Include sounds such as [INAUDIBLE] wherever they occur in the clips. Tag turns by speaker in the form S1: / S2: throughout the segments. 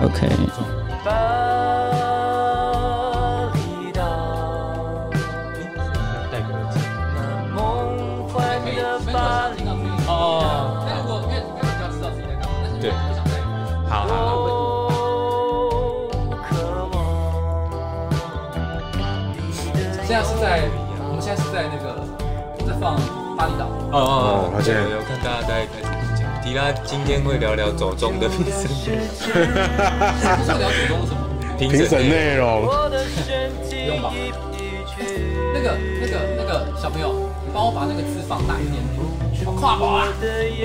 S1: OK，
S2: 巴厘岛，
S3: 带给我听。
S2: 那梦幻的巴厘
S3: 哦，
S4: 但如果因为因为你要知道自己在干嘛，但是
S3: 对，
S4: 不想在
S3: 好好好，
S2: 岛，渴望你的
S4: 现在是在我们现在是在那个在放巴厘岛，
S3: 哦哦
S5: 哦而且
S3: 有有看大家在开始讲，迪拉今天会聊聊走中的评审，
S4: 不是聊祖宗什么？
S3: 评
S5: 评审内容，
S2: 我的身体
S4: 用吧
S2: 一一去
S4: 那个那个那个小朋友，你帮我把那个字放大一点，我跨宝啊！
S2: 的夜，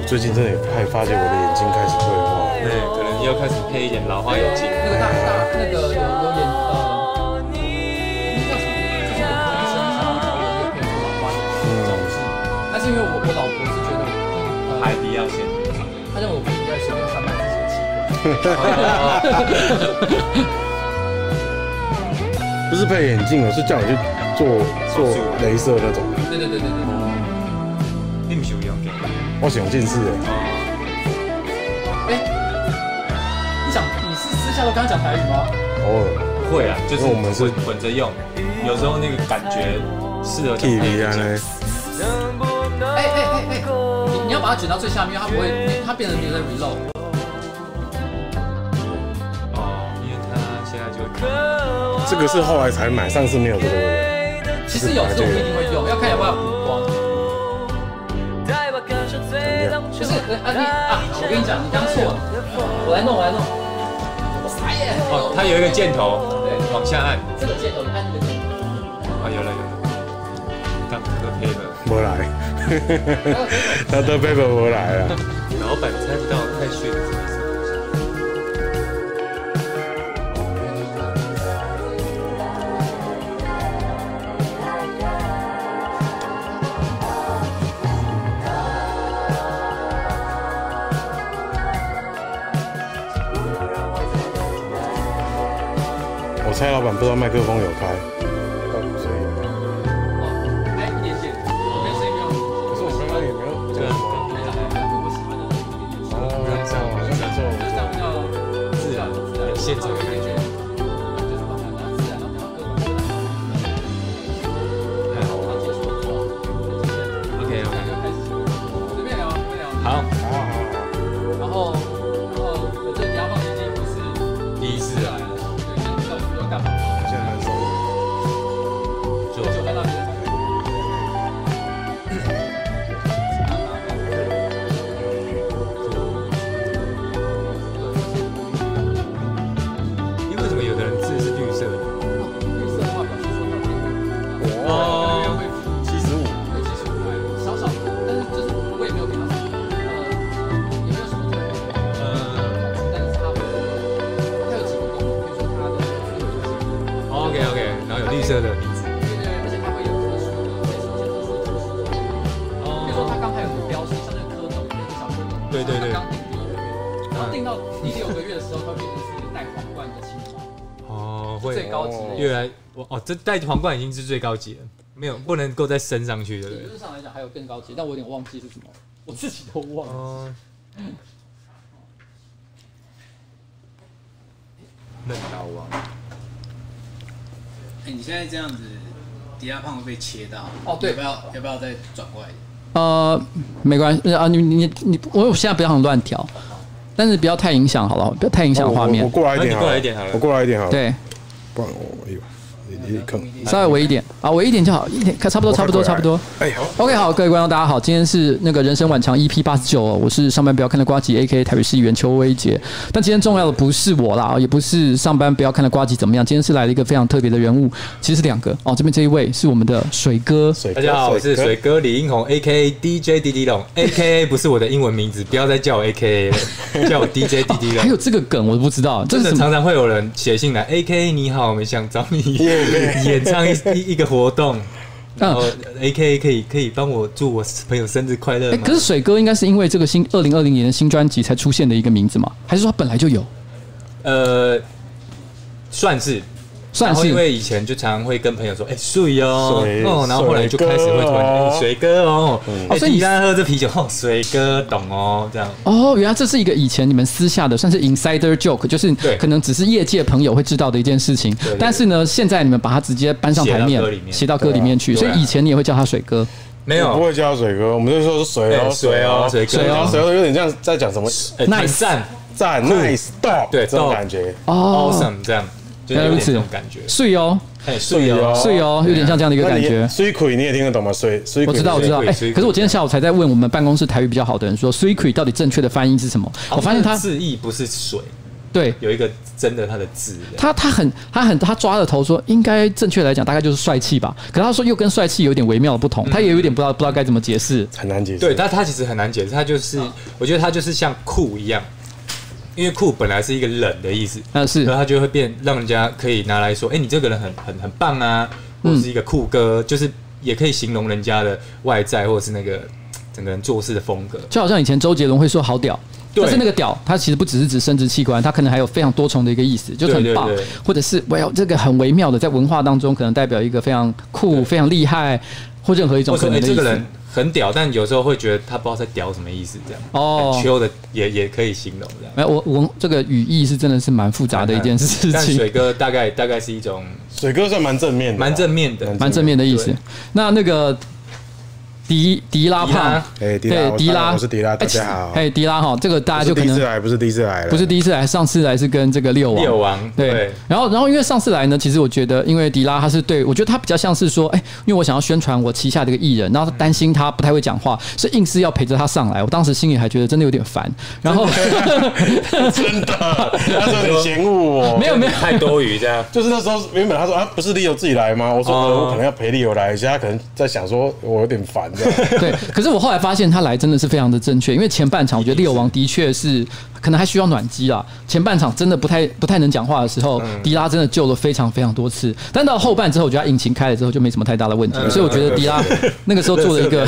S5: 我最近真的也太发现我的眼睛开始退化了。
S3: 对，可能要开始配一点老花眼镜。
S4: 那个大大那个有有眼呃，
S2: 你
S4: 那叫什么？就是我本身想要找人可以做老花眼镜这种事，但是因为我我老婆是觉得呃，
S3: 海迪要先，
S4: 她认为我不应该随便穿戴这些器官。
S5: 不是配眼镜，我是叫你去做
S3: 手
S5: 做
S3: 术
S5: 镭射那种。
S4: 对对对对对对。
S3: 你不是有用的？
S5: 我想近视
S4: 哎，
S5: 哎，
S4: 你讲你是私下都跟他讲台语吗？
S5: 偶尔
S3: 会啊，就是
S5: 因为我们是
S3: 混混着用，有时候那个感觉适合
S5: 剃鼻啊
S3: 讲
S5: 嘞，
S2: 能不能
S4: 哎哎哎哎，嗯
S2: 够
S4: 你你要把它卷到最下面，它不会，它变成别的 reload。
S3: 哦，因为他现在就
S2: 渴望
S5: 这个是后来才买，上次没有这个。
S2: 给的
S4: 其实有
S5: 啊
S4: 这种不一定会用，要看有没有补光。
S2: 带我感受最浪
S4: 不
S2: 潮
S4: 是，啊你呃啊，我跟你讲，你刚错了，
S2: 的风。
S4: 我来弄，我来弄。我傻眼。
S3: 哦，它有一个箭头
S4: 对，
S3: 往下按，
S4: 这个键头，你按这个键头。
S3: 哦，有了有了，当科配了，
S5: 没来，他的 paper 没来了。
S3: 老板猜不到太虚的是什么意思。
S5: 我猜老板不知道麦克风有开，所以
S4: 哦，还一点点，没声音没有。
S5: 可是我刚刚也没有
S3: 这个刚
S4: 没打开，我喜欢的那个
S5: 哦，这样好像不错
S4: 就
S5: 不
S4: 这样比较
S5: 错。
S4: 自然，自然
S3: 现场的感觉。
S4: 就是把它拿自然，然后各种。然后它结束之后，
S3: OK
S4: 大家
S3: OK，
S4: 开始随便聊，随便聊。
S3: 好，
S5: 好好好，
S4: 然后，然后反正你要放眼镜不是
S3: 第一次
S4: 自
S3: 啊
S4: 然，，对，先知道你要干嘛，
S5: 现在蛮熟。
S3: 做
S4: 就在那边。
S3: 因为为什么有的人字是绿色的？
S4: 绿色的话表示说那边
S3: 哦，
S4: 会
S5: 七十五，
S4: 会技术会少少，但是就是我也没有给他什么，呃，也没有什么特别。
S3: 呃
S4: 但是它会，它有几个功能，比如说它的这个就是
S3: ，OK OK，然后有绿色的名字，
S4: 对对，而且它会有特殊的，类似一些特殊的技术。比如说它刚才有个标识，像那个蝌蚪哦那个小蝌蚪，
S3: 对对对
S4: 它刚定第一个月，然后定到第六个月的时候，它会变成是一个带皇冠的青蛙，
S3: 哦，会
S4: 最高级的。
S3: 越来我哦，这戴皇冠已经是最高级了，没有不能够再升上去，对不
S4: 理
S3: 对？
S4: 论上来讲还有更高级，但我有点忘记是什么，我自己都忘了。
S3: 哦，嫩刀王，
S6: 哎、你现在这样子，迪亚胖会被切到。
S4: 哦对
S6: 要不要要不要再转过来一点？
S4: 呃，没关系啊，你你你，我现在不要很乱调，但是不要太影响好了，不要太影响画
S5: 哦我我
S4: 面。
S5: 过来一点好
S3: 那你
S5: 了，
S3: 过来一点好了
S5: 我过来一点好了。，
S4: 对，
S5: 不然我哎呦，有点坑。
S4: 稍微围一点啊，围一点就好，一点差不多，差不多，差不多。
S5: 哎呦，
S4: OK，好，各位观众，大家好，今天是那个人生晚长 EP 八十九哦，我是上班不要看的瓜吉 AK 台北市议员邱威杰。但今天重要的不是我啦，也不是上班不要看的瓜吉怎么样，今天是来了一个非常特别的人物，其实是两个哦，这边这一位是我们的水哥，
S5: 水哥
S3: 大家好，我是水。哥李英宏，A K A D J 迪迪龙，A
S4: [LAUGHS]
S3: K A 不是我的英文名字，不要再叫我 A K A 了，叫我 D J 迪迪
S4: 还有
S3: 龙。
S4: 这个梗我都不知道，这
S3: 真
S4: 是
S3: 的
S4: 什么？
S3: 常常会有人写信来，A K A 你好，我们想找你 [LAUGHS] 演唱一一一个活动，
S1: 哎
S3: 然后哦 A K A 可以可以帮我祝我朋友生日快乐
S4: 哎、
S3: 吗
S4: 可？是水哥应该是因为这个新二零二零年的新专辑才出现的一个名字嘛？还是说他本来就有？
S3: 呃呃，算是
S1: 算
S3: 然后
S1: 是
S3: 因为以前就常常会跟朋友说，哎、水哦，
S5: 水
S3: 哦，然后后来就开始会突然，哎、水哥哦，哎、
S1: 哦所以你
S3: 你在喝这啤酒，哦，水哥懂哦，这样。
S1: 哦，原来这是一个以前你们私下的算是 insider joke，就是
S3: 对
S1: 可能只是业界朋友会知道的一件事情。
S3: 对
S1: 但是呢，现在你们把它直接搬上台面
S3: 写到歌里，面
S1: 写到歌里面去，
S3: 对啊
S1: 所以以前你也会叫他水哥。
S3: 没
S5: 我不
S3: 有，
S5: 会叫他水哥，我们就说水
S3: 哎
S5: 哦，
S3: 水
S5: 哦
S3: 哦，
S5: 水
S3: 水
S5: 哥
S3: 哥
S5: 水哦，水哦，有点像在讲什么
S3: 哎
S1: Nice
S3: 很赞
S5: 赞 nice dog，
S3: 对
S5: 这种
S3: dog
S5: 感觉。
S1: 哦，
S3: ，awesome 这样，就
S1: 原来
S3: 是啊有
S1: 如
S3: 点
S1: 此
S3: 这种感觉。
S1: 睡哦，
S3: 哎，水哦，
S1: 睡哦，有点像这样的一个
S5: 那
S1: 感觉
S5: 你。水鬼你也听得懂吗？水水
S1: 我
S5: 鬼，
S1: 知道，我知道。哎、
S3: 水鬼
S1: 可是我今天下午才在问我们办公室台语比较好的人说 s u i k u 到底正确的翻译是什么？我发现他
S3: 好像字义哦不是水，
S1: 对
S3: 有一个真的它的字。
S1: 他他很他很他抓了头说，应该正确来讲大概就是帅气吧。可是他说又跟帅气有点微妙的不同，他也有
S3: 嗯
S1: 点不知道不知道该怎么解释。
S5: 很难解释。
S3: 对，但它其实很难解释，它就是，
S1: 嗯
S3: 我觉得它就是像酷一样，因为酷本来是一个冷的意思，
S1: 呃是
S3: 然后它就会变，让人家可以拿来说，哎、你这个人很很很棒啊，或者是一个酷哥，
S1: 嗯
S3: 就是也可以形容人家的外在或者是那个整个人做事的风格。
S1: 就好像以前周杰伦会说“好屌”，
S3: 对
S1: 但是那个“屌”它其实不只是指生殖器官，它可能还有非常多重的一个意思，就是很棒，
S3: 对对对
S1: 或者是 well 这个很微妙的，在文化当中可能代表一个非常酷、非常厉害或任何一种
S3: 或者
S1: 可
S3: 说，哎、
S1: 能的意
S3: 这个
S1: 思
S3: 人。很屌，但有时候会觉得他不知道在屌什么意思，这样。
S1: 哦
S3: 很 chill 的也也可以形容
S1: [LAUGHS]
S3: 这样。
S1: 没有，我我这个语义是真的是蛮复杂的一件事
S3: 但
S1: 情，
S3: 水哥大概大概是一种
S5: 水哥算蛮正面的，
S3: 蛮正。面的，
S1: 蛮正面的意思
S3: 对。
S1: 那那个迪迪拉
S3: 迪拉
S1: 胖，
S5: 哎，迪拉，
S1: 对迪拉，
S5: 我是迪拉，
S1: 哎
S5: 大家好。
S1: 哎，迪拉哈，这个大
S5: 不
S1: 家
S5: 是
S1: 就可
S5: 第一
S1: 能
S5: 次来，不是第一次来了，
S1: 不是第一次来，上次来是跟这个六王。
S3: 猎王
S1: 对，
S3: 对
S1: 然后然后因为上次来呢，其实我觉得，因为迪拉他是对我觉得他比较像是说，哎，因为我想要宣传我旗下这个艺人，然后他担心他不太会讲话，所以硬是要陪着他上来。我当时心里还觉得真的有点烦。然后
S5: 真
S1: [LAUGHS]
S5: 的。他说你嫌恶我，
S1: 没有没有，
S3: 太多余这
S1: [LAUGHS]
S3: 样。
S5: 就是那时候原本他说啊，不是理由自己来吗？我说、
S3: 哦
S5: 呃我可能要陪理由来一下，他可能在想说我有点烦这样。
S1: [LAUGHS] 对，可是我后来发现他来真的是非常的正确，因为前半场我觉得猎王的确是可能还需要暖机啦。前半场真的不太不太能讲话的时候，迪拉真的救了非常非常多次。但到后半之后，我觉得他引擎开了之后就没什么太大的问题，
S3: 嗯
S1: 所以我觉得迪拉 [LAUGHS] 那个时候做了一个，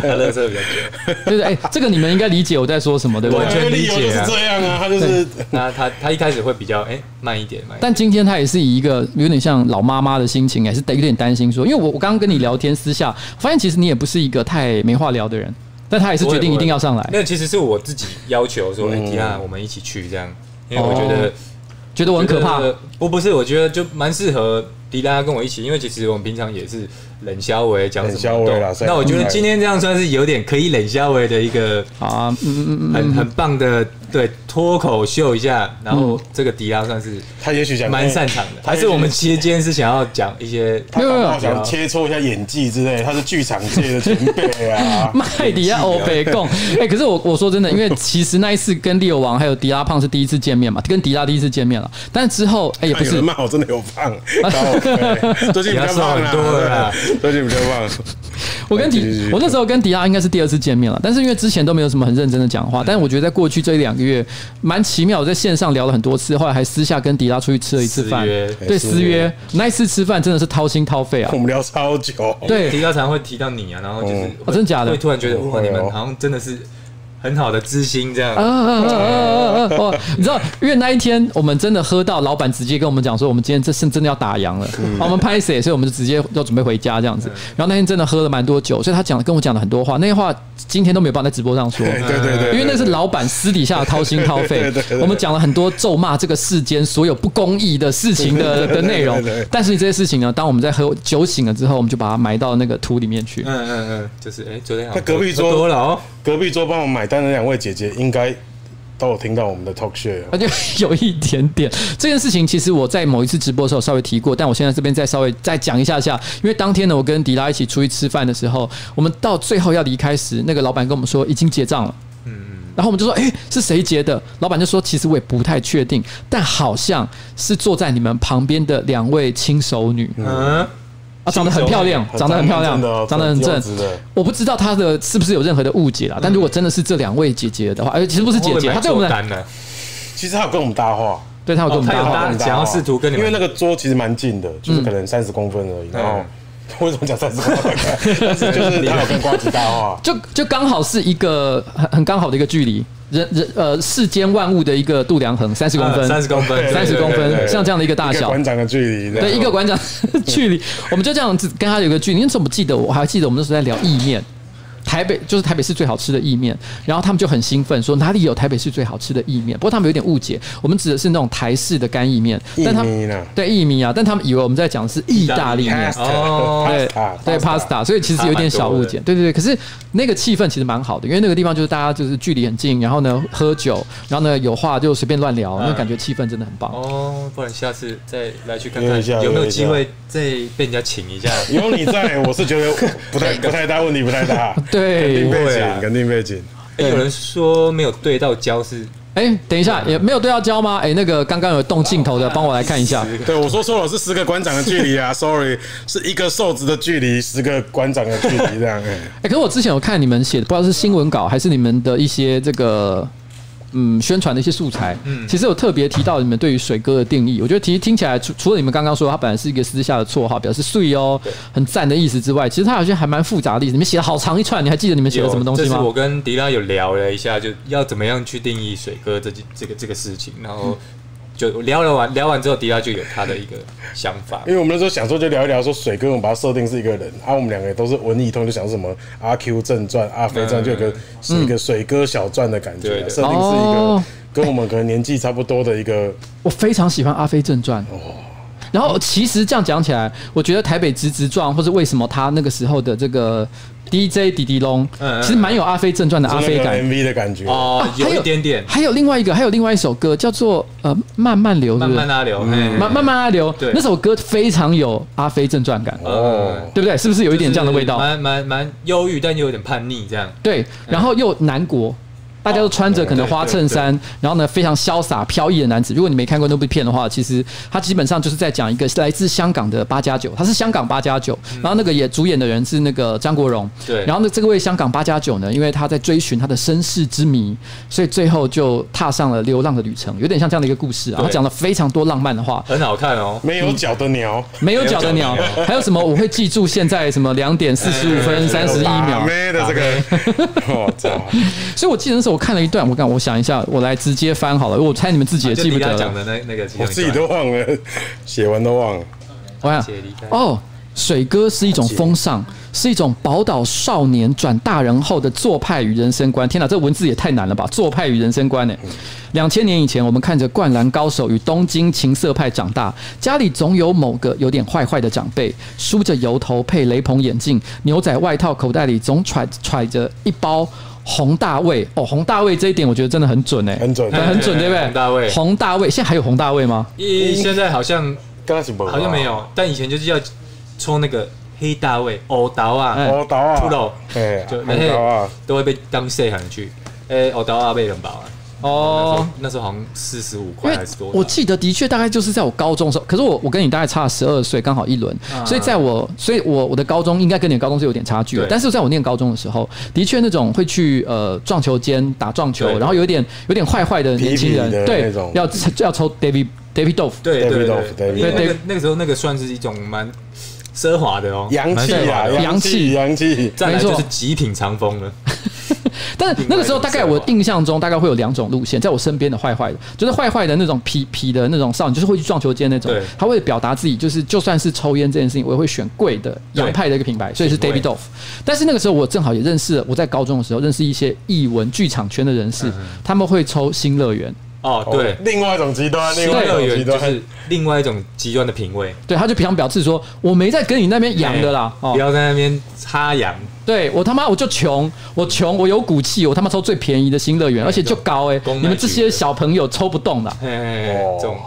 S3: 他乐色比较久，
S1: 就是哎、这个你们应该理解我在说什么，对不对
S3: 完？
S5: 因为
S3: 全
S5: 理
S3: 理
S5: 由 [LAUGHS]
S3: 解啊
S5: 就是这样啊，他就是
S3: 那他他一开始会比较哎、慢一点，慢一点。
S1: 但今天他也是以一个有点像老妈妈的心情，也是有点担心说，因为我我刚刚跟你聊天私下，发现其实你也不是一个太没话聊的人，但他也是决定一定要上来，
S3: 那其实是我自己要求说，哎、
S5: 嗯
S3: 迪亚，我们一起去这样，因为我觉得、
S1: 哦觉得我很可怕
S3: 觉。得。不不是，我觉得就蛮适合迪拉跟我一起，因为其实我们平常也是冷消维讲什
S5: 冷消
S3: 么
S5: 微
S3: 都
S5: 啦算
S3: 那我觉得
S5: 嗯
S3: 今天这样算是有点可以冷消维的一个
S1: 好啊，嗯嗯嗯
S3: 很很棒的对脱口秀一下，然
S1: 嗯
S3: 后这个迪拉算是
S5: 他也许想
S3: 蛮擅长的，
S5: 他
S3: 还
S5: 也许
S3: 是我们期间是想要讲一些
S5: 他
S1: 没有没有。
S5: 他想切磋一下演技之类，他是剧场界的前辈啊
S1: 麦迪亚欧北贡，哎、可是我我说真的，因
S5: [LAUGHS]
S1: 为其实那一次跟利友王还有迪拉胖是第一次见面嘛，跟迪拉第一次见面了，但之后哎、也不
S5: 有
S1: 是
S5: 人，骂我真的有胖，对最近比较胖啊
S3: 比较瘦很多了啦
S5: 对最近比较胖。
S1: 我跟
S5: 哎继续继
S1: 迪
S5: 续
S1: 我那时候跟迪拉应该是第二次见面了，但是因为之前都没有什么很认真的讲话，但是我觉得在过去这一两个月蛮奇妙，我在线上聊了很多次，后来还私下跟迪拉出去吃了一次饭
S3: 私约，
S1: 对
S5: 哎
S1: 私
S5: 私约
S1: 约那一次吃饭真的是掏心掏肺啊
S5: 我，们聊超久，
S1: 对，
S3: 提到常会提到你啊，然后就是会、
S1: 哦真的假的
S3: 会突然觉得哇，
S5: 会哦
S3: 你们好像真的是很好的知心这
S1: [LAUGHS]
S3: 样。
S1: 啊啊啊啊啊！哦，你知道，因为那一天我们真的喝到，老板直接跟我们讲说，我们今天这是真的要打烊了，啊我们拍谁，所以我们就直接要准备回家这样
S5: 嗯
S1: 子。然后那天真的喝了蛮多酒，所以他讲跟我讲了很多话，那些话今天都没有办法在直播上说。
S5: [LAUGHS] 对对对对，
S1: 因为那是老板私底下的掏心掏肺
S5: 对对，对
S1: 我们讲了很多咒骂这个世间所有不公义的事情的的内容
S5: 对对对对。
S1: 但是这些事情呢，当我们在喝酒醒了之后，我们就把它埋到那个土里面去。
S3: 嗯嗯嗯，就是哎、昨天好像
S5: 那隔壁桌
S3: 喝多了哦，
S5: 隔壁桌帮我买单的两位姐姐应该都有听到我们的 talk show。
S1: 而且有一点点这件事情，其实我在某一次直播的时候稍微提过，但我现在这边再稍微再讲一下下，因为当天呢，我跟迪拉一起出去吃饭的时候，我们到最后要离开时，那个老板跟我们说已经结账了。然后我们就说，哎、是谁结的？老板就说，其实我也不太确定，但好像是坐在你们旁边的两位轻熟女，
S3: 嗯，
S1: 啊，长得很漂亮，长得很漂亮
S5: 真的哦，
S1: 长得很正
S5: 真的哦。
S1: 我不知道她的是不是有任何的误解啦，但如果真的是这两位姐姐的话，而呃其实不是姐姐，她对我们俩，
S3: 单了，
S5: 其实他有跟我们搭话，
S1: 对她有跟我们
S3: 哦她
S1: 搭
S3: 有
S1: 话
S3: 搭。想要试图跟你
S5: 因
S3: 们
S5: 为那个桌其实蛮近的，就是可能三十公分而已。然后为什么讲三十公分？但是就是他有跟瓜子搭话，
S1: 就就刚好是一个很很刚好的一个距离，人人呃世间万物的一个度量衡，三十公分，
S3: 啊三十公分，
S1: 三十
S3: 对
S1: 公
S5: 对对
S1: 分，
S5: 对
S1: 像这样的一个大
S5: 一个
S1: 小，
S5: 馆长的距离这样，
S1: 对一个馆长 [LAUGHS] 距离，我们就这样子跟他有个距离。你怎么记得？我还记得我们那时候在聊意面，台北就是台北市最好吃的意面，然后他们就很兴奋说哪里有台北市最好吃的意面？不过他们有点误解，我们指的是那种台式的干意面，但他
S5: 意面啊
S1: 们对意米啊，但他们以为我们在讲的是意大利面。
S5: Pasta，
S3: 哦
S1: 对
S5: pasta，
S1: 对 pasta，所以其实有点小误解，对对对。可是那个气氛其实蛮好的，因为那个地方就是大家就是距离很近，然后呢喝酒，然后呢有话就随便乱聊，
S5: 嗯
S1: 那感觉气氛真的很棒。
S3: 哦，不然下次再来去看
S5: 约
S3: 看
S5: 一下
S3: 有没有
S5: 约一下
S3: 机会再被人家请一下。
S5: 有你在，我是觉得不太不太大问题，不太大。肯
S1: [LAUGHS]
S5: 定
S1: 对，
S5: 被
S3: 不会啊
S5: 紧，肯定被紧。
S3: 哎有人说没有对到焦是
S1: 哎，等一下，也没有对到焦吗？哎，那个刚刚有动镜头的，帮我来看一下。
S5: 对，我说错了，是十个馆长的距
S1: [LAUGHS]
S5: 离啊，sorry，是一个瘦子的距离，十个馆长的距离
S1: [LAUGHS]
S5: 这样。哎
S1: 哎，可是我之前有看你们写的，不知道是新闻稿还是你们的一些这个。嗯，宣传的一些素材，嗯，其实有特别提到你们对于水哥的定义。我觉得其实听起来，除除了你们刚刚说他本来是一个私下的绰号，表示“碎哦”很赞的意思之外，其实他好像还蛮复杂的意思。你们写了好长一串，你还记得你们写了
S3: 有
S1: 什么东西
S3: 这
S1: 吗
S3: 是？我跟迪拉有聊了一下，就要怎么样去定义水哥这件这个这个事情，然后就聊了完聊完之后，迪拉就有他的一个想法
S5: 因。为我们那时候想说就聊一聊，说水哥我们把他设定是一个人，啊，我们两个也都是文艺通，就想说什么阿 Q 正传、阿飞传，就有个是一个水哥小传的感
S3: 对
S5: 觉啊，
S3: 对
S5: 设定是一个
S1: 嗯哦
S5: 跟我们可能年纪差不多的一个
S1: 我非常喜欢《阿飞正传》。
S3: 哦
S1: 然后其实这样讲起来，我觉得台北直直撞，或是为什么他那个时候的这个 DJ 迪迪龙
S3: 嗯嗯，
S1: 其实蛮有《阿飞正传》 [LAUGHS] 的阿
S5: 是
S1: 飞
S5: 那个
S1: 感。
S5: MV 的感觉。
S3: 哦
S1: 啊，
S3: 有一点点，
S1: 还有另外一个，还有另外一首歌叫做呃《慢慢流》，
S3: 慢
S1: 是不是嗯
S3: 慢？拉流，嘿
S1: 慢慢慢阿流
S3: 对，
S1: 那首歌非常有《阿飞正传》感，
S5: 哦，
S1: 对不对？是不是有一点这样的味道？
S3: 蛮蛮蛮忧郁，但又有点叛逆这样。
S1: 对，然后又南国。大家都穿着可能花衬衫，然后呢非常潇洒飘逸的男子。如果你没看过那部片的话，其实他基本上就是在讲一个来自香港的八加九，他是香港八加九。然后那个也主演的人是那个张国荣。
S3: 对
S1: 然后呢，这位香港八加九呢，因为他在追寻他的身世之谜，所以最后就踏上了流浪的旅程，有点像这样的一个故事啊。
S3: 对
S1: 他讲了非常多浪漫的话，
S3: 很好看哦，
S1: 嗯
S5: 没有脚的鸟，
S1: 没有脚的鸟，哎还有什么我会记住现在什么两点四十五分三十一秒
S5: 打。妹的这个， [LAUGHS] 哦我操！
S1: 所以我记得那时候我看了一段，我刚我想一下，我来直接翻好了，因为我猜你们自己也
S3: 啊就
S1: 记不
S3: 迪拉
S1: 得
S3: 讲
S1: 了。
S3: 的那那个，
S5: 我自己都忘了，写完都忘了。
S1: 我想
S3: 解离开
S1: 哦，水哥是一种风尚，是一种宝岛少年转大人后的做派与人生观。天哪，这文字也太难了吧！做派与人生观呢？
S3: 嗯
S1: 两千年以前，我们看着《灌篮高手》与《东京情色派》长大，家里总有某个有点坏坏的长辈，梳着油头配雷朋眼镜，牛仔外套口袋里总揣揣着一包。红大卫哦，红大卫这一点我觉得真的很准哎、
S5: 很准
S1: 很准对不对？
S3: 洪大卫
S1: 洪大卫现在还有红大卫吗？
S3: 咦，现在好像
S5: 刚刚什么？
S3: 好像没。有，但以前就是要抽那个黑大卫、欧刀啊
S1: 哎、
S5: 我倒啊，
S3: 出肉，
S5: 哎，
S3: 就那
S5: 很
S3: 些
S5: 倒啊，
S3: 都会被当税喊去。哎，欧刀啊，被人保啊，
S1: 哦
S3: 哦，，那时候好像四十五
S1: 因
S3: 块
S1: 为
S3: 还是多少？
S1: 我记得的确大概就是在我高中的时候，可是我我跟你大概差十二岁，刚好一轮，
S3: 啊
S1: 所以在我所以我我的高中应该跟你的高中是有点差距的
S3: 对，
S1: 但是在我念高中的时候，的确那种会去呃撞球间打撞球
S3: 对，
S1: 然后有一点有点坏坏的年轻人
S5: 痞痞的，那
S1: 对
S5: 种，
S1: 要要抽 David David Dove，
S3: 对对
S5: David
S3: 对
S5: Off，David
S3: 因为那个
S1: Off
S3: 那个时候那个算是一种蛮奢华的哦，
S5: 洋气啊，
S3: 蛮奢华的哦
S5: 洋气，洋气。
S3: 再来
S1: 没错
S3: 就是极品长风了，
S1: 但那个时候大概我印象中大概会有两种路线，在我身边的坏坏的，就是坏坏的那种痞痞的那种少女，就是会去撞球间那种
S3: 对。
S1: 他为了表达自己，就是就算是抽烟这件事情，我也会选贵的
S3: 对
S1: 洋派的一个品牌，所以是
S3: 品味
S1: David Dove。但是那个时候我正好也认识了，我在高中的时候认识一些艺文剧场圈的人
S3: 嗯
S1: 士，他们会抽新乐园，
S3: 哦，对，
S5: 另外一种极端，另外一
S3: 乐
S5: 种极
S3: 园就
S5: 端
S3: 是。另外一种极端的品味，
S1: 对，他就平常表示说我没在跟你那边洋的啦，
S3: 哎不
S1: 哦，
S3: 要在那边插洋，
S1: 对我他妈我就穷，我穷，我有骨气，我他妈抽最便宜的新乐园，而且就高哎、
S3: 公卖
S1: 你们这
S3: 局
S1: 些
S3: 的
S1: 小朋友抽不动的啊、
S3: 嘿嘿嘿
S5: 哦
S3: 这种，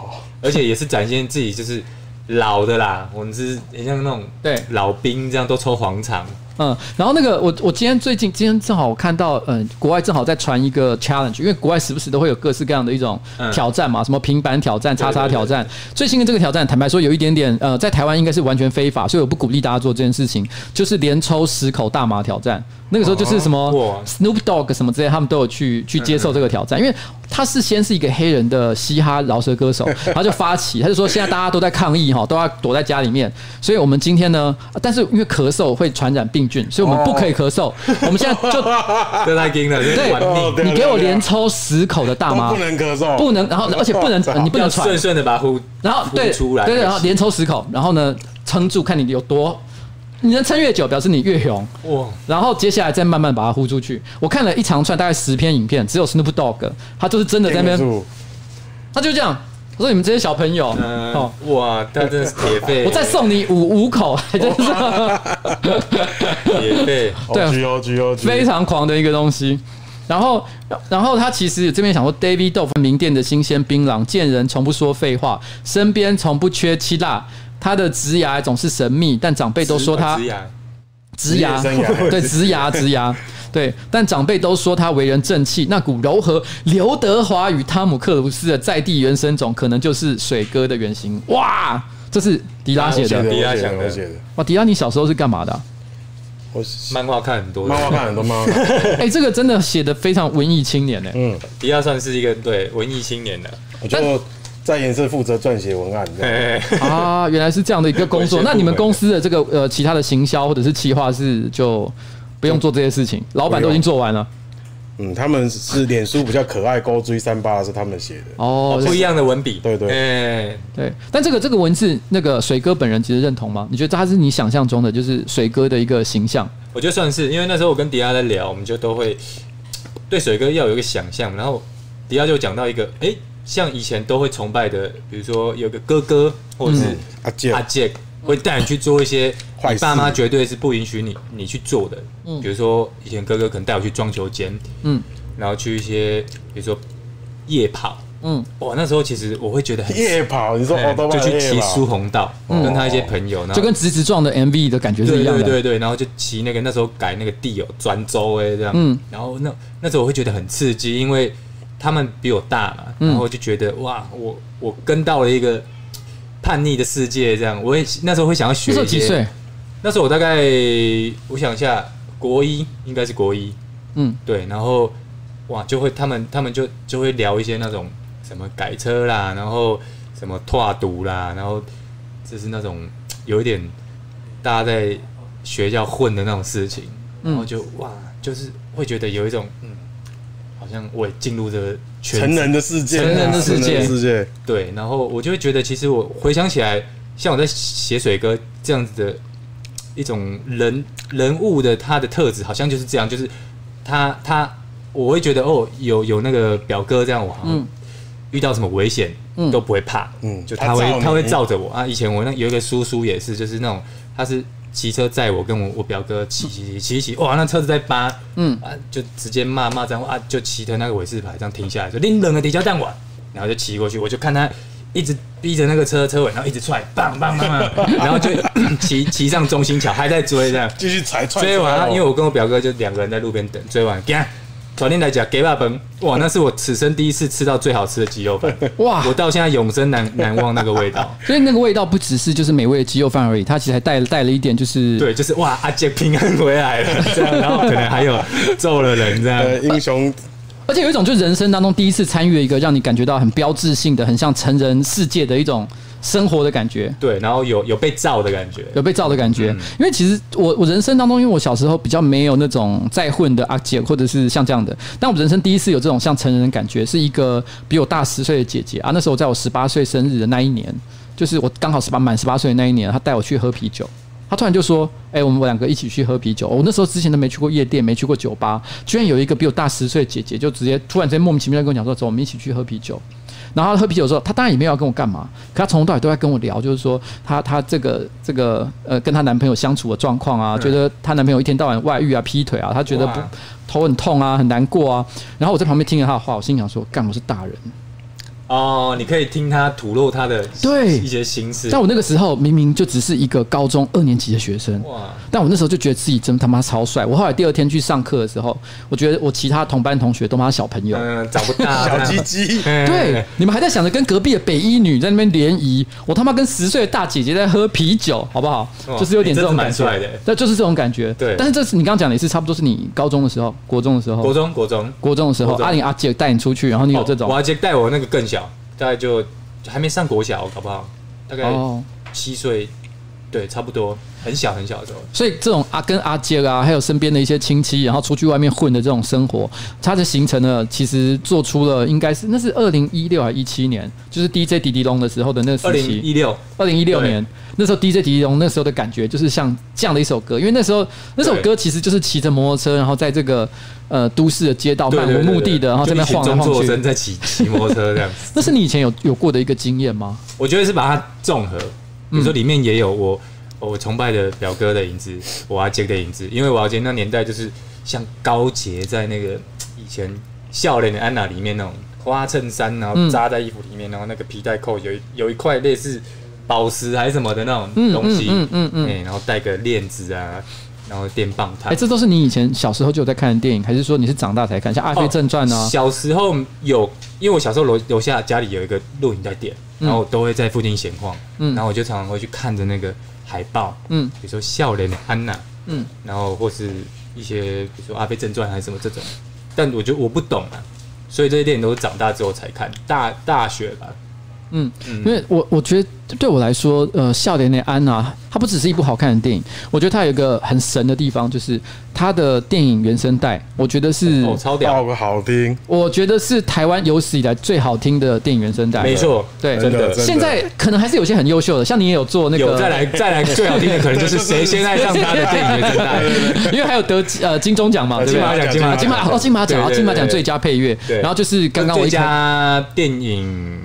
S3: 而且也是展现自己就是老的啦，我们是很像那种
S1: 对
S3: 老兵这样都抽黄肠，
S1: 嗯，然后那个我我今天最近今天正好我看到，嗯，国外正好在传一个 challenge，因为国外时不时都会有各式各样的一种
S3: 嗯
S1: 挑战嘛，什么平板挑战、
S3: 对对
S1: 叉叉挑战。最新的这个挑战，坦白说有一点点，呃，在台湾应该是完全非法，所以我不鼓励大家做这件事情，就是连抽十口大麻挑战。那个时候就是什么
S3: 哦哇
S1: Snoop Dogg 什么之类，他们都有去去接受这个挑战，因为他是先是一个黑人的嘻哈饶舌歌手，他就发起，他就说现呃在大家都在抗议哈，都要躲在家里面，所以我们今天呢，但是因为咳嗽会传染病病菌，所以我们不可以咳嗽。我们现在就
S5: 啊
S3: 这太硬了，这
S1: 对
S3: 玩命，
S5: 对啊
S1: 你给我
S5: 对啊
S1: 连抽十口的大
S5: 都
S1: 麻，
S5: 不能咳嗽，
S1: 不能，然后而且不能，呃你不能
S3: 要
S1: 喘，
S3: 顺顺的把它呼，
S1: 然后
S3: 呼
S1: 对
S3: 出来，
S1: 对对，然后连抽十口，然后呢撑住，看你有多，你能撑越久，表示你越勇。
S3: 哇，
S1: 然后接下来再慢慢把它呼出去。我看了一长串大概十篇影片，只有 Snoop Dogg，他就是真的在
S5: 顶
S1: 那
S5: 得
S1: 边，
S5: 住。
S1: 他就这样，我说你们这些小朋友，
S3: 嗯
S1: 哦，，
S3: 哇，他真的是铁肺，
S1: 我再送你五五口，就是
S3: 铁肺，
S1: 对啊
S5: O 哦 G O G O G，
S1: 非常狂的一个东西。然后，然后他其实这边想说，David 豆腐名店的新鲜槟榔，见人从不说废话，身边从不缺七辣。他的植牙总是神秘，但长辈都说他
S3: 植牙
S1: 植牙，
S5: 职业生
S1: [LAUGHS]
S5: 涯
S1: 对，植牙，植牙，对。但长辈都说他为人正气，那股柔和刘德华与汤姆克鲁斯的在地原生种，可能就是水哥的原型。哇，这是迪拉写
S5: 我写
S1: 的。
S5: 的
S3: 迪拉
S5: 我写
S3: 想
S5: 的
S3: 的
S5: 我写的，
S1: 哇，迪拉，你小时候是干嘛的啊、
S5: 我
S3: 漫画看很多，
S5: 漫画看很多漫
S3: [LAUGHS]
S5: 画看，
S1: 哎、这个真的写的非常文艺青年呢、欸
S5: 嗯，
S3: 迪亚算是一个对文艺青年的，
S5: 我就在颜色负责撰写文案，这样
S3: 哎，
S1: 啊，原来是这样的一个工作。
S3: 文学部
S1: 那你们公司的这个呃其他的行销或者是企划是就不用做这些事情，老板都已经做完了。
S5: 嗯，他们是脸书比较可爱，勾追三八是他们写的，
S1: 哦，
S3: 不一样的文笔，
S5: 对对
S3: 哎，
S1: 对。但这个这个文字，那个水哥本人其实认同吗？你觉得他是你想象中的就是水哥的一个形象？
S3: 我觉得算是，因为那时候我跟迪亚在聊，我们就都会对水哥要有一个想象，然后迪亚就讲到一个，哎、像以前都会崇拜的，比如说有个哥哥或者是
S5: 阿健
S3: 阿杰、会带你去做一些
S5: 嗯坏
S3: 你
S5: 事
S3: 爸妈绝对是不允许你你去做的，比如说以前哥哥可能带我去装修间，
S1: 嗯
S3: 然后去一些比如说夜跑，
S1: 嗯，
S3: 哇，那时候其实我会觉得很。
S5: 夜跑，你说
S3: 哎
S5: 哦，都
S3: 就去
S5: 夜
S3: 骑苏
S5: 跑，
S3: 红道，
S1: 嗯
S3: 跟他一些朋友，然后
S1: 就跟直直撞的 MV 的感觉是一
S3: 对
S1: 样
S3: 对
S1: 的。
S3: 对对，然后就骑那个那时候改那个地有砖州哎这样，
S1: 嗯
S3: 然后那那时候我会觉得很刺激，因为他们比我大嘛，
S1: 嗯
S3: 然后就觉得哇，我我跟到了一个叛逆的世界这样，我也那时候会想要学
S1: 那时候
S3: 一
S1: 几
S3: 些，
S1: 岁？
S3: 那时候我大概我想一下，国一应该是国一，
S1: 嗯，
S3: 对，然后哇就会他们他们就就会聊一些那种什么改车啦，然后什么拓毒啦，然后就是那种有一点大家在学校混的那种事情，然后就哇就是会觉得有一种嗯，好像我也进入这个圈子
S5: 成人的世界，
S1: 成人的世界
S5: 成人世界，
S3: 对，然后我就会觉得其实我回想起来，像我在写水歌这样子的一种人人物的他的特质，好像就是这样，就是他他我会觉得哦，有有那个表哥这样，我好像
S1: 嗯
S3: 遇到什么危险、
S1: 嗯
S3: 都不会怕，
S5: 嗯
S3: 就
S5: 他
S3: 他会
S5: 罩你
S3: 他会罩着我啊。以前我那有一个叔叔也是，就是那种他是。骑车载我跟我我表哥骑骑骑骑骑，哇，那车子在扒，
S1: 嗯
S3: 啊，就直接骂骂脏话啊，就骑着那个尾示牌这样停下来说：“你冷的底下蛋碗。”然后就骑过去，我就看他一直逼着那个车车尾，然后一直踹，棒棒棒棒，然后就骑骑上中心桥，还在追这样，
S5: 继续踩踹
S3: 追完啊，因为
S5: 为
S3: 我跟我表哥就两个人在路边等，追完，干。昨天来讲给爸本，哇，那是我此生第一次吃到最好吃的鸡肉饭，
S1: 哇
S3: 我到现在永生难难忘那个
S1: [LAUGHS]
S3: 味道。
S1: 所以那个味道不只是就是美味的鸡肉饭而已，它其实还带带了一点就是
S3: 对，就是哇，阿杰平安回来了，这样，然后可能还有揍了人这样，
S5: 呃英雄
S1: 而且有一种就是人生当中第一次参与一个让你感觉到很标志性的、很像成人世界的一种生活的感觉。
S3: 对，然后有有被罩的感觉，
S1: 有被照的感觉，因为其实我我人生当中，因为我小时候比较没有那种再混的阿姐，或者是像这样的，但我人生第一次有这种像成人的感觉，是一个比我大十岁的姐姐啊，那时候在我十八岁生日的那一年，就是我刚好十八满十八岁的那一年，她带我去喝啤酒，她突然就说：“哎、我们两个一起去喝啤酒。”我那时候之前都没去过夜店，没去过酒吧，居然有一个比我大十岁的姐姐就直接突然之间莫名其妙地跟我讲说：“走，我们一起去喝啤酒。”然后他喝啤酒的时候，他当然也没有要跟我干嘛，可他从头到尾都在跟我聊，就是说他他这个这个呃跟她男朋友相处的状况啊，觉得她男朋友一天到晚外遇啊、劈腿啊，她觉得不
S3: 哇
S1: 头很痛啊、很难过啊。然后我在旁边听了他的话，我心想说：干，我是大人。
S3: 哦，你可以听他吐露他的
S1: 对
S3: 一些心事。
S1: 但我那个时候明明就只是一个高中二年级的学生，
S3: 哇，
S1: 但我那时候就觉得自己真他妈超帅。我后来第二天去上课的时候，我觉得我其他同班同学都妈小朋友。
S3: 嗯，长不
S1: [LAUGHS]
S3: 大，
S5: 小鸡鸡，
S3: [LAUGHS] 嗯
S1: 对，，你们还在想着跟隔壁的北一女在那边联谊，我他妈跟十岁的大姐姐在喝啤酒，好不好？
S3: 哦
S1: 就是有点
S3: 你
S1: 这
S3: 真
S1: 种
S3: 是
S1: 感
S3: 蛮
S1: 觉
S3: 帅的，
S1: 那就是这种感觉。
S3: 对
S1: 但是这次你刚刚讲的也是差不多是你高中的时候、国中的时候、
S3: 国中国中
S1: 国中的时候，
S3: 国中
S1: 阿玲阿姐带你出去，然后你有这种
S3: 我阿杰带我那个更小，大概就还没上国小，搞不好大概
S1: 哦
S3: 七岁对，差不多，很小很小的时候。
S1: 所以这种阿跟阿姐啊，还有身边的一些亲戚，啊然后出去外面混的这种生活，它的形成呢，其实做出了应该是那是二零一六还一七年，就是 DJ 迪迪龙的时候的那个
S3: 二
S1: 时
S3: 零
S1: 期。
S3: 一六，
S1: 二零一六
S3: 对
S1: 年那时候 DJ 迪龙那时候的感觉就是像这样的一首歌，因为那时候那首歌其实就是骑着摩托车，然后在这个呃都市的街道
S3: 对
S1: 漫
S3: 对
S1: 无
S3: 对对
S1: 目的的，然后
S3: 就
S1: 在
S3: 一
S1: 那
S3: 群
S1: 晃来
S3: 中
S1: 晃
S3: 作
S1: 去
S3: 生。在骑骑摩托车这样子。
S1: [LAUGHS] 那是你以前有有过的一个经验吗？
S3: 我觉得是把它综合，比
S1: 嗯
S3: 如说里面也有我我崇拜的表哥的影子，我阿杰的影子，因为我阿杰那年代就是像高杰在那个以前笑脸的安娜里面那种花衬衫，然后
S1: 嗯
S3: 扎在衣服里面，然后那个皮带扣有一有一块类似宝石还是什么的那种
S1: 嗯
S3: 东西，
S1: 嗯嗯嗯嗯
S3: 哎然后带个链子啊，然后电棒
S1: 哎、
S3: 烫。
S1: 这都是你以前小时候就有在看的电影，还是说你是长大才看？像《阿飞正传》啊，
S3: 哦小时候有，因为我小时候楼楼下家里有一个录影带店，
S1: 嗯
S3: 然后我都会在附近闲晃，
S1: 嗯
S3: 然后我就常常会去看着那个海报，
S1: 嗯
S3: 比如说《笑脸的安娜》，
S1: 嗯，
S3: 然后或是一些比如说《阿飞正传》还是什么这种，但我就我不懂啊，所以这些电影都是长大之后才看，大大学吧，
S1: 嗯，因为我我觉得对我来说，呃，《笑脸的安娜》它不只是一部好看的电影，我觉得它有一个很神的地方，就是它的电影原声带，我觉得是，
S3: 哦，超屌，
S5: 爆个好听，
S1: 我觉得是台湾有史以来最好听的电影原声带。
S3: 没，错，
S1: 对，
S5: 真的
S1: 现在可能还是有些很优秀的，像你也有做那个，
S3: 有再来再来最好听的可能就是谁先爱上他的电影的真爱， [LAUGHS]
S1: 因为还有得呃金钟奖嘛，对不
S3: 啊金
S1: 对？
S3: 马奖金马
S1: 金马
S3: 奖
S1: 哦，金马奖哦，
S3: 对对对
S1: 金马奖
S3: 对
S1: 最佳配乐，
S3: 对
S1: 然后就是刚刚我一
S3: 最
S1: 开
S3: 佳电影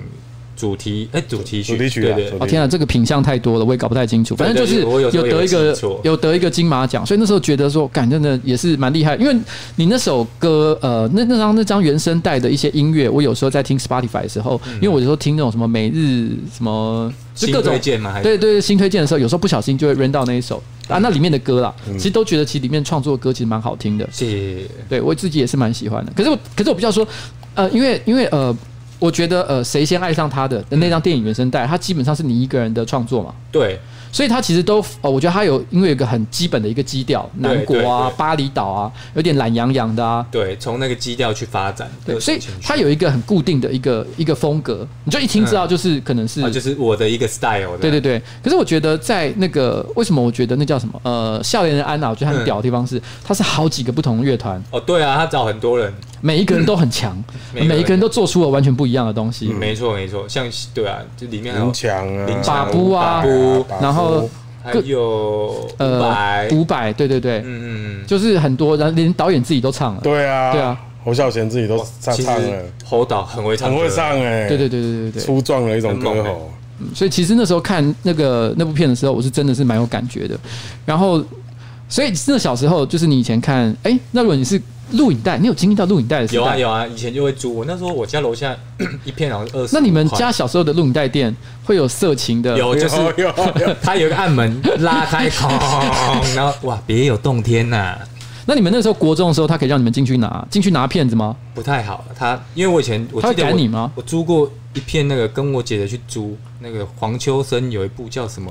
S3: 主题哎主题曲
S5: 主题曲
S3: 对
S5: 啊
S3: 对
S5: 主
S1: 哦
S5: 题
S1: 天啊，这个品相太多了，我也搞不太清楚。反正就是
S3: 对对我有时候也
S1: 得一
S3: 会
S1: 个
S3: 记错
S1: 有得一个金马奖，所以那时候觉得说，感真的也是蛮厉害。因为你那首歌，呃，那那张那张原声带的一些音乐，我有时候在听 Spotify 的时候，因为我有时候听那种什么每日什么，就各种
S3: 嗯新推荐吗还是
S1: 对对对新推荐的时候，有时候不小心就会 run 到那一首啊，那里面的歌啦，
S3: 嗯
S1: 其实都觉得其实里面创作的歌其实蛮好听的。
S3: 谢谢。
S1: 对我自己也是蛮喜欢的。可是我，可是我比较说，呃，因为因为呃，我觉得呃，谁先爱上他的
S3: 嗯
S1: 那张电影原声带，它基本上是你一个人的创作嘛，
S3: 对，
S1: 所以它其实都呃，我觉得它有因为有一个很基本的一个基调，
S3: 对
S1: 南国啊
S3: 对对、
S1: 巴厘岛啊，有点懒洋洋的啊。
S3: 对，从那个基调去发展。
S1: 对，所以
S3: 情绪
S1: 它有一个很固定的一个一个风格，你就一听知道就是可能是
S3: 啊，就是我的一个 style 的。
S1: 对对对，可是我觉得在那个为什么我觉得那叫什么呃，笑脸的安娜，我觉得它很
S3: 嗯
S1: 屌的地方是，它是好几个不同的乐团，
S3: 哦，对啊，他找很多人，
S1: 每一个人都很强，
S3: 嗯每一个人嗯
S1: 每一个人都做出了完全不一样的东西。
S3: 没错没错，像对啊，就里面还有
S5: 嗯林强啊，
S3: 林
S1: 巴
S3: 强
S1: 布啊
S3: 巴布，
S5: 巴
S1: 然后呃
S3: 还有伍佰，
S1: 五百，对对对，
S3: 嗯嗯，嗯
S1: 就是很多，然后连导演自己都唱了。
S5: 对啊，
S1: 对啊，
S5: 侯孝贤自己都唱
S3: 其
S5: 唱了
S3: 实，侯导很会唱，
S5: 很会唱，哎，
S1: 对对对对对对
S5: 粗壮的一种歌
S3: 很
S5: 喉
S3: 猛，
S1: 嗯所以其实那时候看那个那部片的时候，我是真的是蛮有感觉的。然后，所以那小时候就是你以前看，哎、那如果你是录影带，你有经历到录影带的时代？
S3: 有啊有啊，以前就会租。我那时候我家楼下 [COUGHS] 一片好像二十，
S1: 那你们家小时候的录影带店会有色情的？
S3: 有就是
S5: 有有有
S3: [LAUGHS] 它有一个暗门拉开，哐然后哇，别有洞天呐。
S1: 那你们那时候国中的时候，他可以让你们进去拿进去拿片子吗？
S3: 不太好。他因为我以前我
S1: 他
S3: 记
S1: 会
S3: 得我
S1: 赶你吗
S3: 我租过一片那个跟我姐姐去租那个黄秋生有一部叫什么，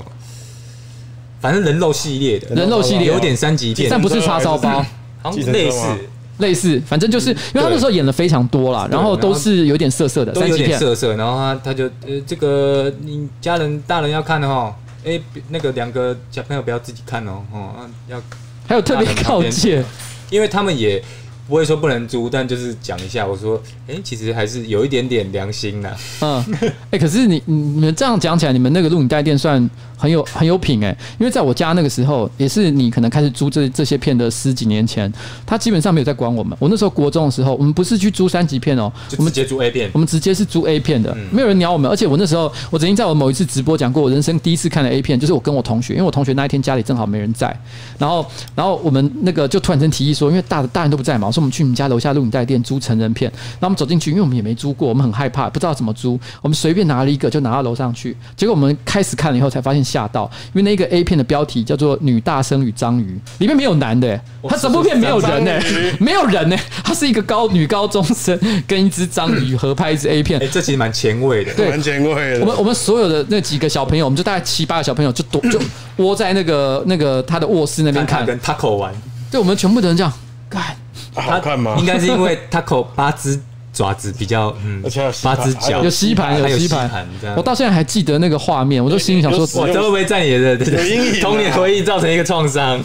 S3: 反正人肉系列的，
S1: 人肉系列啊
S3: 有点三级片，
S1: 但不是叉烧包，
S3: 好
S5: 计
S3: 像
S5: 程车
S3: 类
S5: 吗
S3: 似，
S1: 类似，反正
S3: 嗯
S1: 就是因为他那时候演了非常多啦，然后都是有点色色的
S3: 都
S1: 三
S3: 有
S1: 级
S3: 点
S1: 片。
S3: 色色。然后他他就呃，这个你家人大人要看的哦，哎、那个两个小朋友不要自己看哦，哦、啊要，
S1: 还 [LAUGHS] 有特
S3: [LAUGHS]
S1: 别告诫，
S3: 因为他们也。不会说不能租，但就是讲一下，我说，哎、其实还是有一点点良心呐、
S1: 嗯，
S3: [LAUGHS]
S1: 哎、可是你你你们这样讲起来，你们那个录影带店算很有很有品哎、因为在我家那个时候，也是你可能开始租这这些片的十几年前，他基本上没有在管我们。我那时候国中的时候，我们不是去租三级片哦、
S3: 就
S1: 我
S3: 直
S1: 们
S3: 接租 A 片
S1: 我。们直接是租 A 片的，没有人鸟我们。而且我那时候，我曾经在我某一次直播讲过，我人生第一次看了 A 片，就是我跟我同学，因为我同学那一天家里正好没人在，然后然后我们那个就突然间提议说，因为大大人都不在嘛，我说我们去你们家楼下录影带店租成人片。然后我们走进去，因为我们也没租过，我们很害怕，不知道怎么租，我们随便拿了一个就拿到楼上去。结果我们开始看了以后才发现吓到，因为那个 A 片的标题叫做《女大生与章鱼》，里面没有男的、欸，他整部片没有人呢、 [LAUGHS] 没有人呢、她是一个高女高中生跟一只章鱼合拍一支 A 片
S3: 哎、。这其实蛮前卫的。
S1: 对
S5: 蛮前卫
S1: 我们
S5: 的。
S1: 我们所有的那几个小朋友，我们就大概七八个小朋友就躲就窝在那个那个他的卧室那边看，
S3: 看他跟 Taco 玩，
S1: 对我们全部的人这样，干
S5: 啊好看吗
S3: 应？该是因为 Taco 八只爪子比较，嗯，
S5: 而且还有吸
S3: 八
S5: 盘
S3: 只
S5: 还
S3: 脚，嗯
S1: 有吸盘，
S3: 哦还有
S1: 吸
S3: 盘，这样
S1: 我到现在还记得那个画面，我就心里想说，
S5: 有有
S3: 哇，这会不会在你的
S5: 有阴影啊
S3: 童年回忆造成一个创伤？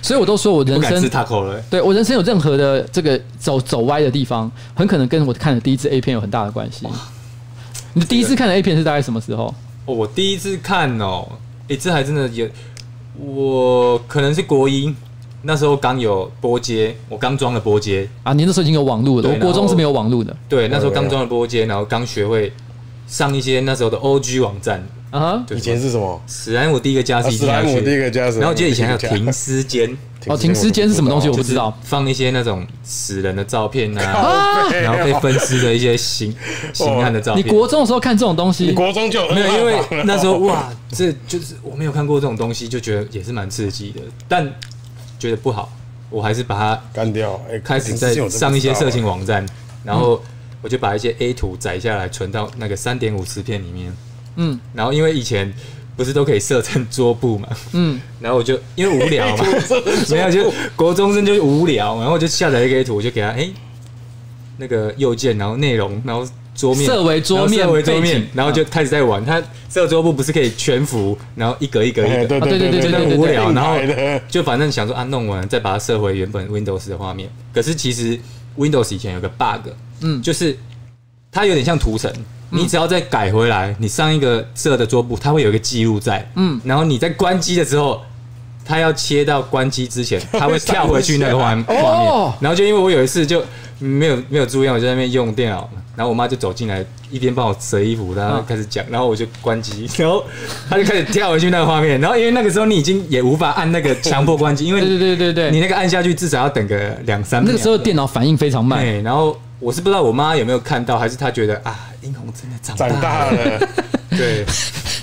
S1: 所以我都说我
S3: 不
S1: 人
S3: 敢吃
S1: 生
S3: taco 了。
S1: 对我人生有任何的这个走走歪的地方，很可能跟我看的第一次 A 片有很大的关系。你第一次看的 A 片是大概什么时候？
S3: 哦，我第一次看哦，诶，这还真的有，我可能是国一，那时候刚有波接，我刚装了波接，
S1: 啊，你那时候已经有网络了，
S3: 对
S1: 我国
S3: 然
S1: 中
S3: 后
S1: 是没有网络的
S3: 对，那时候
S5: 有有
S3: 刚装了波接，然后刚学会上一些那时候的 OG 网站，
S1: 啊哈。
S3: 对，
S5: 以前是什么？
S3: 史莱姆第一个家
S5: 啊
S3: 是一
S5: 史
S3: 定
S5: 莱
S3: 要
S5: 姆
S3: 去
S5: 第一个家，史
S3: 然
S5: 莱
S3: 后
S5: 姆
S3: 我记得以前还有
S5: 第一个家
S3: 停尸间，
S1: 哦，停尸间是什么东西？我不知道。
S3: 放一些那种死人的照片啊，
S1: 啊，
S5: 没有
S3: 然后被分尸的一些
S5: [LAUGHS]
S3: 刑
S5: 哦
S3: 刑案的照
S1: 你
S3: 片。
S1: 国中的时候看这种东
S5: 你
S1: 西，
S5: 国中就有
S3: 没有，因
S5: 二
S3: 为
S5: 郎
S3: 那时候哇，这就是我没有看过这种东西，就觉得也是蛮刺激的，但觉得不好，我还是把它
S5: 干掉，哎，
S3: 开始
S5: 停尸
S3: 在
S5: 间我真不知道，
S3: 上一
S1: 啊
S3: 些色情网
S1: 嗯
S3: 站，然后我就把一些 A 图载下来，存到那个三点五磁片里面。
S1: 嗯
S3: 然后因为以前不是都可以设成桌布嘛，
S1: 嗯，哎
S3: [LAUGHS] 然后我就因为无聊
S1: [LAUGHS]
S3: 嘛没有就国中生就无聊，然后我就下载一个 A 图，我就给他哎、那个右键，然后内容，然后桌面
S1: 设为桌面
S3: 然后设为桌
S1: 背
S3: 面
S1: 景，嗯
S3: 然后就开始在玩。他设桌布不是可以全幅，然后一格一格一
S5: 哎
S3: 格，
S5: 对
S1: 啊对
S5: 对
S1: 对对
S5: 对
S1: 对
S3: 就
S1: 对
S3: 很
S1: 对
S3: 无聊，
S5: 硬
S3: 然后
S5: 来的
S3: 就反正想说啊，弄完再把它设回原本 Windows 的画面。可是其实 Windows 以前有个 bug，
S1: 嗯
S3: 嗯，就是它有点像图层，你只要再改回来，你上一个设的桌布，它会有一个记录在，
S1: 嗯
S3: 嗯，然后你在关机的时候。它要切到关机之前，它会跳回去那个画 [LAUGHS] 画面
S1: 哦，
S3: 然后就因为我有一次就没有没有注意到，我就在那边用电脑，然后我妈就走进来，一边帮我折衣服，然后
S1: 嗯
S3: 开始讲，然后我就
S1: [LAUGHS]
S3: 关机，然后她就开始跳回去那个画面，然后因为那个时候你已经也无法按那个强迫关机，因为
S1: 对对对对对，
S3: 你那个按下去至少要等个两三秒。
S1: 那个时候电脑反应非常慢，
S3: 对，然后我是不知道我妈有没有看到，还是她觉得啊，殷红真的长大
S5: 长
S3: 了，
S5: 大了，
S1: [LAUGHS]
S3: 对，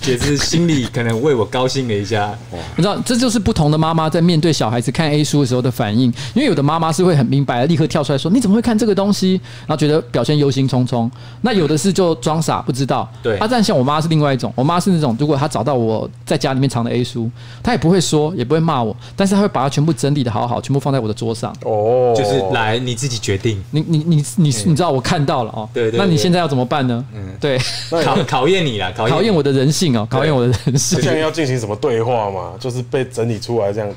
S3: [LAUGHS] 也是心里可能为我高兴了一下。
S1: 你知道，这就是不同的妈妈在面对小孩子看 A 书的时候的反应。因为有的妈妈是会很明白，立刻跳出来说：“你怎么会看这个东西？”然后觉得表现忧心忡忡。那有的是就装傻不知道。
S3: 对
S1: 啊，但像我妈是另外一种，我妈是那种，如果她找到我在家里面藏的 A 书，她也不会说，也不会骂我，但是她会把它全部整理的好好，全部放在我的桌上。
S5: 哦，
S3: 就是来你自己决定，
S1: 你你你你你知道我看到了哦，
S3: 对对
S1: 那你
S3: 对
S1: 现在要怎么办呢？
S3: 嗯 [LAUGHS]
S1: 对，
S3: 考考验你啦，考验
S1: 考验我的人性哦，考验我的人性
S5: 这。样要进行什么对话嘛？就是被整理出来这样，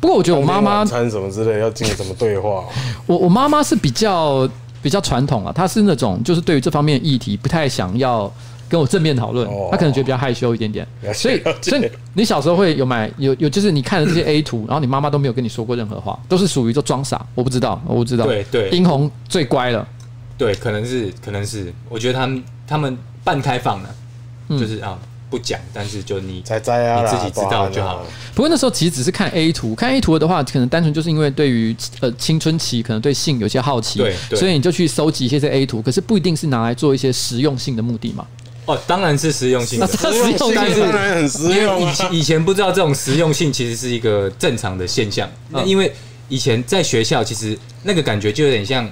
S1: 不过我觉得我妈妈
S5: 晚餐什么之类要进行什么对话？
S1: 我我妈妈是比较比较传统啊，她是那种就是对于这方面的议题不太想要跟我正面讨论
S5: 哦，
S1: 她可能觉得比较害羞一点点。
S5: 了解
S1: 所以
S5: 了解
S1: 所以你小时候会有买有有就是你看了这些 A 图，然后你妈妈都没有跟你说过任何话，都是属于就装傻，我不知道，我不知道。
S3: 对对
S1: 殷红最乖了，
S3: 对，可能是可能是，我觉得他们他们半开放了，
S1: 嗯
S3: 就是啊不讲，但是就你
S5: 才摘啊
S3: 你
S5: 啦，
S3: 自己知道就好了。
S1: 不过那时候其实只是看 A 图，看 A 图的话，可能单纯就是因为对于呃青春期可能对性有些好奇
S3: 对，对
S1: 所以你就去搜集一些这 A 图，可是不一定是拿来做一些实用性的目的嘛。
S3: 哦，当然是实用性的。
S1: 那实用
S5: 当
S1: 性是
S5: 然很实
S3: 因为
S5: 用
S3: 以
S5: 啊。
S3: 前以前不知道这种实用性其实是一个正常的现象，那
S1: 嗯
S3: 因为以前在学校其实那个感觉就有点像，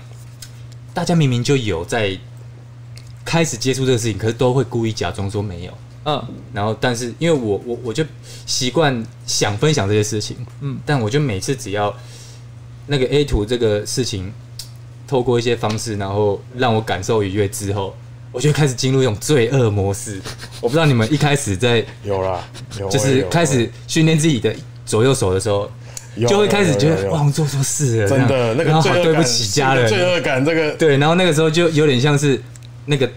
S3: 大家明明就有在开始接触这个事情，可是都会故意假装说没有。
S1: 嗯，
S3: 然后，但是因为我我我就习惯想分享这些事情，
S1: 嗯
S3: 嗯，但我就每次只要那个 A 图这个事情，透过一些方式，然后让我感受愉悦之后，我就开始进入一种罪恶模
S5: [LAUGHS]
S3: 式。我不知道你们一开始在
S5: 有啦，有
S3: 就是开始训练自己的左右手的时候，就会开始觉得哇，我做错事了，
S5: 真
S3: 这
S5: 的
S3: 样
S5: 那
S3: 然
S5: 个
S3: 后
S5: 罪
S3: 好
S5: 恶感，
S3: 对不起家
S5: 罪
S3: 人，
S5: 恶感这个
S3: [LAUGHS] 对，然后那个时候就有点像是那个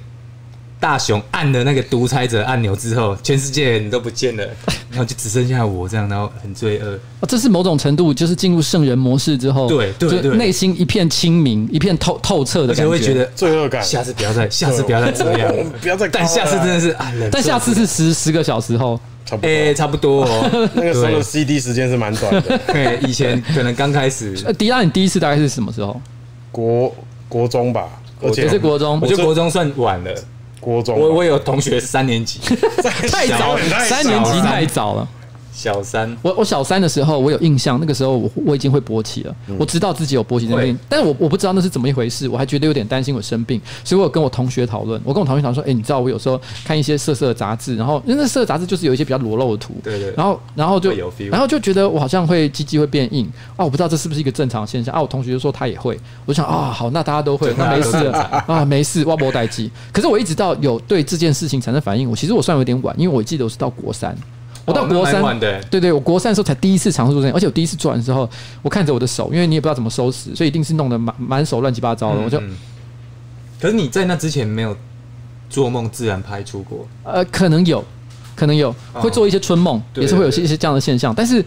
S3: 大雄按了那个独裁者按钮之后，全世界人都不见了，然后就只剩下我这样，然后很罪恶，
S1: 哦这是某种程度就是进入圣人模式之后，
S3: 对对
S1: 就
S3: 对
S1: 内心一片清明，一片透透彻的感
S3: 而且
S1: 觉。
S3: 会觉得
S5: 罪恶
S3: [LAUGHS]
S5: 感，
S3: 下次不要再，下次不要再这样
S5: 我
S3: 了
S5: 们， [LAUGHS] 不要再
S3: [LAUGHS]
S5: 搞了
S3: 但下次真的是啊，忍
S1: 但下次是十十个小时后，
S5: 差不多。
S3: 哎，差不多哦，
S5: 那个时候的
S3: 对
S5: CD 时间是蛮短
S3: [LAUGHS]
S5: 的，
S3: 对，以前可能刚开始，
S1: [LAUGHS] 呃，迪拉，你第一次大概是什么时候？
S5: 国国中吧，而且
S1: 也是国中
S3: 我，觉得国中算晚了。
S5: 国中吧，
S3: 我我有同学三年级，
S1: [LAUGHS] 太早了
S5: 小，
S1: 三年级太早了。
S3: 小三
S1: 我我小三的时候，我有印象，那个时候我我已经会勃起了，我知道自己有勃起这个病
S3: 嗯会，
S1: 但是我我不知道那是怎么一回事，我还觉得有点担心我生病，所以我有跟我同学讨论，我跟我同学讨论说，哎、你知道我有时候看一些色色的杂志，然后因为那色色杂志就是有一些比较裸露的图，
S3: 对对
S1: 然后然后就
S3: 会有 feel
S1: 然后就觉得我好像会鸡鸡会变硬啊，我不知道这是不是一个正常现象啊，我同学就说他也会，我就想啊、好，那大家都会，那没事了 [LAUGHS] 啊，没事，挖博待机。可是我一直到有对这件事情产生反应，我其实我算有点晚，因为我记得我是到国三。我到
S3: 哦那
S1: 国
S3: 蛮
S1: 三，
S3: 晚的
S1: 对对，我国三的时候才第一次尝试做这件，而且我第一次做完之后，我看着我的手，因为你也不知道怎么收拾，所以一定是弄得满满手乱七八糟的。我就
S3: 嗯可是你在那之前没有做梦自然拍出过，
S1: 呃，可能有，可能有会做一些春梦，
S3: 对
S1: 也是会有一
S3: 对
S1: 些
S3: 对
S1: 一些这样的现象，但是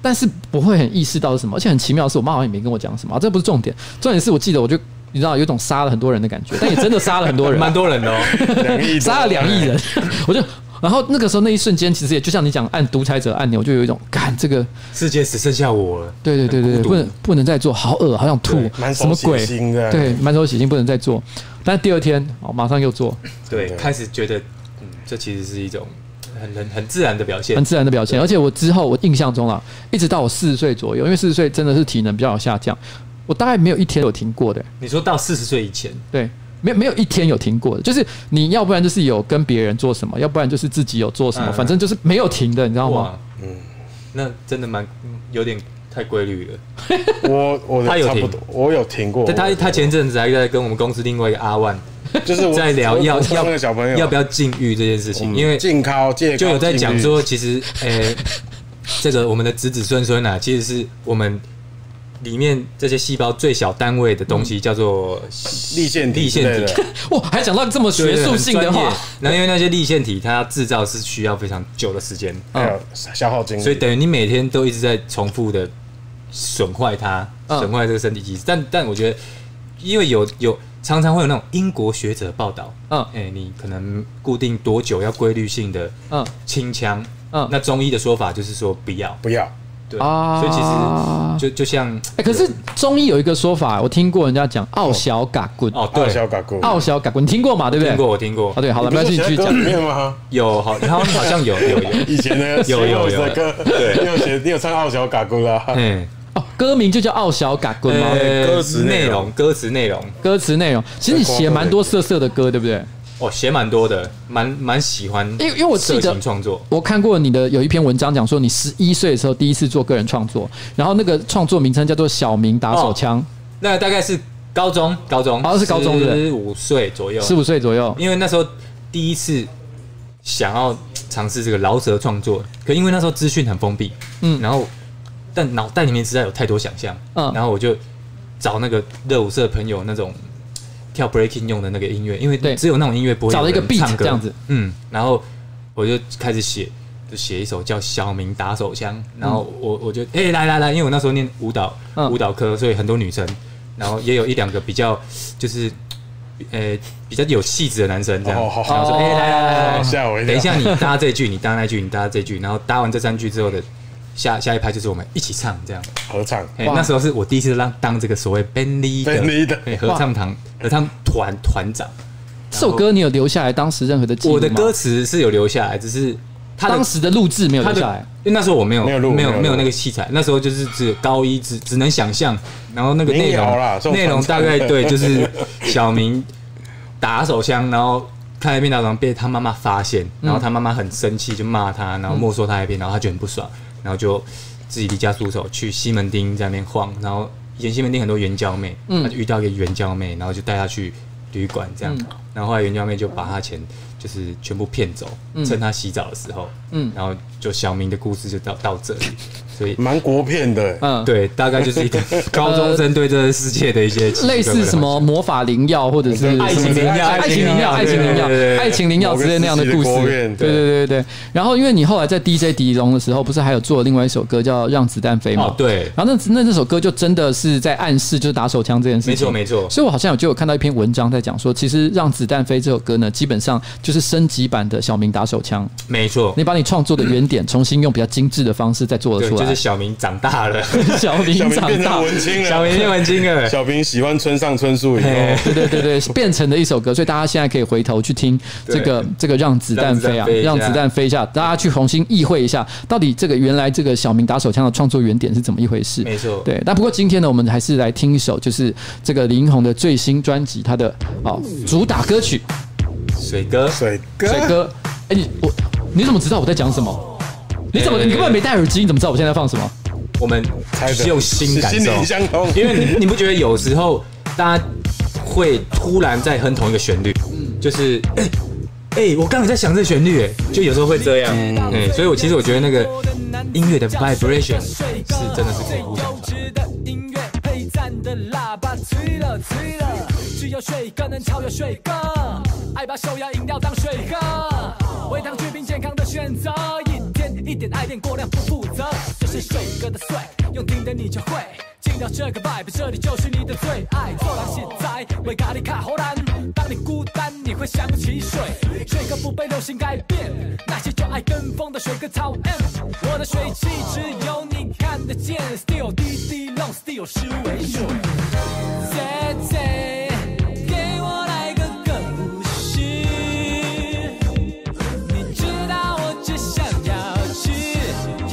S1: 但是不会很意识到是什么，而且很奇妙的是，我妈好像也没跟我讲什么、啊这不是重点，重点是我记得我就你知道有一种杀了很多人的感觉，但也真的杀了很多人，
S3: 蛮多人的哦。
S5: 两亿
S1: 杀了两亿人，我就。然后那个时候那一瞬间，其实也就像你讲按独裁者按钮，就有一种干这个
S3: 世界只剩下我了。
S1: 对对对对
S3: 很
S1: 对，
S3: 孤独
S1: 不能不能再做，好恶，好想吐
S3: 对，
S5: 满手
S1: 什么
S5: 血
S1: 鬼？
S5: 腥这样
S1: 对，满手血腥不能再做。但第二天，哦，马上又做，
S3: 对，
S5: 对
S3: 开始觉得，嗯，这其实是一种很很很自然的表现
S1: 很。自然的表现。而且我之后，我印象中啦，一直到我四十岁左右，因为四十岁真的是体能比较有下降，我大概没有一天有停过的，
S3: 你说到四十岁以前，
S1: 对，没有没有一天有停过的，就是你要不然就是有跟别人做什么，要不然就是自己有做什么，
S3: 嗯
S1: 反正就是没有停的，你知道吗
S3: 哇？，嗯，那真的蛮嗯有点太规律了。
S5: 我我
S3: 他有
S5: 差不
S3: 停
S5: 多，我有停过。
S3: 但
S5: 我
S3: 他
S5: 有停
S3: 他前阵子还在跟我们公司另外一个阿万
S5: 就是我
S3: 在聊
S5: 我
S3: 要
S5: 我那
S3: 要
S5: 个小朋友嗯
S3: 要不要禁欲这件事情，因为
S5: 禁靠戒靠
S3: 就有在
S5: 禁
S3: 讲
S5: 欲
S3: 说，其实呃，这个我们的子子孙孙啊，其实是我们里面这些细胞最小单位的东西，叫做
S5: 立腺嗯体
S3: 立
S5: 之
S3: 腺
S5: 类
S3: 体
S5: 的。
S1: 哇，还讲到这么学术性的话，
S3: 那因为那些立腺体它制造是需要非常久的时间，
S5: 还有消耗精力，
S3: 嗯所以等于你每天都一直在重复的损坏它，
S1: 嗯
S3: 损坏这个身体机制。但但我觉得，因为有有常常会有那种英国学者报道，
S1: 嗯
S3: 哎、你可能固定多久要规律性的
S1: 嗯
S3: 清腔，
S1: 嗯
S3: 那中医的说法就是说不要，
S5: 不要
S3: 对，
S1: 啊
S3: 所以其实就就像，
S1: 哎、可是中医有一个说法，我听过人家讲“傲小嘎棍”，
S3: 哦，
S5: 傲小
S3: 对，
S5: 嘎咕。
S1: 傲小嘎棍，你听过嘛？对不对？
S3: 听过我听过
S1: 啊，，对，好了，
S5: 你
S1: 没
S5: 不
S1: 关系，
S5: 是写
S1: 你
S5: 在
S1: 继续讲。
S5: 歌里面吗？
S3: 有好，然后好
S1: [LAUGHS]
S3: 像有有有，
S5: 以前那个
S3: [LAUGHS] 有有有
S5: Singles 的歌， [LAUGHS] 你有写，你有唱傲小嘎咕啦。 [LAUGHS]
S3: 嗯，
S1: 哦，歌名就叫“傲小嘎棍”吗？
S3: 呃
S5: 欸歌词内
S3: 内
S5: 容
S3: 容，歌词内容，
S1: 歌词内容，其实你写蛮多色色的歌，对不对？
S3: 哦，写蛮多的，蛮蛮喜欢，
S1: 因为因为我记
S3: 色
S1: 得
S3: 情创作，
S1: 我看过你的有一篇文章，讲说你十一岁的时候第一次做个人创作，然后那个创作名称叫做“小明打
S3: 哦
S1: 手枪
S3: 那大概是高中，高中，
S1: 哦是高中对
S3: 十五岁左”，右，
S1: 十五岁左右。
S3: 因为那时候第一次想要尝试这个饶舌创作，可因为那时候资讯很封闭，
S1: 嗯
S3: 嗯，然后但脑袋里面实在有太多想象，
S1: 嗯
S3: 嗯，然后我就找那个热舞社朋友那种跳 breaking 用的那个音乐，因为
S1: 对
S3: 只有那种音乐不会
S1: 找了一个
S3: 有人
S1: beat
S3: 唱
S1: 这
S3: 歌
S1: 样子，
S3: 嗯，然后我就开始写。就写一首叫《小明打手枪》，然后我我就哎、来来来，因为我那时候念舞蹈、
S1: 嗯
S3: 舞蹈科，所以很多女生，然后也有一两个比较就是呃比较有气质的男生这样，
S5: 哦好
S3: 然后
S1: 哦
S3: 说哎、来来来来，
S5: 吓我一跳
S3: 等一下你搭这句，你搭那句，你搭这句，然后搭完这三句之后的下下一拍就是我们一起唱这样。
S5: 合唱，
S3: 哎、
S1: 哇
S3: 那时候是我第一次当当这个所谓 band
S5: Band leader
S3: 哎合唱团合唱团团长，
S1: 这首歌你有留下来当时任何的记忆吗？
S3: 我的歌词是有留下来，只是他的
S1: 当时的录制没有
S3: 他
S1: 留
S3: 的
S1: 下来。
S3: 因为那时候我没有
S5: 没有录
S3: 没
S5: 没有
S3: 有
S5: 录
S3: 没有那个器材，那时候就是只有高一只只能想象，然后那个内
S5: 民谣啦这
S3: 容
S5: 种
S3: 内容大概对就是小明打手枪，然后看 A 片打手枪被他妈妈发现，然后他妈妈很生气就骂他，
S1: 嗯
S3: 然后没收他 A 片，然后他就很不爽，然后就自己离家出走去西门町在那边晃，然后以前西门町很多援交妹，
S1: 嗯
S3: 他就遇到一个援交妹，然后就带她去旅馆这
S1: 嗯
S3: 样，然后后来援交妹就把她钱就是全部骗走，趁她洗澡的时候，
S1: 嗯
S3: 然后就小明的故事就到到这里，所以。
S5: 蛮国片的。
S1: 嗯，，呃
S3: 对，大概就是一
S1: [LAUGHS]
S3: 个高中生对这个世界的一些奇奇怪怪的
S1: 类似什么魔法灵药或者是
S3: 爱情灵药
S1: 爱情灵药、爱
S3: 爱
S1: 情
S3: 情
S1: 灵
S3: 灵
S1: 药
S3: 药对对对、
S1: 爱情灵药之类那样的故
S5: 某个时期的国
S1: 事
S5: 片。
S1: 对对对对。然后，因为你后来在 DJ 迪龙的时候，不是还有做另外一首歌叫《让子弹飞》吗
S3: 哦？对
S1: 然后那那这首歌就真的是在暗示就是打手枪这件事情。
S3: 没错没错
S1: 所以我好像有就有看到一篇文章在讲说，其实《让子弹飞》这首歌呢，基本上就是升级版的小明打手枪。
S3: 没错
S1: 你，把你你创作的原点，重新用比较精致的方式再做了
S3: 对，
S1: 出
S3: 就
S1: 来。
S3: 是小明长大了，
S1: 小明
S5: 小明
S1: 长
S5: 变
S1: 大 [LAUGHS]
S5: 成，文青了，
S3: [LAUGHS] 小明变文青了，
S5: 小明喜欢村上春树以后，
S3: [LAUGHS]
S1: 对对对对，变成的一首歌，所以大家现在可以回头去听这个这个让子弹飞啊，让
S3: 让
S1: 子
S3: 子
S1: 弹
S3: 弹
S1: 飞一下，大家去重新意会一下，到底这个原来这个小明打手枪的创作原点是怎么一回事。
S3: 没错
S1: 对。但不过今天呢，我们还是来听一首，就是这个林红的最新专辑，它的哦主打歌曲
S3: 水哥，
S5: 水哥，
S1: 水歌。哎，你我你怎么知道我在讲什么？你怎么
S3: 哎
S1: 你根本没戴耳机？你怎么知道我现在在放什么？
S3: 我们
S5: 猜的
S3: 用心感
S5: 心
S3: 受
S5: 灵，相通，
S3: 因为你你不觉得有时候大家会突然在哼同一个旋律，就是哎哎、我刚才在想这旋律，哎，就有时候会这样，嗯，所以我其实我觉得那个音乐的 vibration 是真的是可以互相传
S7: 优质的音乐配赞的喇叭，吹了吹了，只有水哥能超越水哥，爱把手摇饮料当水喝，微糖去冰健康的选择，一天一点爱恋过量不负责，这是水哥的水，用听的你就会。进到这个 vibe，这里就是你的最爱。做人现在为咖喱卡喉兰，当你孤单，你会想起水。水哥不被流行改变，那些就爱跟风的水哥讨厌。我的水汽只有你看得见，still 滴滴 long still 是为水。姐姐，给我来个故事，你知道我只想要吃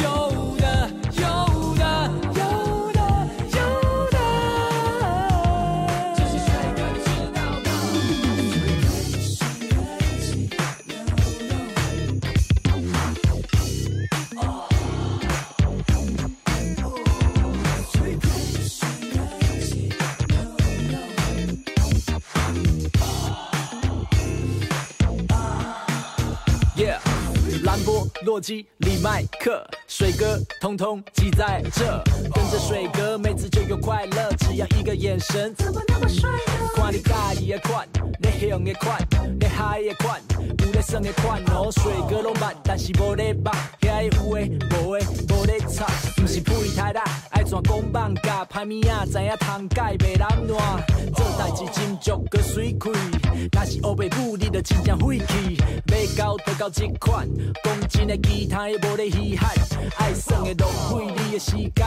S7: 有的有的有的有的，这是水哥的知道吗？耶、兰博、洛基、李麦克、水哥，通通挤在这，跟着水哥，每次就有快乐，只要一个眼神，怎么那么帅呢？看你介意的款，你兴的款，你嗨的款，有咧耍的款哦，水哥拢捌，但是无咧捌，遐有诶无诶无咧插，毋是普利泰啦，爱怎讲放假，歹物仔知影通改袂人烂，做代志真足够水气，若是乌白母你着真正晦气，要到就到即款，讲真诶，其他诶无咧稀罕，爱耍诶浪费你诶时间，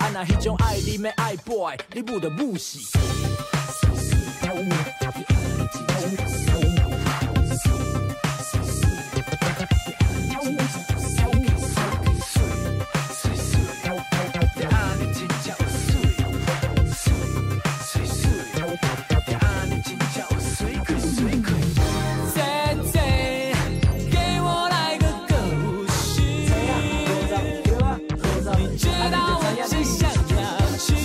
S7: 啊若迄种爱啉诶爱博诶，你母着母死。姐姐，给我来个故事。你知道我只想要吃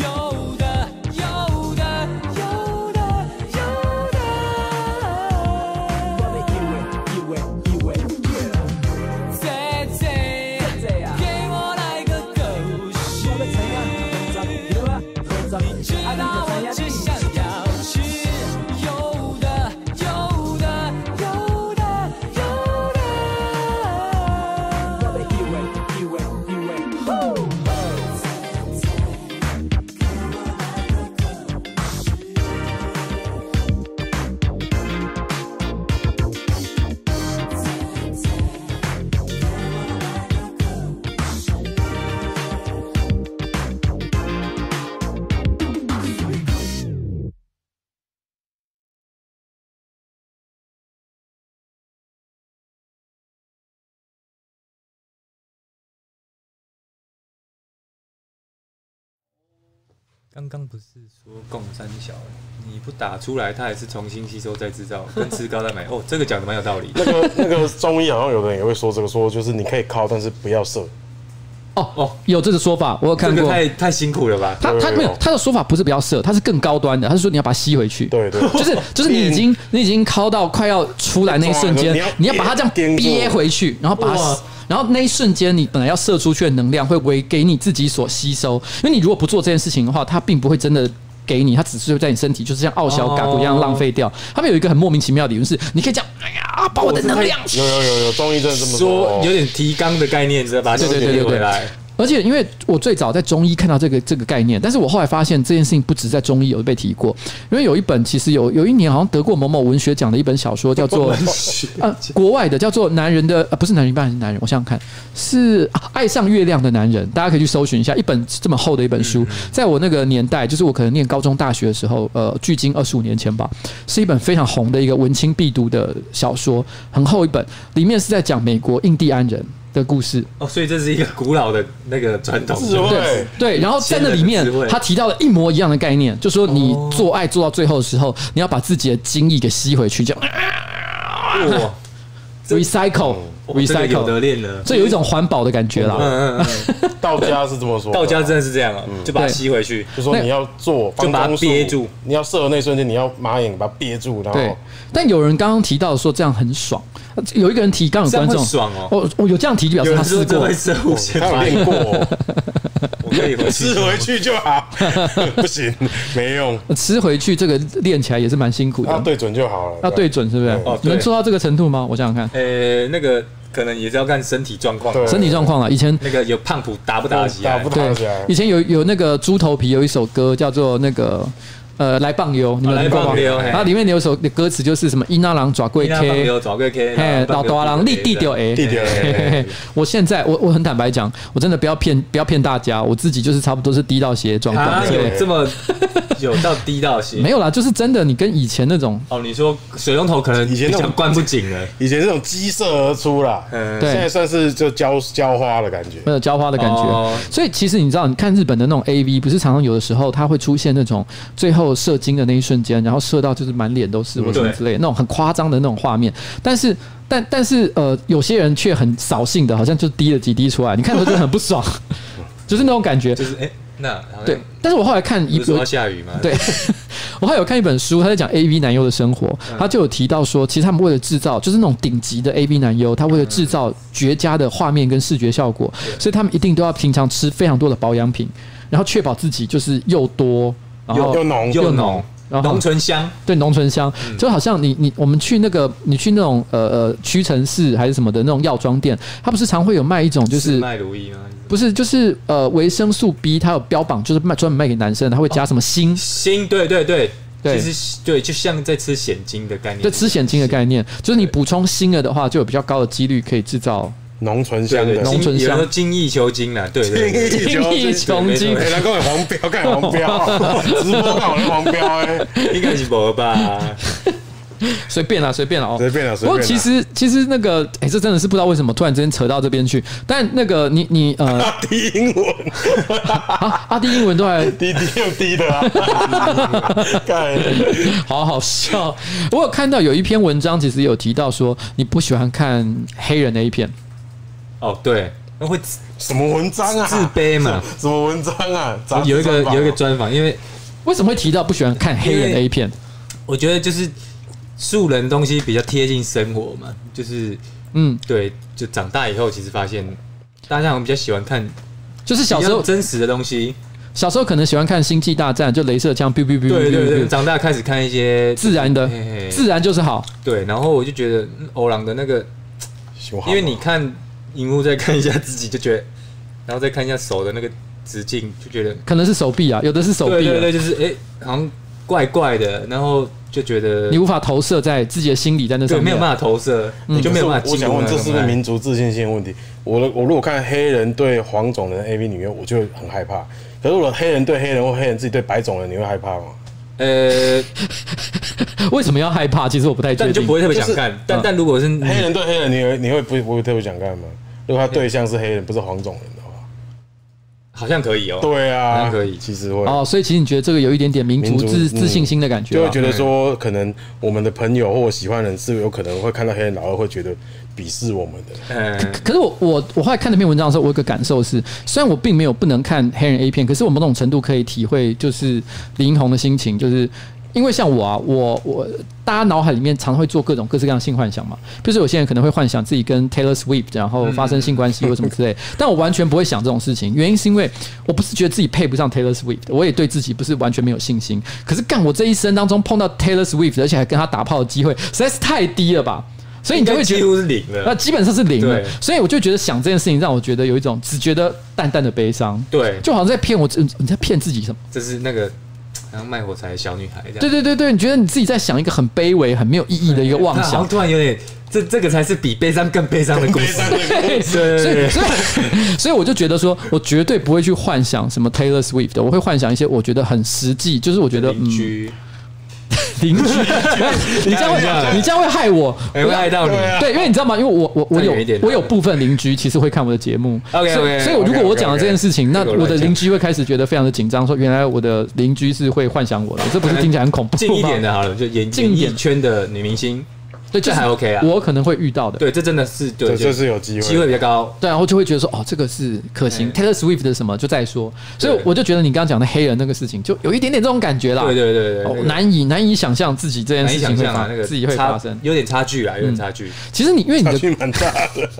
S7: 有的有的有的有的。姐姐，给我来个故事。你知道我只想要吃有的有的有的有的。
S3: 刚刚不是说共三小，你不打出来，它还是重新吸收再制造，跟吃高蛋白哦，这个讲的蛮有道理。
S5: 那个那个中医好像有的人也会说这个，说就是你可以靠，但是不要射。
S1: 哦
S3: 哦
S1: 哦，有这个说法，我有
S3: 这
S1: 看
S3: 个
S1: 过。
S3: 太太辛苦了吧？
S1: 他他没有他的说法不是比较色，他是更高端的，他是说你要把它吸回去。
S5: 对对，
S1: [LAUGHS] 就是就是你已 [LAUGHS] 经你已经敲到快要出来那一瞬间
S5: 你要，
S1: 你要把它这样憋回去，然后把它
S3: 哇，
S1: 然后那一瞬间你本来要射出去的能量会为给你自己所吸收，因为你如果不做这件事情的话，它并不会真的。给你，它只是会在你身体，就是像奥小嘎骨一样
S3: 哦
S1: 浪费掉。他们有一个很莫名其妙的理论是，你可以这样，哎呀，把我的能量
S5: 有有有有中医真的这么
S3: 说
S5: 说，
S3: 有点提纲的概念，是吧？把它
S1: 对对对
S3: 吸
S1: 对对
S3: 回来。
S1: 而且因为我最早在中医看到这个这个概念，但是我后来发现这件事情不止在中医有被提过，因为有一本其实有有一年好像得过某某文学奖的一本小说叫做啊国外的叫做《男人的》啊、不是男人吧？还是男人？我想想看，是、啊爱上月亮的男人》，大家可以去搜寻一下，一本这么厚的一本书，在我那个年代，就是我可能念高中、大学的时候，呃，距今二十五年前吧，是一本非常红的一个文青必读的小说，很厚一本，里面是在讲美国印第安人的故事。
S3: 哦，所以这是一个古老的那个传统
S5: 智慧
S1: 对对，然后在那里面
S3: 先人的智慧，
S1: 他提到了一模一样的概念，就说你做爱做到最后的时候，你要把自己的精液给吸回去，这样啊
S3: 哇，
S1: recycle
S3: 哇哦这个有
S1: recycle，
S3: 得练了。
S1: 这有一种环保的感觉啦。
S3: 嗯嗯嗯，
S5: 道家是这么说的，
S3: 道家真的是这样啊，就把它
S1: 对
S3: 吸回去。
S5: 就说你要做，
S3: 就把它憋住，
S5: 你要射的那瞬间，你要马眼把它憋住，然
S1: 对
S5: 后，
S1: 但有人刚刚提到说这样很爽，呃有一个人提刚有观众
S3: 这样会爽
S1: 哦，我有这样提就表
S3: 有
S1: 示他
S3: 人
S1: 试
S3: 说这
S1: 过
S3: 会，射无限
S5: 他有
S3: 发
S5: 练
S3: 炎，
S5: 过哦，
S3: 我可以回去
S5: 吃。回去就好， [LAUGHS] 不行，没用，
S1: 呃吃回去这个练起来也是蛮辛苦
S5: 要
S1: 的，
S5: 对准就好了。
S1: 要对准是不是？
S3: 啊哦对
S1: 能做到这个程度吗？我想想看，
S3: 呃，那个可能也是要看身体状况，啊
S5: 对
S1: 身体状况了，以前
S3: 那个有胖虎打不打得起来
S5: 打不？打
S1: 对
S5: 起来，
S1: 以前有有那个猪头皮有一首歌叫做那个。呃，来棒油，你们
S3: 哦
S1: 有听过吗
S3: 来棒油嘿
S1: 然后里面有一首歌词就是什么“伊那郎爪贵
S3: 你那放
S1: K”，
S3: 牛找个 K，啊
S1: 嘿，老大郎立地丢
S3: 掉。
S1: 哎，
S5: 地点
S1: 嘿嘿嘿我现在我我很坦白讲，我真的不要骗不要骗大家，我自己就是差不多是低到鞋的状况
S3: 啊，，
S1: 所以
S3: 有这么有到低到血？
S1: 没有啦，就是真的，你跟以前那种
S3: 哦，你说水龙头可能
S5: 以前
S3: 比
S5: 那种
S3: 较关不紧了，
S5: [LAUGHS] 以前这种激射而出啦，
S3: 嗯
S1: 对
S5: 现在算是就浇浇花的感觉。
S1: 没有浇花的感觉。
S3: 哦
S1: 所以其实你知道，你看日本的那种 A V，不是常常有的时候它会出现那种最后射精的那一瞬间，然后射到就是满脸都是或什么
S3: 嗯对
S1: 之类的那种很夸张的那种画面，但是。但但是呃，有些人却很扫兴的，好像就滴了几滴出来，你看的时候就很不爽， [LAUGHS] 就是那种感觉。
S3: 就是哎，那好像
S1: 对，但是我后来看一
S3: 不是说
S1: 部
S3: 要下雨 [LAUGHS] 吗？
S1: 对， [LAUGHS] 我还有看一本书，他在讲 A V 男优的生活，他就有提到说，其实他们为了制造就是那种顶级的 A V 男优，他为了制造绝佳的画面跟视觉效果，所以他们一定都要平常吃非常多的保养品，然后确保自己就是又多，然后
S5: 又浓
S1: 又
S3: 又
S1: 浓
S3: 浓，
S1: 然后
S3: 浓醇香，
S1: 对浓醇香，就好像你你我们去那个你去那种呃呃屈臣氏还是什么的那种药妆店，它不是常会有卖一种就
S3: 四
S1: 是
S3: 麦如意吗？
S1: 不是就是呃维生素 B，它有标榜就是卖专门卖给男生的，它会加什么锌。
S3: 锌，对对对，
S1: 对
S3: 其实对，就像在吃鲜精的概念，
S1: 对，吃显精的概念，就是你补充锌了的话，就有比较高的几率可以制
S3: [LAUGHS]
S1: 造
S5: 浓醇
S3: 对
S5: 香
S3: 对
S5: 的
S3: 对，
S1: 浓醇香
S3: 有人说精益求精啦，对对对，
S5: 精益求精
S1: 穷精。
S5: 哎，难怪有黄标，看黄
S3: [LAUGHS]
S5: 标，直播看我的黄标哎，
S3: 应该是没吧？
S1: 随便啦，随便啦哦，
S5: 随便啦随
S1: 不过
S5: 便啦
S1: 其实其实那个，哎、这真的是不知道为什么突然之间扯到这边去。但那个你你呃
S5: 低英文，
S1: 啊，阿弟英文都还 [LAUGHS]
S5: 低低又低的啊，看
S1: 好好笑。我有看到有一篇文章，其实有提到说你不喜欢看黑人的 A 片，
S3: 哦，对，那会自
S5: 什么文章啊？
S3: 自卑嘛？
S5: 什么文章啊？杂志
S3: 有一个
S5: 专访啊
S3: 有一个专访，因为
S1: 为什么会提到不喜欢看黑人的 A 片？
S3: 我觉得就是素人东西比较贴近生活嘛，就是
S1: 嗯，
S3: 对，就长大以后其实发现，大家好像比较喜欢看
S1: 就是小
S3: 比
S1: 时
S3: 较
S1: 候嗯
S3: 真实的东西，
S1: 小时候可能喜欢看《星际大战》，就镭射枪，biu biu biu，
S3: 对对对，长大开始看一些
S1: 嗯自然的
S3: 嘿嘿，
S1: 自然就是好。
S3: 对，然后我就觉得嗯欧郎的那个，
S5: 修好吗
S3: 因为你看荧幕再看一下自己，就觉得，然后再看一下手的那个直径，就觉得，
S1: 可能是手臂啊，有的是手臂、啊，
S3: 对对对，就是哎、好像怪怪的，然后就觉得
S1: 你无法投射在自己的心里，在那上
S3: 对
S1: 面
S3: 没有办法投射，
S1: 嗯
S3: 你就没有办法
S5: 我
S3: 进
S5: 想
S3: 入
S5: 问，
S3: 那
S5: 这是不
S3: 个
S5: 是
S3: 状态。
S5: 民族自信心的问题？我的我如果看黑人对黄种人 A V 女优，我就会很害怕。可是我的黑人对黑人或黑人自己对白种人，你会害怕吗？
S3: 呃，
S1: 为什么要害怕？其实我不太确
S3: 但你就
S1: 定
S3: 不。会特别想
S5: 就是
S3: 看。但
S1: 嗯
S3: 但如果是你
S5: 黑人对黑人，你会你会不不会特别想看吗？如果他对象是黑人，不是黄种人的话，
S3: 好像可以哦、
S5: 对
S3: 好
S5: 啊，
S3: 像可以
S5: 其实会，
S1: 哦，所以其实你觉得这个有一点点民族
S5: 民族
S1: 自
S5: 嗯
S1: 自信心的感觉
S5: 就
S1: 啊，
S5: 会觉得说，可能我们的朋友或我喜欢的人是有可能会看到黑人老二会觉得鄙视我们的。
S3: 嗯，
S1: 可是我我我后来看那篇文章的时候，我有个感受是，虽然我并没有不能看黑人 A 片，可是我某种程度可以体会就是林英红的心情，就是因为像我啊，我我大家脑海里面常会做各种各式各样的性幻想嘛，比如说有些人可能会幻想自己跟 Taylor Swift 然后发生性关系或什么之类，但我完全不会想这种事情，原因是因为我不是觉得自己配不上 Taylor Swift，我也对自己不是完全没有信心，可是干我这一生当中碰到 Taylor Swift，而且还跟他打炮的机会实在是太低了吧。所以你就会觉
S3: 几
S1: 得。
S3: 乎是零
S1: 那
S3: 了。
S1: 基本上是零的
S3: 对，
S1: 所以我就觉得想这件事情让我觉得有一种只觉得淡淡的悲伤，
S3: 对，
S1: 就好像在骗我，嗯你在骗自己什么？
S3: 这是那个好像卖火柴的小女孩这样。
S1: 对对对对，你觉得你自己在想一个很卑微、很没有意义的一个妄
S3: 她哎好
S1: 想
S3: 像，突然有点，这这个才是比悲伤更悲伤的故事。
S1: 对
S3: [LAUGHS] 对
S1: 所
S3: 对
S1: 以
S3: 对
S1: 所以所以我就觉得说，我绝对不会去幻想什么 Taylor Swift 的，我会幻想一些我觉得很实际，就是我觉得
S3: 邻
S1: 嗯，
S3: 居，
S1: 邻居， [LAUGHS] 你这样
S3: [LAUGHS] 啊
S1: 会你这样会害我，
S3: 哎，会爱到你。 [LAUGHS]
S5: 对啊
S1: 对，因为你知道吗？因为我我我
S3: 再
S1: 有
S3: 远一点
S1: 我有部分邻居其实会看我的节目
S3: OK，OK，
S1: 所以
S3: OK，
S1: 所以我如果
S3: OK，OK，
S1: 我讲了这件事情，那
S3: 这个我
S1: 我的
S3: 来讲
S1: 邻居会开始觉得非常的紧张，说原来我的邻居是会幻想我的，这不是听起来很恐怖啊吗？
S3: 近一点的，好了，就演
S1: 近
S3: 演
S1: 一点
S3: 艺圈的女明星，
S1: 对，就是
S3: 这还 OK 啊
S1: 我可能会遇到的。
S3: 对，这真的是对，
S5: 对
S3: 就
S5: 这是有机会
S3: 机
S5: [LAUGHS]
S3: 会比较高。
S1: 对，然后就会觉得说，哦，这个是可行。Taylor Swift 的什么就再说，所以
S3: 嗯对
S1: 我就觉得你刚刚讲的黑人那个事情，就有一点点这种感觉啦。
S3: 对对对对
S1: 哦
S3: 对，
S1: 难以难以想象自己这件
S3: 难
S1: 事
S3: 以
S1: 情
S3: 想
S1: 会
S3: 象
S1: 发
S3: 啊，那个
S1: 自己会
S3: 差
S1: 发生。嗯
S3: 有点差距啊，有点差距。
S1: 其实你因为你
S5: 差
S1: 的
S5: 距蛮大的。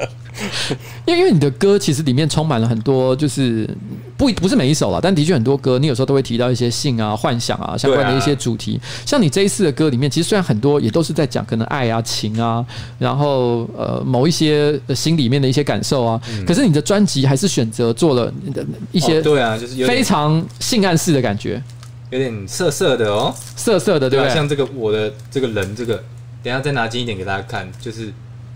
S1: 因为因为你的歌其实里面充满了很多，就是不不是每一首啦，但的确很多歌，你有时候都会提到一些性啊、幻想啊相关的一些主题。像你这一次的歌里面，其实虽然很多也都是在讲可能爱啊、情啊，然后呃某一些呃心里面的一些感受啊，可是你的专辑还是选择做了呃一些
S3: 嗯哦对啊，就是有
S1: 非
S3: 点
S1: 常性暗示的感觉，
S3: 有点涩涩的哦。
S1: 涩涩的，对
S3: 对
S1: 不
S3: 啊，
S1: 对？
S3: 像这个我的这个人，这个等一下再拿近一点给大家看，就是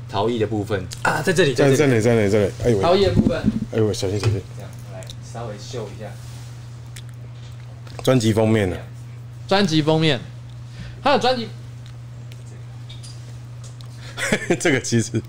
S3: 陶艺的部分啊，在这里，
S5: 在
S3: 在这
S5: 这
S3: 里，
S5: 里，在这里，在这里。哎
S1: 熬
S5: 呦，
S1: 夜部分，
S5: 哎呦，小心小心！
S3: 这样来稍微秀一下。
S5: 专辑封面啊呢？
S1: 专辑封面，还有专辑
S5: [LAUGHS] 这个其实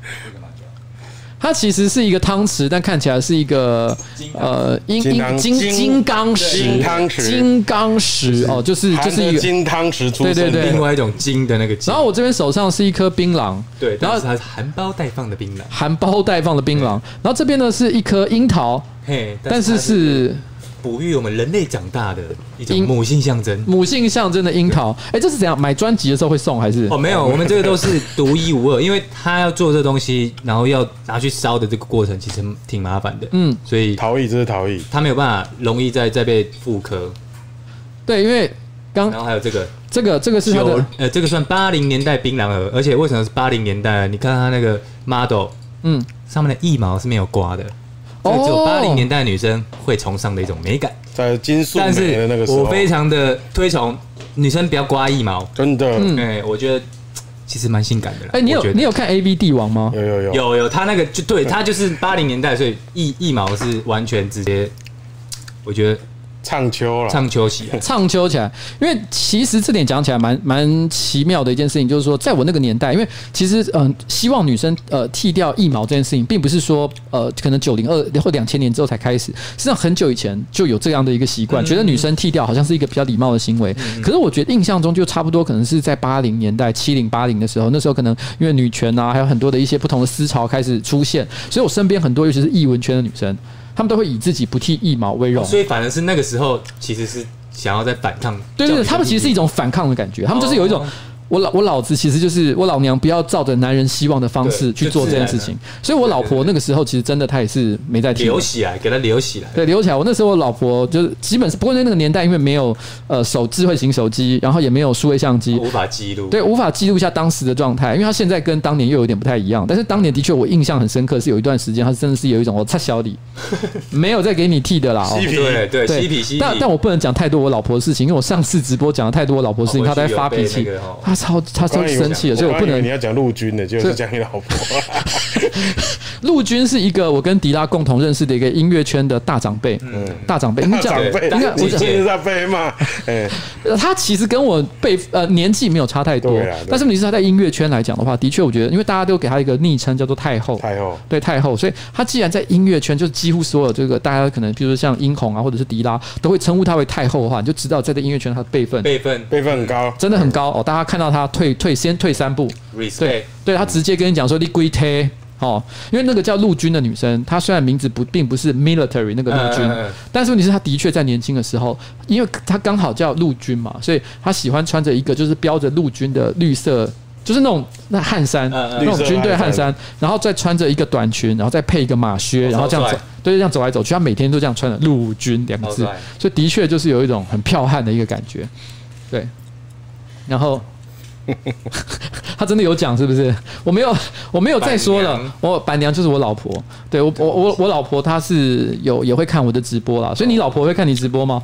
S1: 它其实是一个汤匙，但看起来是一个呃金
S5: 金汤
S1: 金
S5: 金
S1: 金刚石，
S5: 金汤匙
S1: 金刚石哦，就是就
S5: 含
S1: 是
S5: 着
S1: 一个。
S5: 金汤匙出生，
S1: 对对
S3: 另外一种金的那个金，
S1: 然后我这边手上是一颗槟榔，
S3: 对，
S1: 然
S3: 然
S1: 后
S3: 后它是含苞待放的槟榔，
S1: 含苞待放的槟榔，然后这边呢是一颗樱桃，
S3: 嘿，
S1: 但是
S3: 它
S1: 是
S3: 哺育我们人类长大的一种
S1: 因
S3: 母性象征。
S1: 母性象征的樱桃。哎，这是怎样？买专辑的时候会送还是
S3: 哦，？
S1: [LAUGHS]
S3: 没有，我们这个都是独一无二，因为他要做这东西，然后要拿去烧的这个过程其实挺麻烦的，
S1: 嗯
S3: 嗯，所以
S5: 陶艺，这是陶艺。
S3: 他没有办法容易再再被复刻。
S1: 对，因为刚
S3: 然后还有这个
S1: 这个嗯这个是它
S3: 九
S1: 的，
S3: 呃，这个算八零年代槟榔盒，而且为什么是八零年代？你看它那个 model
S1: 嗯，
S3: 上面的腋毛是没有刮的，这
S1: 哦
S3: 个只有八零年代的女生会崇尚的一种美感。
S5: 在金素
S3: 但
S5: 梅的
S3: 是
S5: 那个时候，
S3: 我非常的推崇女生不要刮腋毛，
S5: 真的
S3: 哎、我觉得其实蛮性感的啦。
S1: 哎，你有
S3: 我觉得
S1: 你有看 A V 帝王吗？
S5: 有有有
S3: 有有，他那个就对他就是八零年代，所以一一毛是完全直接，我觉得
S5: 唱秋了，
S3: 唱秋喜啊，
S1: 唱秋起来，因为其实这点讲起来蛮蛮奇妙的一件事情，就是说，在我那个年代，因为其实嗯、呃希望女生呃剃掉腋毛这件事情，并不是说呃，可能九零二或两千年之后才开始，实际上很久以前就有这样的一个习惯，觉得女生剃掉好像是一个比较礼貌的行为。可是我觉得印象中就差不多，可能是在八零年代、七零八零的时候，那时候可能因为女权啊，还有很多的一些不同的思潮开始出现，所以我身边很多尤其是艺文圈的女生，她们都会以自己不剃腋毛为荣。
S3: 所以反而是那个时候其实是想要在反抗教育的
S1: 对
S3: 意义，
S1: 对对，他们其实是一种反抗的感觉，他们就是有一种
S3: 哦。
S1: 我老我老子其实就是我老娘不要照着男人希望的方式
S3: 对
S1: 去做这件事情，所以我老婆那个时候其实真的她也是没在听的
S3: 留，起来，给它留起来。
S1: 对，留起来。我那时候我老婆就是基本是，不过在那个年代因为没有呃手智慧型手机，然后也没有数位相机，
S3: 无法记录，
S1: 对，无法记录下当时的状态，因为他现在跟当年又有点不太一样。但是当年的确我印象很深刻，是有一段时间他真的是有一种我擦小李，没有再给你剃的啦、哦
S5: 嬉皮
S3: 对对，嬉皮嬉皮。
S1: 但但我不能讲太多我老婆的事情，因为我上次直播讲了太多我老婆的事情，
S3: 哦
S1: 她在
S3: 回去有
S1: 发
S3: 被
S1: 脾气
S3: 那个哦，
S1: 她超她
S5: 我
S1: 超
S5: 刚以为
S1: 生气的，所以
S5: 我
S1: 我不
S5: 刚以为
S1: 能
S5: 你。要讲陆军的，就是讲你老婆。
S1: 陆军是一个我跟迪拉共同认识的一个音乐圈的大长辈，
S3: 嗯
S1: 大长辈，应该讲
S5: 长辈，
S1: 应该我
S5: 你
S1: 讲
S5: 今天在被骂，哎，
S1: 呃他其实跟我辈呃年纪没有差太多
S5: 对啊对，
S1: 但是你是他在音乐圈来讲的话，的确我觉得，因为大家都给他一个昵称叫做太后，
S5: 太后
S1: 对太后，所以他既然在音乐圈，就是几乎所有这个大家可能，比如说像殷红啊，或者是迪拉，都会称呼他为太后的话，你就知道在这音乐圈他的辈分
S3: 辈分
S5: 辈分很高，
S1: 真的很高哦。大家看到他退退先退三步，对
S3: respect，
S1: 对，他直接跟你讲说你归贴哦，因为那个叫陆军的女生，她虽然名字不并不是 military 那个陆军，
S3: 嗯嗯嗯嗯
S1: 但是问题是她的确在年轻的时候，因为她刚好叫陆军嘛，所以她喜欢穿着一个就是标着陆军的绿色。就是那种那汗衫，
S3: 嗯嗯
S1: 那种
S5: 绿色
S1: 军队
S5: 汗
S1: 汗衫，然后再穿着一个短裙，然后再配一个马靴，
S3: 哦
S1: 然后这样走
S3: 超帅，
S1: 对，这样走来走去，她每天都这样穿着“陆军”两个字
S3: 超帅，
S1: 所以的确就是有一种很剽悍的一个感觉，对。然后他真的有讲是不是？我没有，我没有再说了
S3: 板娘。
S1: 我板娘就是我老婆，对我我我我老婆她是有也会看我的直播啦，所以你老婆会看你直播吗？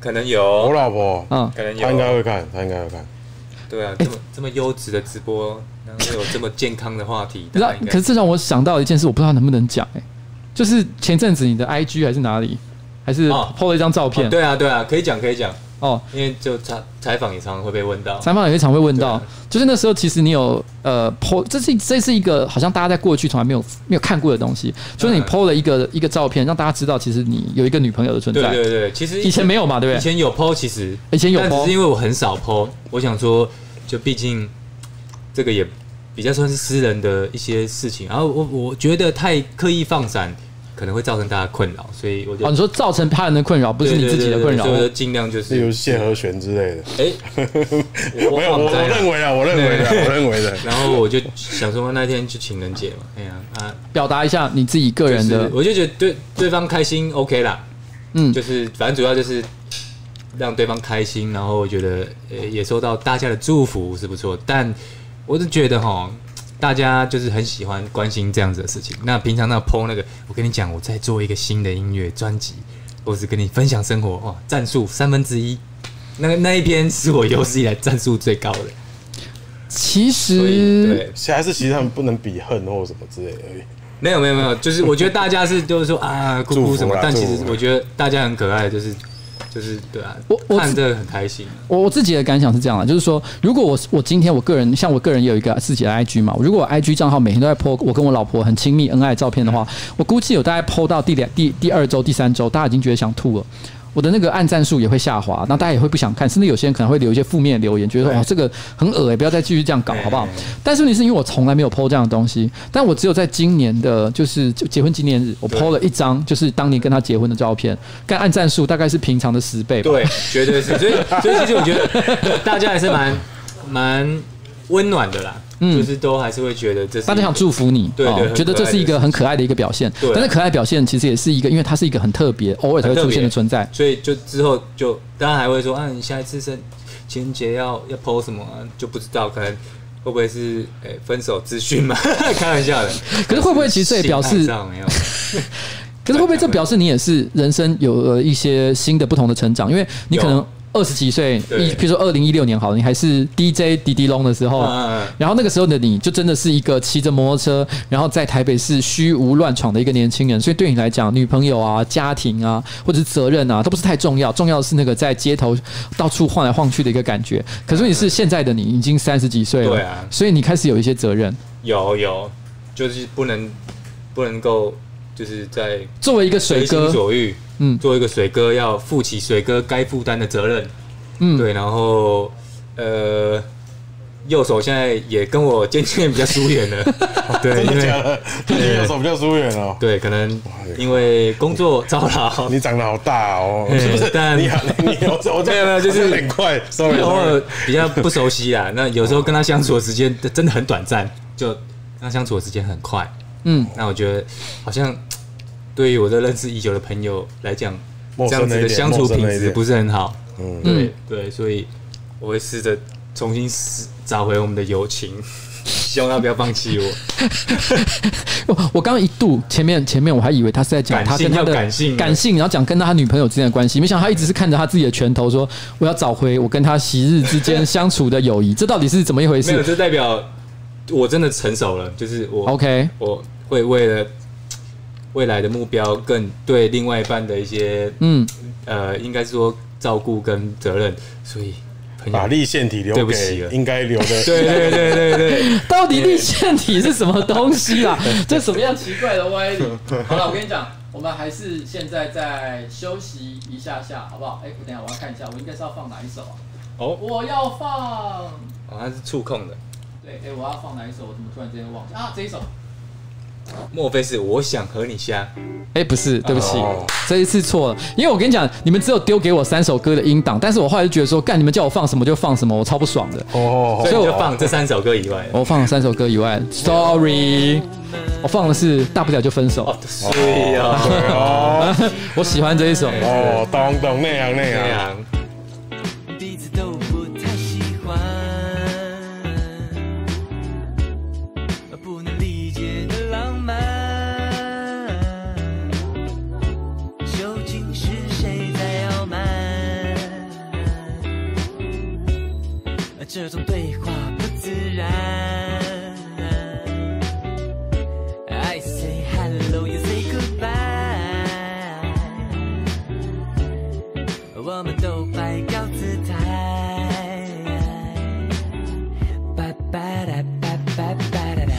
S3: 可能
S5: 我
S3: 有，
S5: 老婆，
S1: 嗯，
S3: 可能
S5: 她应该
S3: 有，
S5: 会看，她应该会看。
S3: 对啊，这么这么优质的直播，然后有这么健康的话题，
S1: 你知道
S3: 大家应，该
S1: 可是这让我想到一件事，我不知道能不能讲哎、就是前阵子你的 IG 还是哪里，还是
S3: 哦
S1: PO 了一张照片
S3: 哦对啊对啊，可以讲可以讲，
S1: 哦，
S3: 因为就采采访也常常会被问到，
S1: 采访也常会问到
S3: 对啊，
S1: 就是那时候其实你有呃 PO，这是这是一个好像大家在过去从来没有没有看过的东西，就是你
S3: 当然
S1: PO 了一个一个照片，让大家知道其实你有一个女朋友的存
S3: 对对
S1: 在。
S3: 对，其实
S1: 以前没有嘛，对
S3: 以
S1: 不对？
S3: 前有 PO，其实
S1: 以前有
S3: 但只
S1: po
S3: 是因为我很少 PO，我想说，就毕竟这个也比较算是私人的一些事情，然后我我觉得太刻意放闪，可能会造成大家困扰，所以我就
S1: 哦，你说造成他人的困扰，不
S3: 对
S1: 是
S3: 对
S1: 你自己的困扰哎
S3: 对。对所以我就尽量就
S5: 例如
S3: 是
S5: 谢和弦之类的，
S3: 哎，我
S5: 没有，我
S3: 放
S5: 我
S3: 在
S5: 认
S3: 了。
S5: 为啊，我认为的，我认为的。
S3: 然后我就想说，那天就情人节嘛，哎呀啊，
S1: 表达一下你自己个
S3: 就
S1: 人的
S3: 是，我就觉得对对方开心 OK 啦，
S1: 嗯
S3: 就，是反正主要就是让对方开心，然后我觉得呃也收到大家的祝福是不错，但我是觉得哈，大家就是很喜欢关心这样子的事情。那平常那 PO 那个，我跟你讲，我在做一个新的音乐专辑，或是跟你分享生活哇，赞数三分之一，那个那一篇是我有史以来赞数最高的，
S1: 其
S3: 所以
S1: 实
S3: 对。
S5: 其还是其实他们不能比恨或什么之类的而已。
S3: 没有没有没有，就是我觉得大家是就是说啊哭
S5: 祝
S3: 哭
S5: 福
S3: 什么
S5: 啦，
S3: 但其
S5: 祝
S3: 实
S5: 福
S3: 我觉得大家很可爱，就是就是对啊，
S1: 我我
S3: 看着很开心。
S1: 我我自己的感想是这样的，就是说，如果我我今天我个人像我个人也有一个自己的 IG 嘛，如果我 IG 账号每天都在 po 我跟我老婆很亲密恩爱的照片的话，我估计有大概 po 到第两第第二周、第三周，大家已经觉得想吐了。我的那个按赞数也会下滑，那大家也会不想看，甚至有些人可能会留一些负面留言，觉得说
S3: 对
S1: 哇这个很恶欸，不要再继续这样搞，好不好
S3: 对？
S1: 但是问题是因为我从来没有 PO 这样的东西，但我只有在今年的，就是就结婚纪念日，我
S3: 对
S1: PO 了一张就是当年跟他结婚的照片，但按赞数大概是平常的十倍吧。
S3: [LAUGHS] 对，绝对是。所以，所以其实我觉得大家还是蛮蛮温暖的啦，
S1: 嗯
S3: 就是都还是会觉得这是
S1: 大家想祝福你，哦
S3: 对对很
S1: 觉得这是一个很可爱的一个表现。
S3: 对啊
S1: 但是可爱表现其实也是一个，因为它是一个很特别、偶尔才会出现的存在。
S3: 所以就之后就大家还会说，啊，你下一次生情人节要要 PO 什么、啊，就不知道可能会不会是诶、分手资讯嘛？ [LAUGHS] 开玩笑的。
S1: 可是会不会其实这也表示
S3: 性爱上没有？
S1: 可是会不会这表示你也是人生有了一些新的不同的成长？因为你可能
S3: 有
S1: 二十几岁，
S3: 对
S1: 一比如说二零一六年好了，你还是 DJ 迪迪龙的时候。
S3: 嗯嗯嗯
S1: 然后那个时候的你就真的是一个骑着摩托车，然后在台北市虚无乱闯的一个年轻人，所以对你来讲，女朋友啊、家庭啊，或者是责任啊，都不是太重要，重要的是那个在街头到处晃来晃去的一个感觉。可是你是现在的你，已经三十几岁了，
S3: 对啊
S1: 所以你开始有一些责任。
S3: 有有，就是不能不能够就是在
S1: 作为一个
S3: 随
S1: 水
S3: 心
S1: 哥，
S3: 所欲，
S1: 嗯
S3: 嗯，做一个水哥要负起水哥该负担的责任，
S1: 嗯
S3: 对，然后呃，右手现在也跟我渐渐比较疏远
S5: [LAUGHS]
S3: 了，对，
S5: 真
S3: 因
S5: 的假
S3: 为
S5: 的？最近有手比较疏远哦。
S3: 对，可能因为工作操劳，
S5: 你长得好大哦，
S3: 嗯
S5: 是不是？
S3: 但
S5: 你好，你你我我
S3: 没有没有就是
S5: 很快，sorry，
S3: 偶尔比较不熟悉啦。那有时候跟他相处的时间真的很短暂，就跟他相处的时间很快。
S1: 嗯，
S3: 那我觉得好像对于我这认识已久的朋友来讲，
S5: 陌
S3: 这样
S5: 生
S3: 子
S5: 了一
S3: 的
S5: 点
S3: 相处
S5: 陌生了
S3: 品
S5: 一
S3: 质
S5: 点
S3: 不是很好。
S5: 嗯
S3: 嗯，对对，所以我会试着重新拾找回我们的友情， [LAUGHS] 希望他不要
S1: [LAUGHS]
S3: 放弃我。
S1: 我我刚刚一度前面前面我还以为他是在讲
S3: 感
S1: 他
S3: 性
S1: 跟他的
S3: 要感性
S1: 然后讲跟他女朋友之间的关系，没想到他一直是看着他自己的拳头说我要找回我跟他昔日之间相处的友谊，这到底是怎么一回
S3: 没有，
S1: 事
S3: 这代表我真的成熟了，就是我
S1: ？OK，
S3: 我会为了未来的目标，更对另外一半的一些
S1: 嗯，
S3: 呃，应该是说照顾跟责任，所以朋
S5: 把
S3: 友。
S5: 立腺体留
S3: 对不起
S5: 给
S3: 了
S5: 应该留的，
S3: 对对对对 [LAUGHS] 对，
S1: 到底立腺体是什么东西啦？这 [LAUGHS] 什么样奇怪的歪理？好了，我跟你讲，我们还是现在再休息一下下，好不好？哎、等一下我要看一下，我应该是要放哪一首啊？
S3: 哦
S1: 我要放，
S3: 好哦像是触控的，
S1: 对，哎、我要放哪一首？我怎么突然之间忘记啊？这一首。
S3: 莫非是我想和你瞎？
S1: 哎、不是，对不起，
S5: 哦
S1: 这一次错了，因为我跟你讲，你们只有丢给我三首歌的音档，但是我后来就觉得说，干，你们叫我放什么就放什么，我超不爽的。
S5: 哦，
S3: 所以
S1: 所以我
S3: 我就放这三首歌以外，
S1: 我放了三首歌以外，Sorry，我放的是大不了就分手， [LAUGHS]
S3: 所以啊，
S5: 对哦，
S1: 我喜欢这一首。
S5: 哦，懂懂那样那
S3: 这
S5: 样，
S3: 样
S2: 彼此都不太喜欢。这种对话不自然。I say hello, you say goodbye，我们都摆高姿态。巴巴啦巴巴巴啦啦，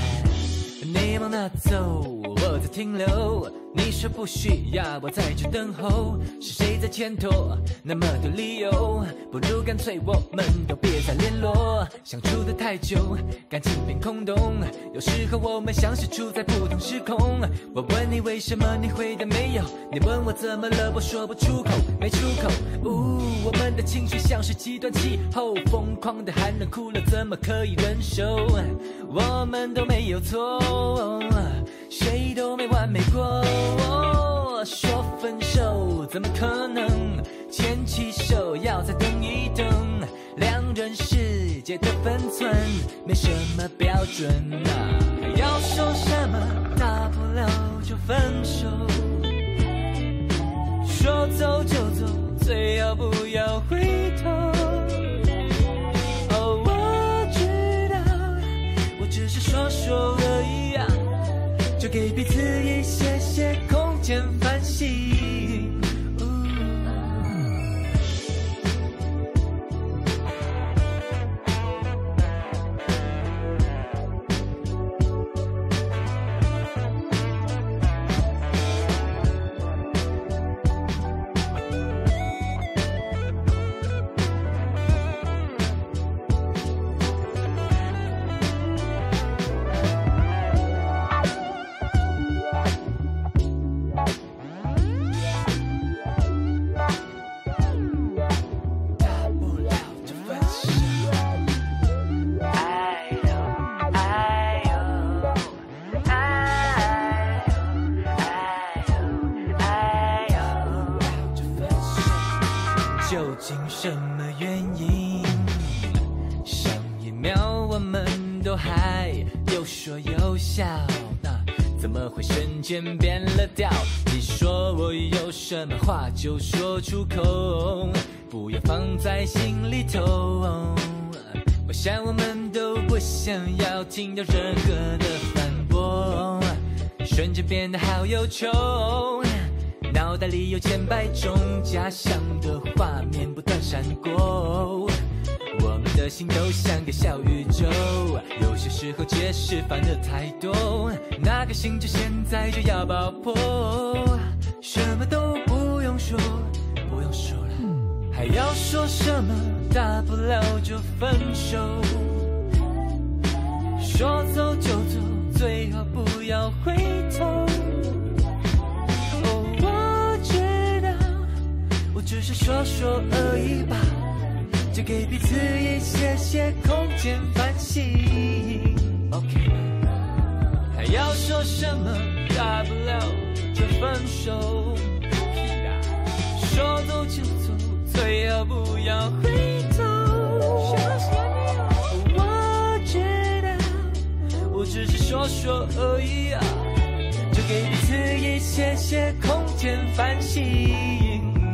S2: 你往哪走？我在停留。你说不需要，我在这等候。是谁在牵拖？那么多理由，不如干脆我们都别再联络。相处的太久，感情变空洞。有时候我们像是处在不同时空。我问你为什么，你回答没有。你问我怎么了，我说不出口，没出口。呜、我们的情绪像是极端气候，疯狂的喊冷哭了，怎么可以忍受？我们都没有错，谁都没完美过。说分手怎么可能？牵起手要再等一等，两人世界的分寸没什么标准啊，还要说什么？大不了就分手。说走就走，最好不要回头。哦，我知道，我只是说说而已啊，就给彼此一些些空间反省。Oh 大不了就分手。哎呦哎呦哎呦哎呦哎呦，就分手。究竟什么原因？上一秒我们都还有说有笑，那怎么会瞬间变了调？你说我有什么话就说出口，不要放在心里头。我想我们都不想要听到任何的反驳，瞬间变得好忧愁。脑袋里有千百种假想的画面不断闪过，我们的心都像个小宇宙，有些时候解释烦的太多，那个心就现在就要爆破，什么都不用说，不用说了，还要说什么？大不了就分手，说走就走，最好不要回头。哦，我知道，我只是说说而已吧，就给彼此一些些空间反省，OK 吗？还要说什么？大不了就分手，说走就走，最好不要回头。我知道，我只是说说而已啊。就给彼此一些些空间反省。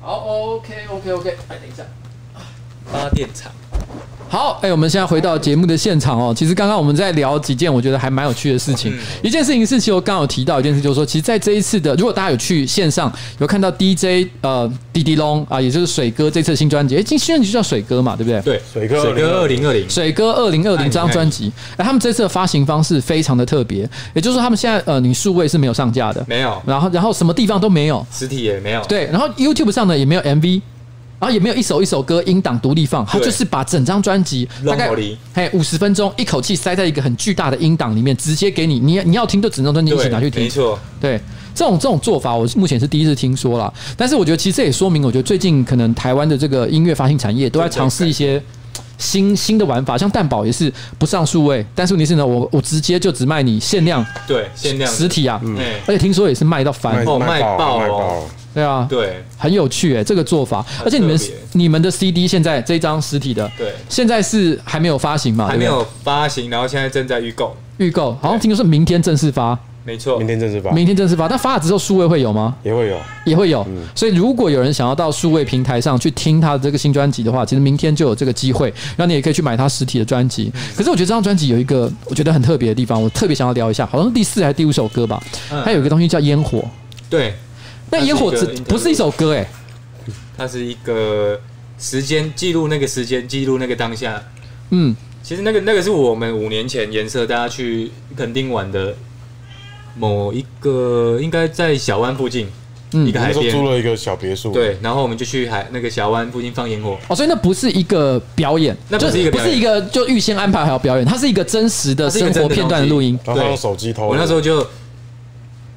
S8: 好，OK OK OK，哎，等一下，发电厂，
S1: 好，哎、我们现在回到节目的现场哦。其实刚刚我们在聊几件我觉得还蛮有趣的事
S3: 嗯
S1: 情。一件事情是，其实我刚刚有提到一件事，就是说，其实在这一次的，如果大家有去线上有看到 DJ 呃滴滴龙啊，也就是水哥这次的新专辑，哎、新专辑就叫水哥嘛，对不对？。
S3: 对，哎
S5: 水哥
S3: 二零二零，
S1: 水哥二零二零这张专辑，哎，他们这次的发行方式非常的特别，也就是说他们现在呃，你数位是没有上架的，
S3: 没有
S1: 然后然后什么地方都没有，
S3: 实体也没有，
S1: 对，然后 YouTube 上呢也没有 MV，然后也没有一首一首歌音档独立放，它
S3: 对
S1: 就是把整张专辑大
S3: 乱
S1: 概
S3: 口里
S1: 嘿五十分钟一口气塞在一个很巨大的音档里面，直接给你，你你要听就整张专辑一起
S3: 对，
S1: 拿去听
S3: 没。错，
S1: 对，这种这种做法，我目前是第一次听说啦。但是我觉得其实这也说明，我觉得最近可能台湾的这个音乐发行产业都在尝试一些。新新的玩法，像蛋堡也是不上数位，但是问题是呢，我我直接就只卖你限量
S3: 对，限量
S1: 实，体啊，
S3: 哎
S1: 而且听说也是卖到翻，
S5: 卖
S3: 哦
S5: 卖
S3: 卖
S5: 爆
S3: 爆
S5: 卖
S3: 哦
S5: 爆，
S1: 对啊，
S3: 对，
S1: 很有趣哎、这个做法，而且你们
S3: 特别
S1: 你们的 CD 现在这一张实体的，
S3: 对
S1: 现在是还没有发行嘛？
S3: 还没
S1: 对不
S3: 有发行，然后现在正在预购，
S1: 对预购，好像听说是明天正式发，
S3: 没错
S5: 明，天正式发
S1: 明天正式发。但发了之后，数位会有吗？
S5: 也会有，
S1: 也会有。
S3: 嗯
S1: 所以如果有人想要到数位平台上去听他的这个新专辑的话，其实明天就有这个机会，然后你也可以去买他实体的专
S3: 嗯
S1: 辑。可是我觉得这张专辑有一个我觉得很特别的地方，我特别想要聊一下，好像是第四还是第五首歌吧，
S3: 嗯
S1: 它有一个东西叫烟火。
S3: 对，
S1: 那烟火
S3: 它
S1: 只
S3: 是一个 interlude
S1: 不是一首歌哎、
S3: 它是一个时间记录那个时间，记录那个当下。
S1: 嗯，
S3: 其实那个那个是我们五年前颜色大家去垦丁玩的某一个，应该在小湾附近、
S1: 嗯
S3: 一个
S5: 那
S3: 海
S5: 时候
S3: 边
S5: 租。了一个小别墅，，
S3: 对，然后我们就去海那个小湾附近放烟火，
S1: 哦，所以那不是一个表演，
S3: 那
S1: 就
S3: 不是一个
S1: 不
S3: 表演
S1: 是一个就预先安排好表演，它是一个真实的
S3: 它是一个
S1: 生
S3: 真
S1: 活
S3: 的
S1: 片段的
S3: 东
S1: 录
S3: 西
S1: 音。
S5: 然后他
S3: 对
S5: 用手机偷的，
S3: 我那时候就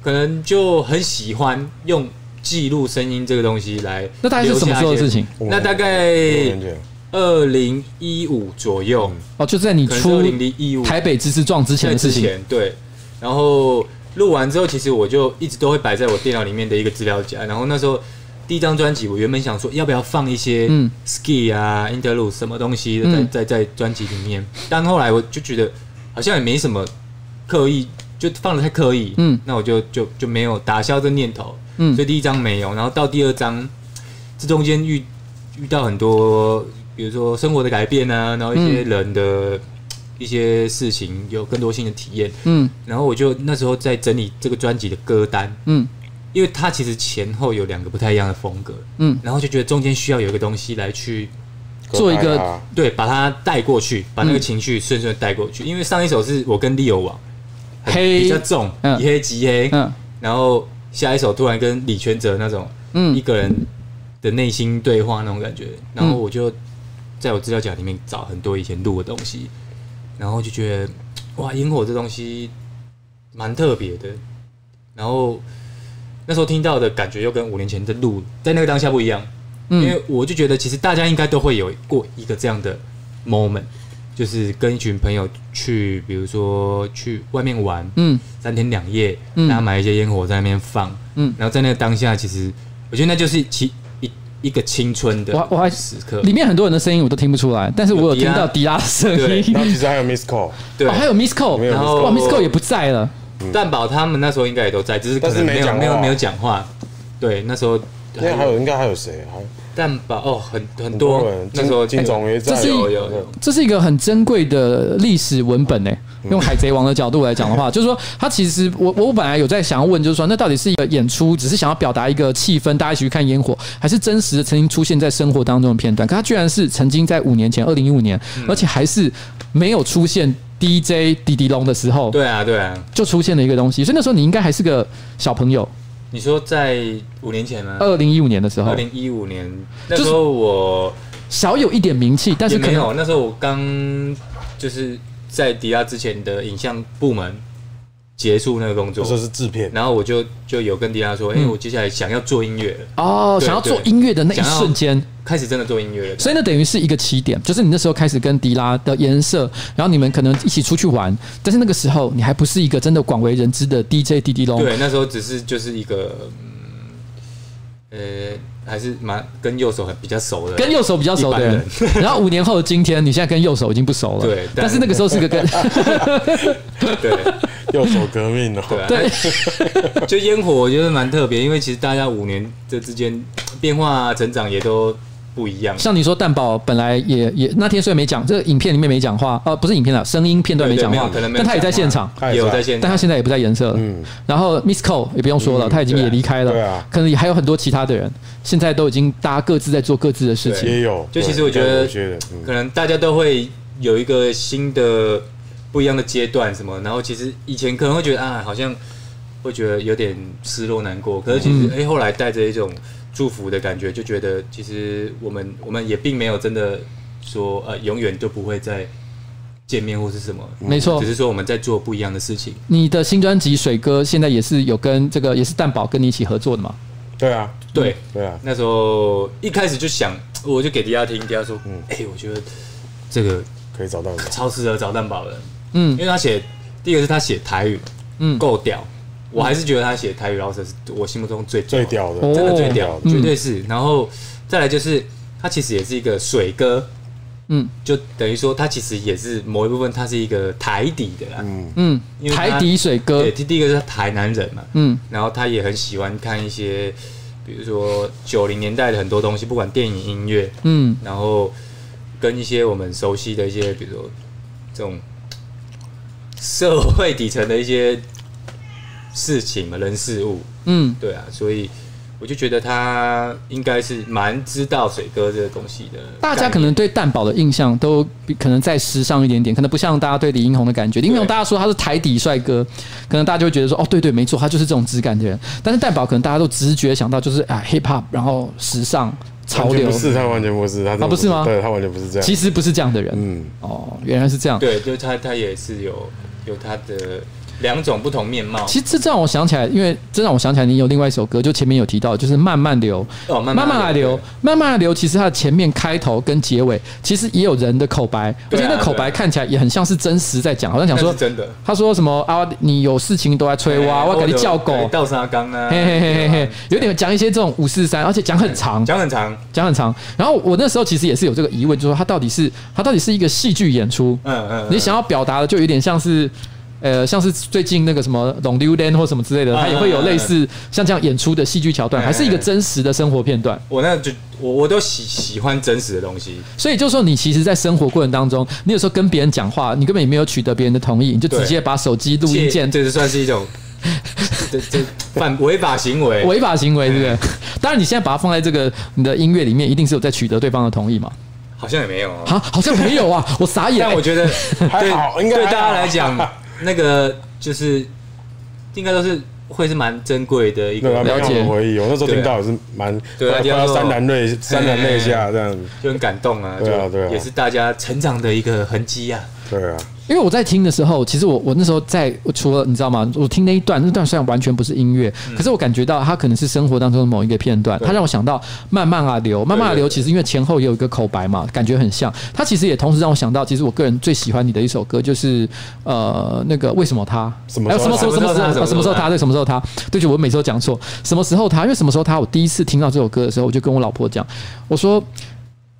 S3: 可能就很喜欢用记录声音这个东西来。
S1: 那大概是什么时候的事情？
S3: 那大
S5: 五年
S3: 概
S5: 前
S3: 二零一五左右，
S1: 哦，就在你
S3: 可能是
S1: 出
S3: 二零一五
S1: 台北知识撞之前
S3: 在
S1: 的事
S3: 之
S1: 情。
S3: 前对，然后录完之后，其实我就一直都会摆在我电脑里面的一个资料夹。然后那时候第一张专辑，我原本想说要不要放一些
S1: 嗯
S3: ski 啊、interlude 什么东西的在
S1: 嗯
S3: 在在专辑里面，但后来我就觉得好像也没什么刻意，就放的太刻意，
S1: 嗯
S3: 嗯，那我就就就没有打消这念头，
S1: 嗯
S3: 嗯，所以第一张没有，然后到第二张这中间遇遇到很多，比如说生活的改变啊，然后一些人的一些事情有更多新的体验。
S1: 嗯
S3: 然后我就那时候在整理这个专辑的歌单，
S1: 嗯
S3: 因为它其实前后有两个不太一样的风格，
S1: 嗯，
S3: 然后就觉得中间需要有一个东西来去
S1: 做一个
S5: 隔开啊
S3: 对把它带过去，把那个情绪顺顺地带过去。因为上一首是我跟 Leo 王很
S1: 黑
S3: 比较重，
S1: 嗯
S3: 以黑即黑，
S1: 嗯
S3: 然后下一首突然跟李全哲那种，
S1: 嗯
S3: 一个人的内心对话那种感觉。然后我就在我资料夹里面找很多以前录的东西，然后就觉得哇，烟火这东西蛮特别的。然后那时候听到的感觉又跟五年前的录在那个当下不一样，因
S1: 嗯
S3: 为我就觉得其实大家应该都会有过一个这样的 moment。就是跟一群朋友去，比如说去外面玩，
S1: 嗯
S3: 三天两夜，
S1: 嗯
S3: 大家买一些烟火在那边放，
S1: 嗯
S3: 然后在那个当下，其实我觉得那就是其一一个青春的
S1: 我我还
S3: 时刻，
S1: 里面很多人的声音我都听不出来，但是我有
S3: 有迪
S1: 听
S3: 拉
S1: 到迪拉的声
S3: 对
S1: 音
S5: 然。后其实还有 Miss Call，
S3: 对
S1: 哦，，还有 Miss Cole，
S5: 没有
S3: 然后
S1: 哇，Miss Cole 也不在了。
S3: 蛋宝他们那时候应该也都在，只是可
S5: 但是
S3: 能
S5: 没
S3: 没有
S5: 讲话
S3: 没有没有讲话，对，那时候
S5: 因为还有应该还有谁？啊还
S3: 蛋宝哦，很很
S5: 很
S3: 多
S5: 人，
S3: 那时候哎
S5: 金金总也在，
S1: 这是
S3: 有有有，
S1: 这是一个很珍贵的历史文本呢、
S3: 嗯
S1: 用《海贼王》的角度来讲的
S3: [LAUGHS]
S1: 话，就是说，它其实我我本来有在想要问，就是说，那到底是一个演出，只是想要表达一个气氛，大家一起去看烟火，还是真实的曾经出现在生活当中的片段？可它居然是曾经在五年前，二零一五年，
S3: 嗯
S1: 而且还是没有出现 DJ 滴滴龙的时候，
S3: 对啊对啊，
S1: 就出现了一个东西。所以那时候你应该还是个小朋友，
S3: 你说在五年前吗？
S1: 二零一五年的时候
S3: 嗯二，零一五年那
S1: 就是
S3: 时候我
S1: 少有一点名气，但是
S3: 也
S1: 可
S3: 没
S1: 能
S3: 有，那时候我刚就是在迪亚之前的影像部门结束那个工作
S5: 那时，候是制片，
S3: 然后我就就有跟迪拉
S1: 嗯
S3: 说，哎、我接下来想要做音乐了，
S1: 哦，
S3: 对
S1: 想要做
S3: 对
S1: 音乐的那一
S3: 想要
S1: 瞬间。
S3: 开始真的做音乐了。
S1: 所以那等于是一个起点，就是你那时候开始跟迪拉的颜色，然后你们可能一起出去玩，但是那个时候你还不是一个真的广为人知的 DJ 滴滴龙，
S3: 对，那时候只是就是一个，嗯，呃，还是蛮跟右手很比较熟的，
S1: 跟右手比较熟的人 [LAUGHS]
S3: 一。
S1: 然后五年后的今天，你现在跟右手已经不熟了，
S3: 对但
S1: 但是那个时候是个跟， [LAUGHS]
S3: 对
S5: 右手革命哦，
S1: [LAUGHS]
S3: 对啊 [LAUGHS] 就烟火我觉得蛮特别，因为其实大家五年这之间变化、成长也都不一样。
S1: 像你说蛋宝本来也也那天虽然没讲，这个影片里面没讲话，呃，不是影片了，声音片段没讲
S3: 对对没
S1: 话
S3: 有可能，没有
S1: 但他也在
S3: 讲话
S1: 现场。
S5: 他也
S3: 也有
S5: 在
S3: 在现
S1: 但
S3: 场嗯
S1: 他，现在也不在颜色了。然后 Miss Cole 也不用说了，他已经
S3: 对啊
S1: 也离开了。
S5: 对啊
S1: 可能也还有很多其他的人，现在都已经大家各自在做各自的事情。
S5: 也有。
S3: 就其实
S5: 对
S3: 我觉
S5: 有
S3: 得
S5: 一些人，嗯，
S3: 可能大家都会有一个新的不一样的阶段什么，然后其实以前可能会觉得啊，好像会觉得有点失落难过，可是其
S5: 嗯
S3: 实哎、诶后来带着一种祝福的感觉，就觉得其实我们我们也并没有真的说呃永远就不会再见面或是什么，
S1: 没错
S3: 只，是说我们在做不一样的事情。
S1: 你的新专辑《水哥》现在也是有跟这个也是蛋宝跟你一起合作的嘛？
S5: 对啊，
S3: 对，
S5: 对啊，
S3: 那时候一开始就想，我就给迪亚听，迪亚说，
S5: 嗯
S3: 哎、我觉得这个
S5: 可以找到你。
S3: 超适合找蛋堡的，
S1: 嗯
S3: 因为他写第一个是他写台语，
S1: 嗯
S3: 够屌，我还是觉得他写台语老师是我心目中最
S5: 最
S3: 屌
S5: 屌的，
S1: 哦
S3: 的，真的最
S1: 哦
S3: 屌，
S1: 嗯
S3: 绝对是。然后再来就是他其实也是一个水歌，
S1: 嗯
S3: 就等于说他其实也是某一部分他是一个台底的啦，
S1: 嗯，
S3: 因为他
S1: 台底水哥
S3: 对，，第第一个是他台南人嘛，
S1: 嗯
S3: 然后他也很喜欢看一些，比如说九零年代的很多东西，不管电影、音乐，
S1: 嗯
S3: 然后跟一些我们熟悉的一些，比如说这种社会底层的一些事情嘛，人事物，
S1: 嗯，
S3: 对啊，所以我就觉得他应该是蛮知道水哥这个东西的。
S1: 大家可能对蛋宝的印象都比可能再时尚一点点，可能不像大家对李英宏的感觉。李英宏大家说他是台底帅哥，可能大家就会觉得说哦，对对，没错，他就是这种质感的人。但是蛋宝可能大家都直觉想到就是啊，hip hop，然后时尚潮
S5: 完全
S1: 流
S5: 不，是他，完全不是他真的，
S1: 啊不是吗
S5: 对他完全不是这样。
S1: 其实不是这样的人。
S5: 嗯，
S1: 哦，原来是这样。
S3: 对，就是他他也是有有他的两种不同面貌。
S1: 其实这这让我想起来，因为这让我想起来，你有另外一首歌，就前面有提到，就是《慢慢流》。
S3: 哦慢慢
S1: 慢来流
S3: 流，
S1: 慢慢来流。其实它的前面开头跟结尾，其实也有人的口白，而
S3: 对啊
S1: 且那口白
S3: 对啊
S1: 看起来也很像是真实在讲，好像讲说
S3: 那是真的
S1: 他说什么啊，你有事情都在催我啊，我给你叫狗，
S3: 倒沙缸啊，
S1: 嘿嘿嘿嘿
S3: 对
S1: 嘿
S3: 啊，
S1: 有点讲一些这种五四三，而且讲很长，
S3: 讲很长，
S1: 讲很长。然后我那时候其实也是有这个疑问，就是说他到底是他到底是一个戏剧演出，
S3: 嗯嗯，
S1: 你想要表达的就有点像是。呃，像是最近那个什么《龙溜莲》或什么之类的，
S3: 嗯
S1: 它也会有类似像这样演出的戏剧桥段，
S3: 嗯
S1: 还是一个真实的生活片段。
S3: 我那就我我都喜喜欢真实的东西，
S1: 所以就说你其实，在生活过程当中，你有时候跟别人讲话，你根本也没有取得别人的同意，你就直
S3: 对
S1: 接把手机录音键
S3: 这是算是
S1: [LAUGHS]
S3: 一种这这犯违法行为，
S1: 违法行为，对不
S3: 嗯
S1: 对？当然，你现在把它放在这个你的音乐里面，一定是有在取得对方的同意嘛？
S3: 好像也没有、哦。
S1: 啊，好像没有啊，我傻眼。
S3: 但我觉得
S5: [LAUGHS] 还好应
S3: 对
S5: 该
S3: 对
S5: 还
S3: 大
S5: 好
S3: 家来讲，
S5: [LAUGHS]
S3: 那个就是应该都是会是蛮珍贵的一
S5: 对啊，
S3: 个
S5: 没
S1: 了
S5: 有
S1: 解
S5: 什么回忆。我那时候听到也是蛮，
S3: 啊对啊
S5: 快
S3: 听
S5: 要
S3: 到说
S5: 潸然泪潸然
S3: [LAUGHS]
S5: 泪下这样子。
S3: 就很感动啊，
S5: 对啊
S3: 就
S5: 对啊
S3: 也是大家成长的一个痕迹啊。
S5: 对啊，
S1: 因为我在听的时候，其实我我那时候在，我除了你知道吗？我听那一段，那段虽然完全不是音乐，可是我感觉到它可能是生活当中的某一个片段，它让我想到《慢慢啊流》，《慢慢啊
S3: 对对
S1: 流》其实因为前后也有一个口白嘛，感觉很像。它其实也同时让我想到，其实我个人最喜欢你的一首歌就是呃那个为什么他
S5: 什么时
S1: 哎
S5: 候
S1: 什么时候什
S3: 什
S1: 么
S3: 么
S1: 时
S3: 时
S1: 候
S3: 候他
S1: 啊什么时候他对什么时候他对不起，我每次都讲错什么时候他，因为什么时候他我第一次听到这首歌的时候，我就跟我老婆讲，我说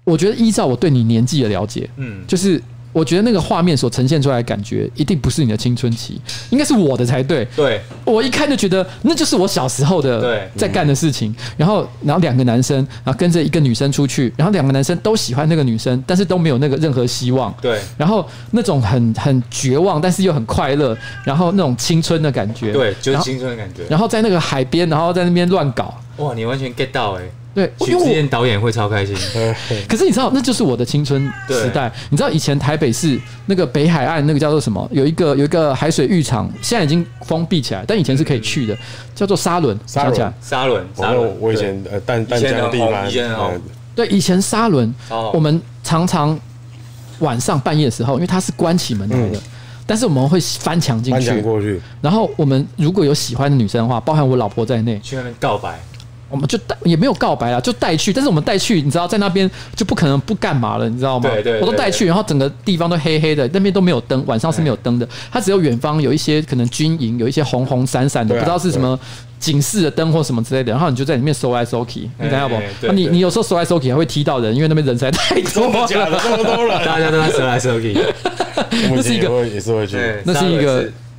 S1: 我觉得依照我对你年纪的了解，
S3: 嗯，
S1: 就是我觉得那个画面所呈现出来的感觉，一定不是你的青春期，应该是我的才对。
S3: 对，
S1: 我一看就觉得那就是我小时候的
S3: 对
S1: 在干的事情。然后，然后两个男生，然后跟着一个女生出去，然后两个男生都喜欢那个女生，但是都没有那个任何希望。
S3: 对
S1: 然后那种很很绝望，但是又很快乐，然后那种青春的感觉。
S3: 对，就是
S1: 然后
S3: 青春的感觉。
S1: 然后在那个海边，然后在那边乱搞。
S3: 哇，你完全 get 到哎、欸，
S1: 对，
S3: 许
S1: 因
S3: 志
S1: 为
S3: 燕导演会超
S1: [LAUGHS]
S3: 开心。
S1: 我可是你知道，那就是我的青春时代。你知道以前台北市那个北海岸那个叫做什么？有一个有一个海水浴场，现在已经封闭起来，但以前是可以去的，叫做沙伦。
S5: 沙
S1: 想
S5: 伦
S1: 起来，
S3: 沙伦，
S5: 我
S3: 沙伦，
S5: 我以
S3: 对
S5: 前呃淡淡
S3: 以前
S5: 江的
S3: 很
S5: 地
S3: 红
S5: 方，
S3: 以前很红
S5: 呃
S1: 对，以前沙伦
S3: 超
S5: 哦
S3: 好，
S1: 我们常常晚上半夜的时候，因为它是关起门来的，但是我们会翻墙进
S5: 嗯翻墙
S1: 去。
S3: [LAUGHS]
S5: 过去，
S1: 然后我们如果有喜欢的女生的话，包含我老婆在内，
S3: 去那边告白，
S1: 我们就带也没有告白啦，就带去。但是我们带去，你知道在那边就不可能不干嘛了，你知道吗？
S3: 对对对
S1: 我都带去，然后整个地方都黑黑的，那边都没有灯，晚上是没有灯的。它只有远方有一些可能军营，有一些红红闪闪的，
S5: 对啊
S1: 不知道是什么警示的灯或什么之类的。然后你就在里面搜来搜去，你知道不？
S3: 哎对
S1: 啊你
S3: 对
S1: 你有时候搜来搜去还会踢到人，因为那边人才太多
S3: [LAUGHS]
S5: 真的假
S1: 了。
S5: [LAUGHS] 的这么多人？
S3: 大家都在蛇来
S5: [LAUGHS]
S3: 蛇去。
S5: 我们
S1: [LAUGHS] 那是一
S5: 以
S1: 个
S5: 前也会也是会去，
S3: 对，
S1: 那是一个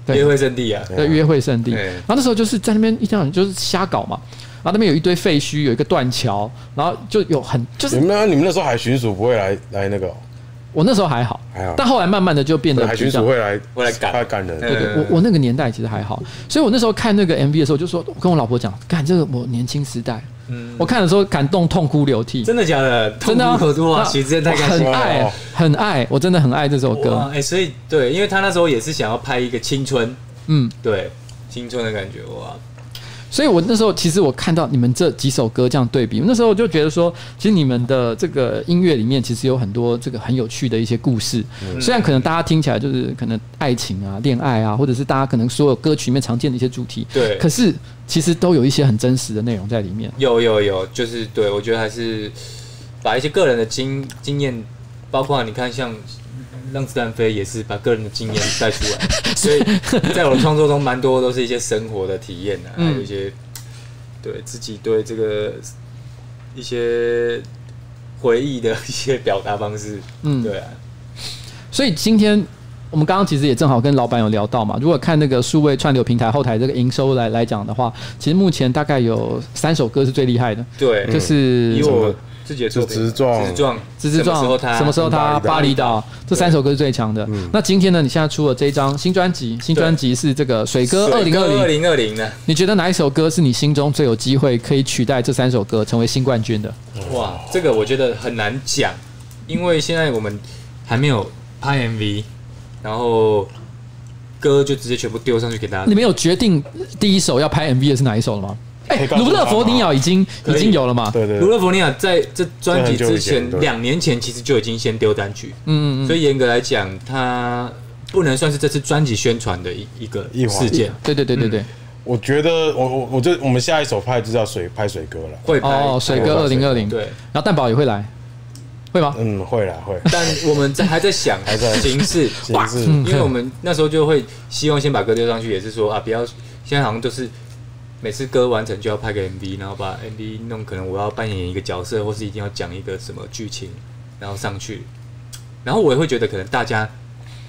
S3: 沙伦是约会圣地啊。
S1: 的约会圣地。
S3: 对
S1: 然后那时候就是在那边一样，就是瞎搞嘛。然后那边有一堆废墟，有一个断桥，然后就有很就是
S5: 你们那你们那时候海巡署不会来来那个哦、
S1: 我那时候还好，
S5: 还好
S1: 但后来慢慢的就变得
S5: 海
S1: 比
S5: 巡
S1: 较
S5: 署会来
S3: 会来赶
S5: 他赶人，
S3: 对
S1: 对我我那个年代其实还好，所以我那时候看那个 MV 的时候，我就说我跟我老婆讲，看这个我年轻时代，我看的时候感动痛哭流涕，
S3: 嗯真的假的？
S1: 真的啊
S3: 痛哭流涕
S1: 那
S3: 哇，其实真的太开心
S1: 我
S3: 了。
S1: 很爱
S5: 哦
S1: 很爱，我真的很爱这首
S3: 哇
S1: 歌，
S3: 哎、所以对，因为他那时候也是想要拍一个青春，
S1: 嗯，
S3: 对青春的感觉哇，
S1: 所以我那时候其实我看到你们这几首歌这样对比，那时候我就觉得说，其实你们的这个音乐里面其实有很多这个很有趣的一些故事，
S3: 嗯
S1: 虽然可能大家听起来就是可能爱情啊、恋爱啊，或者是大家可能所有歌曲里面常见的一些主题，
S3: 对
S1: 可是其实都有一些很真实的内容在里面。
S3: 有有有，就是对我觉得还是把一些个人的经经验，包括你看像让子弹飞也是把个人的经验带出
S1: [LAUGHS]
S3: 来，所以在我的创作中蛮多都是一些生活的体验
S1: 嗯
S3: 啊，还有一些对自己对这个一些回忆的一些表达方式，
S1: 嗯
S3: 对啊，
S1: 所以今天我们刚刚其实也正好跟老板有聊到嘛，如果看那个数位串流平台后台这个营收来来讲的话，其实目前大概有三首歌是最厉害的，
S3: 对，
S1: 就
S3: 以
S1: 是
S5: 什
S3: 嗯我
S5: 么
S3: 自己的作品，
S5: 直撞
S3: 直撞，
S1: 《直之
S3: 什么时
S1: 状》、
S3: 候他，
S1: 什么时候他、巴
S5: 巴
S1: 厘
S5: 厘
S1: 岛这三首歌是最强的。
S3: 嗯
S1: 那今天呢，你现在出了这一张新专辑，新专辑是这个《水哥二零二零
S3: 二》，零二零呢？
S1: 你觉得哪一首歌是你心中最有机会可以取代这三首歌成为新冠军的？
S3: 哇，这个我觉得很难讲，因为现在我们还没有拍 MV，然后歌就直接全部丢上去给大家
S1: 你。们有决定第一首要拍 MV 的是哪一首了吗？哎，
S5: 可以告诉
S1: 卢勒佛尼亚已经
S3: 可
S1: 已
S3: 以
S1: 经有了嘛？
S5: 对对
S3: 卢
S5: 对，
S3: 勒佛尼亚在这专辑之
S5: 这很久以前
S3: 前
S5: 对
S3: 两年前其实就已经先丢单曲，
S1: 嗯嗯嗯。
S3: 所以严格来讲，它不能算是这次专辑宣传的一一个
S5: 一环
S3: 事件。
S1: 对对对对
S3: 嗯
S1: 对，
S5: 我觉得我我我就我们下一首拍就是要水拍水歌了，
S3: 会拍
S1: 哦，水哥二零二零，
S3: 对
S1: 然后蛋宝也会来，会吗？
S5: 嗯，会啦
S1: [LAUGHS]
S5: 会，
S3: 但我们在还在想
S5: 还在
S3: 形式，
S5: 形式
S1: 嗯
S3: 因为我们那时候就会希望先把歌丢上去，也是说啊，不要现在好像就是每次歌完成就要拍个 MV，然后把 MV 弄，可能我要扮演一个角色，或是一定要讲一个什么剧情，然后上去，然后我也会觉得可能大家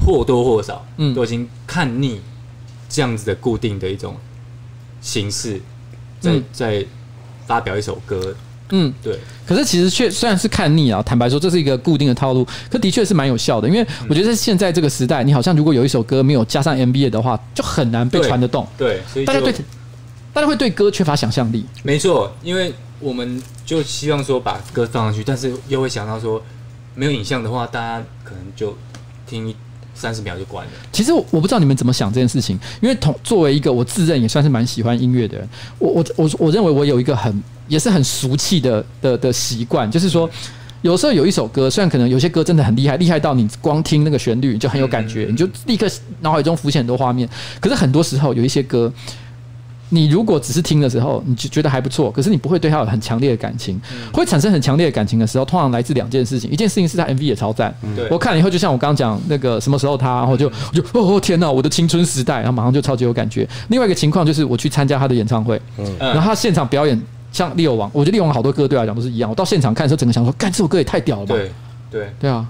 S3: 或多或少
S1: 嗯
S3: 都已经看腻这样子的固定的一种形式，在、
S1: 嗯
S3: 在发表一首歌，
S1: 嗯，
S3: 对，
S1: 可是其实却虽然是看腻啊，坦白说这是一个固定的套路，可的确是蛮有效的。因为
S3: 嗯
S1: 我觉得在现在这个时代，你好像如果有一首歌没有加上 MBA 的话，就很难被
S3: 对
S1: 传得动。
S3: 对，所以
S1: 大家
S3: 就
S1: 对大家会对歌缺乏想象力。
S3: 没错，因为我们就希望说把歌放上去，但是又会想到说没有影像的话，大家可能就听三十秒就关了。
S1: 其实我我不知道你们怎么想这件事情，因为同作为一个我自认也算是蛮喜欢音乐的人，我我我我认为我有一个很也是很俗气的的的习惯，就是说。有时候有一首歌，虽然可能有些歌真的很厉害，厉害到你光听那个旋律你就很有感觉，你就立刻脑海中浮现很多画面。可是很多时候有一些歌，你如果只是听的时候，你就觉得还不错，可是你不会对它有很强烈的感情，
S3: 嗯
S1: 会产生很强烈的感情的时候，通常来自两件事情，一件事情是他 MV 也超赞，
S3: 对
S1: 我看了以后，就像我刚刚讲那个什么时候他，然后我就我就哦哦天哪，我的青春时代，然后马上就超级有感觉。另外一个情况就是我去参加他的演唱会，
S3: 嗯
S1: 然后他现场表演。像利友王，我觉得利友王好多歌对我来讲都是一样。我到现场看的时候，整个想说，干这首歌也太屌了吧！
S3: 对对，
S1: 对啊，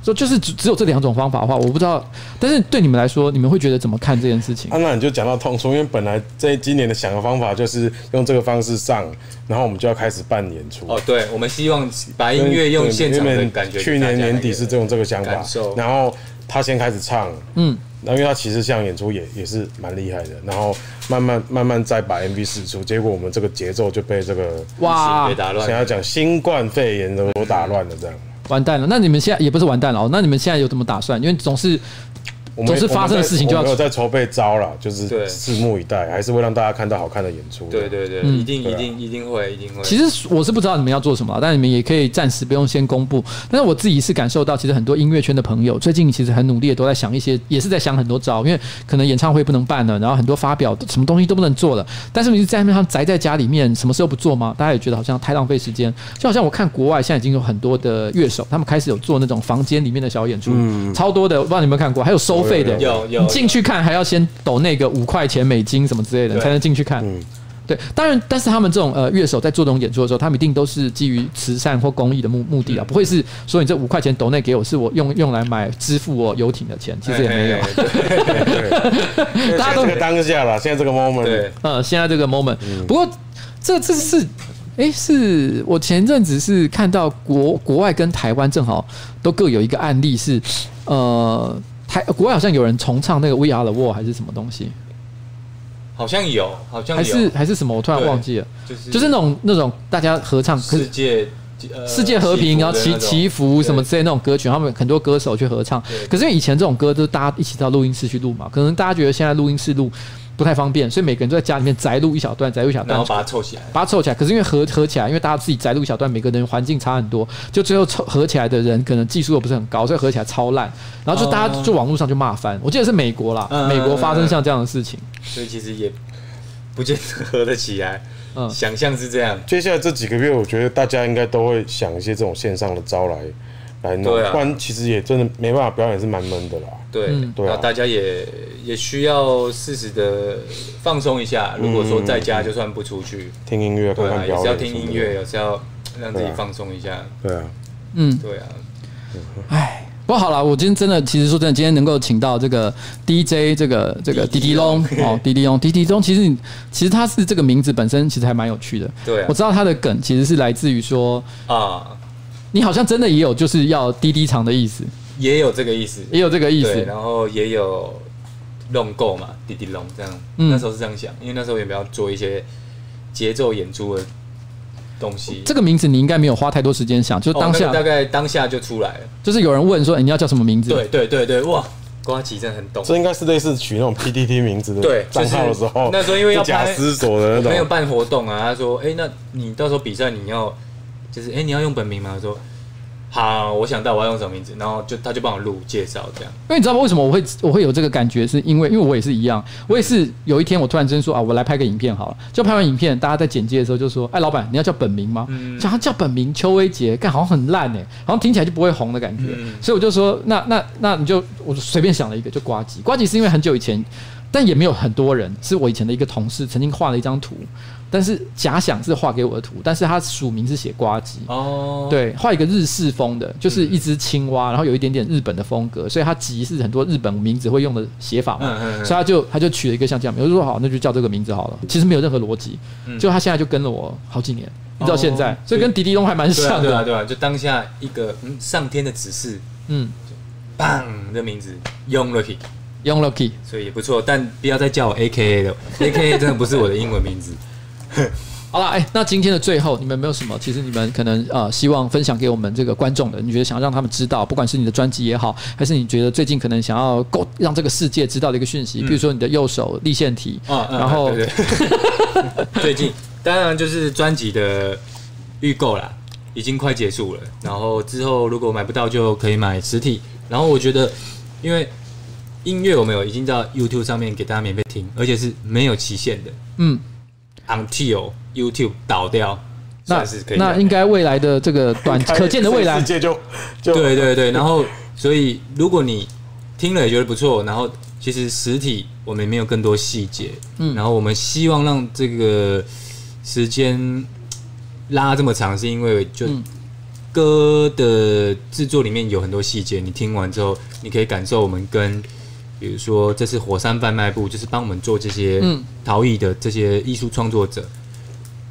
S1: 所以就是只只有这两种方法的话，我不知道。但是对你们来说，你们会觉得怎么看这件事情？
S5: 啊，那你就讲到痛处，因为本来这今年的想的方法就是用这个方式上，然后我们就要开始办演出。
S3: 哦，对，我们希望把音乐用
S5: 对
S3: 现场
S5: 因
S3: 的
S5: 为
S3: 感觉给
S5: 去
S3: 大家
S5: 年
S3: 那个。
S5: 年底是这种这个想法
S3: 感受，
S5: 然后他先开始唱，
S1: 嗯，
S5: 那因为他其实像演出也也是蛮厉害的，然后慢慢慢慢再把 MV 试出，结果我们这个节奏就被这个
S1: 哇
S3: 被，打
S5: 想要
S3: 乱。
S5: 讲新冠肺炎的都打乱了这样。
S1: 完蛋了！那你们现在也不是完蛋了哦，那你们现在有怎么打算？因为总是
S5: 我们
S1: 总是发生的事情就要
S5: 我们有在筹备招了，就
S3: 对
S5: 是拭目以待，还是会让大家看到好看的演出。
S3: 对对嗯对，啊一定一定一定会一定会。
S1: 其实我是不知道你们要做什么，但你们也可以暂时不用先公布。但是我自己是感受到，其实很多音乐圈的朋友最近其实很努力，的都在想一些，也是在想很多招，因为可能演唱会不能办了，然后很多发表什么东西都不能做了。但是你在那边上宅在家里面，什么事都不做吗？大家也觉得好像太浪费时间。就好像我看国外现在已经有很多的乐手，他们开始有做那种房间里面的小演出，超多的，我不知道你有没有看过，还有收费的，
S5: 有
S3: 嗯有有
S1: 你进去看还要先抖那个五块钱美金什么之类的，
S3: 对
S1: 才能进去看。对，当然，但是他们这种呃乐手在做这种演出的时候，他们一定都是基于慈善或公益的目目的
S3: 嗯
S1: 啊，不会是说你这五块钱抖内给我，是我用用来买支付我游艇的钱，其实也没有。
S3: 哎哎哎对
S5: 对，
S1: 大家都
S3: 嗯
S5: 现在这个当下啦，现在这个 moment，
S3: 对，嗯
S1: 呃，现在这个 moment，不过这这是，诶，是我前阵子是看到国国外跟台湾正好都各有一个案例是，呃，台国外好像有人重唱那个《We Are the World》还是什么东西，
S3: 好像有，好像
S1: 还
S3: 有，
S1: 是还是什么，我突然
S3: 对
S1: 忘记了，
S3: 就是
S1: 就是那种那种大家合唱，可
S3: 世
S1: 是
S3: 界、呃、
S1: 世界和平，然后祈祈福什么
S3: 之
S1: 之类那种歌曲，他们很多歌手去合唱
S3: 对。
S1: 可是因为以前这种歌都是大家一起到录音室去录嘛，可能大家觉得现在录音室录不太方便，所以每个人都在家里面宅录一小段，宅录一小
S3: 然
S1: 段
S3: 后，把它凑起来。
S1: 把它凑起来。可是因为合合起来，因为大家自己宅录一小段，每个人环境差很多，就最后凑合起来的人可能技术又不是很高，所以合起来超烂。然后就大家就网络上就骂翻。我记得是美国啦，
S3: 哦嗯
S1: 美国发生像这样的事情。
S3: 所以其实也不见得合得起来。
S1: 嗯
S3: 想象是这样，
S5: 接下来这几个月，我觉得大家应该都会想一些这种线上的招来来弄，
S3: 对啊
S5: 不然其实也真的没办法，表演是蛮闷的啦。
S3: 对，
S1: 嗯
S5: 对啊
S3: 然后大家也也需要适时的放松一下。如果说在家就算不出去，
S5: 听音乐、看
S3: 嗯对
S5: 看
S3: 啊，也
S5: 表演，
S3: 是要听音乐，，也是要让自己放松一下。
S5: 对啊，
S1: 嗯，
S3: 对啊，
S1: 唉。不过好了，我今天真的，其实说真的，今天能够请到这个 DJ 这个这个迪迪龙哦，迪
S3: [LAUGHS]
S1: 迪龙，迪迪龙，其实你其实他是这个名字本身其实还蛮有趣的。
S3: 对啊
S1: 我知道他的梗其实是来自于说，
S3: 啊，
S1: 你好像真的也有就是要滴滴长的意思，
S3: 也有这个意思，
S1: 也有这个意
S3: 对，
S1: 思。
S3: 然后也有弄够嘛，滴滴弄这样。
S1: 嗯
S3: 那时候是这样想，因为那时候也没有做一些节奏演出的东西。
S1: 这个名字你应该没有花太多时间想，就
S3: 哦
S1: 当
S3: 那
S1: 下、
S3: 个大概当下就出来了。
S1: 就是有人问说、欸你要叫什么名字？
S3: 对对对对，哇，瓜吉真的很懂。
S5: 这应该是类似取那种 PTT 名字的
S3: 对
S5: 账号的时
S3: 就
S5: 候
S3: 是，那时候因为要
S5: 不假
S3: 拍
S5: 思索的那
S3: 没有
S5: 种，
S3: 办活动啊，他说：“哎、那你到时候比赛你要就是哎、你要用本名吗？”我说：“好，我想到我要用什么名字。”然后就他就帮我录介绍这样。
S1: 因为你知道吗？为什么我会我会有这个感觉，是因为因为我也是一样，我也是有一天我突然之间说啊，我来拍个影片好了。就拍完影片，大家在剪接的时候就说，哎，老板你要叫本名吗？想要叫本名邱威杰，干好像很烂哎、好像听起来就不会红的感觉。所以我就说，那那那你就我就随便想了一个，就瓜吉。瓜吉是因为很久以前，但也没有很多人，是我以前的一个同事曾经画了一张图，但是假想是画给我的图，但是他署名是写瓜吉。
S3: 哦，嗯
S1: 对，画一个日式风的，就是一只青蛙，然后有一点点日本的风格，所以它集是很多日本名字会用的写法嘛，
S3: 嗯嗯嗯
S1: 所以他就他就取了一个像这样，我就说好，那就叫这个名字好了。其实没有任何逻辑，就他现在就跟了我好几年，一直到现在，
S3: 嗯哦
S1: 所以跟迪迪龙还蛮
S3: 对
S1: 像的。
S3: 啊，对啊，对啊，就当下一个嗯上天的指示，
S1: 嗯
S3: 棒的名字用了 k
S1: ，Young Lucky，
S3: 所以也不错，但不要再叫我 A K A 了，A K A 真的不是我的英文名字。
S1: 好了，哎、那今天的最后，你们有没有什么？其实你们可能呃，希望分享给我们这个观众的，你觉得想让他们知道，不管是你的专辑也好，还是你觉得最近可能想要够让这个世界知道的一个讯息，比如说你的右手立线体，
S3: 啊，嗯
S1: 然后
S3: 对对
S1: [LAUGHS]
S3: 最近当然就是专辑的预购啦，已经快结束了。然后之后如果买不到就可以买实体。然后我觉得，因为音乐我们有已经到 YouTube 上面给大家免费听，而且是没有期限的
S1: 嗯。
S3: ，until YouTube 倒掉，
S1: 那
S3: 算是可以
S1: 那
S3: 买
S1: 应该未来的这
S3: [LAUGHS]
S1: 个短可见的未来
S5: 世，界就就
S3: 对对对，然后所以如果你听了也觉得不错，然后其实实体我们也没有更多细节，嗯，然后我们希望让这个时间拉这么长，是因为就
S1: 嗯
S3: 歌的制作里面有很多细节，你听完之后，你可以感受我们跟。比如说，这是火山贩卖部，就是帮我们做这些
S1: 嗯
S3: 陶艺的这些艺术创作者，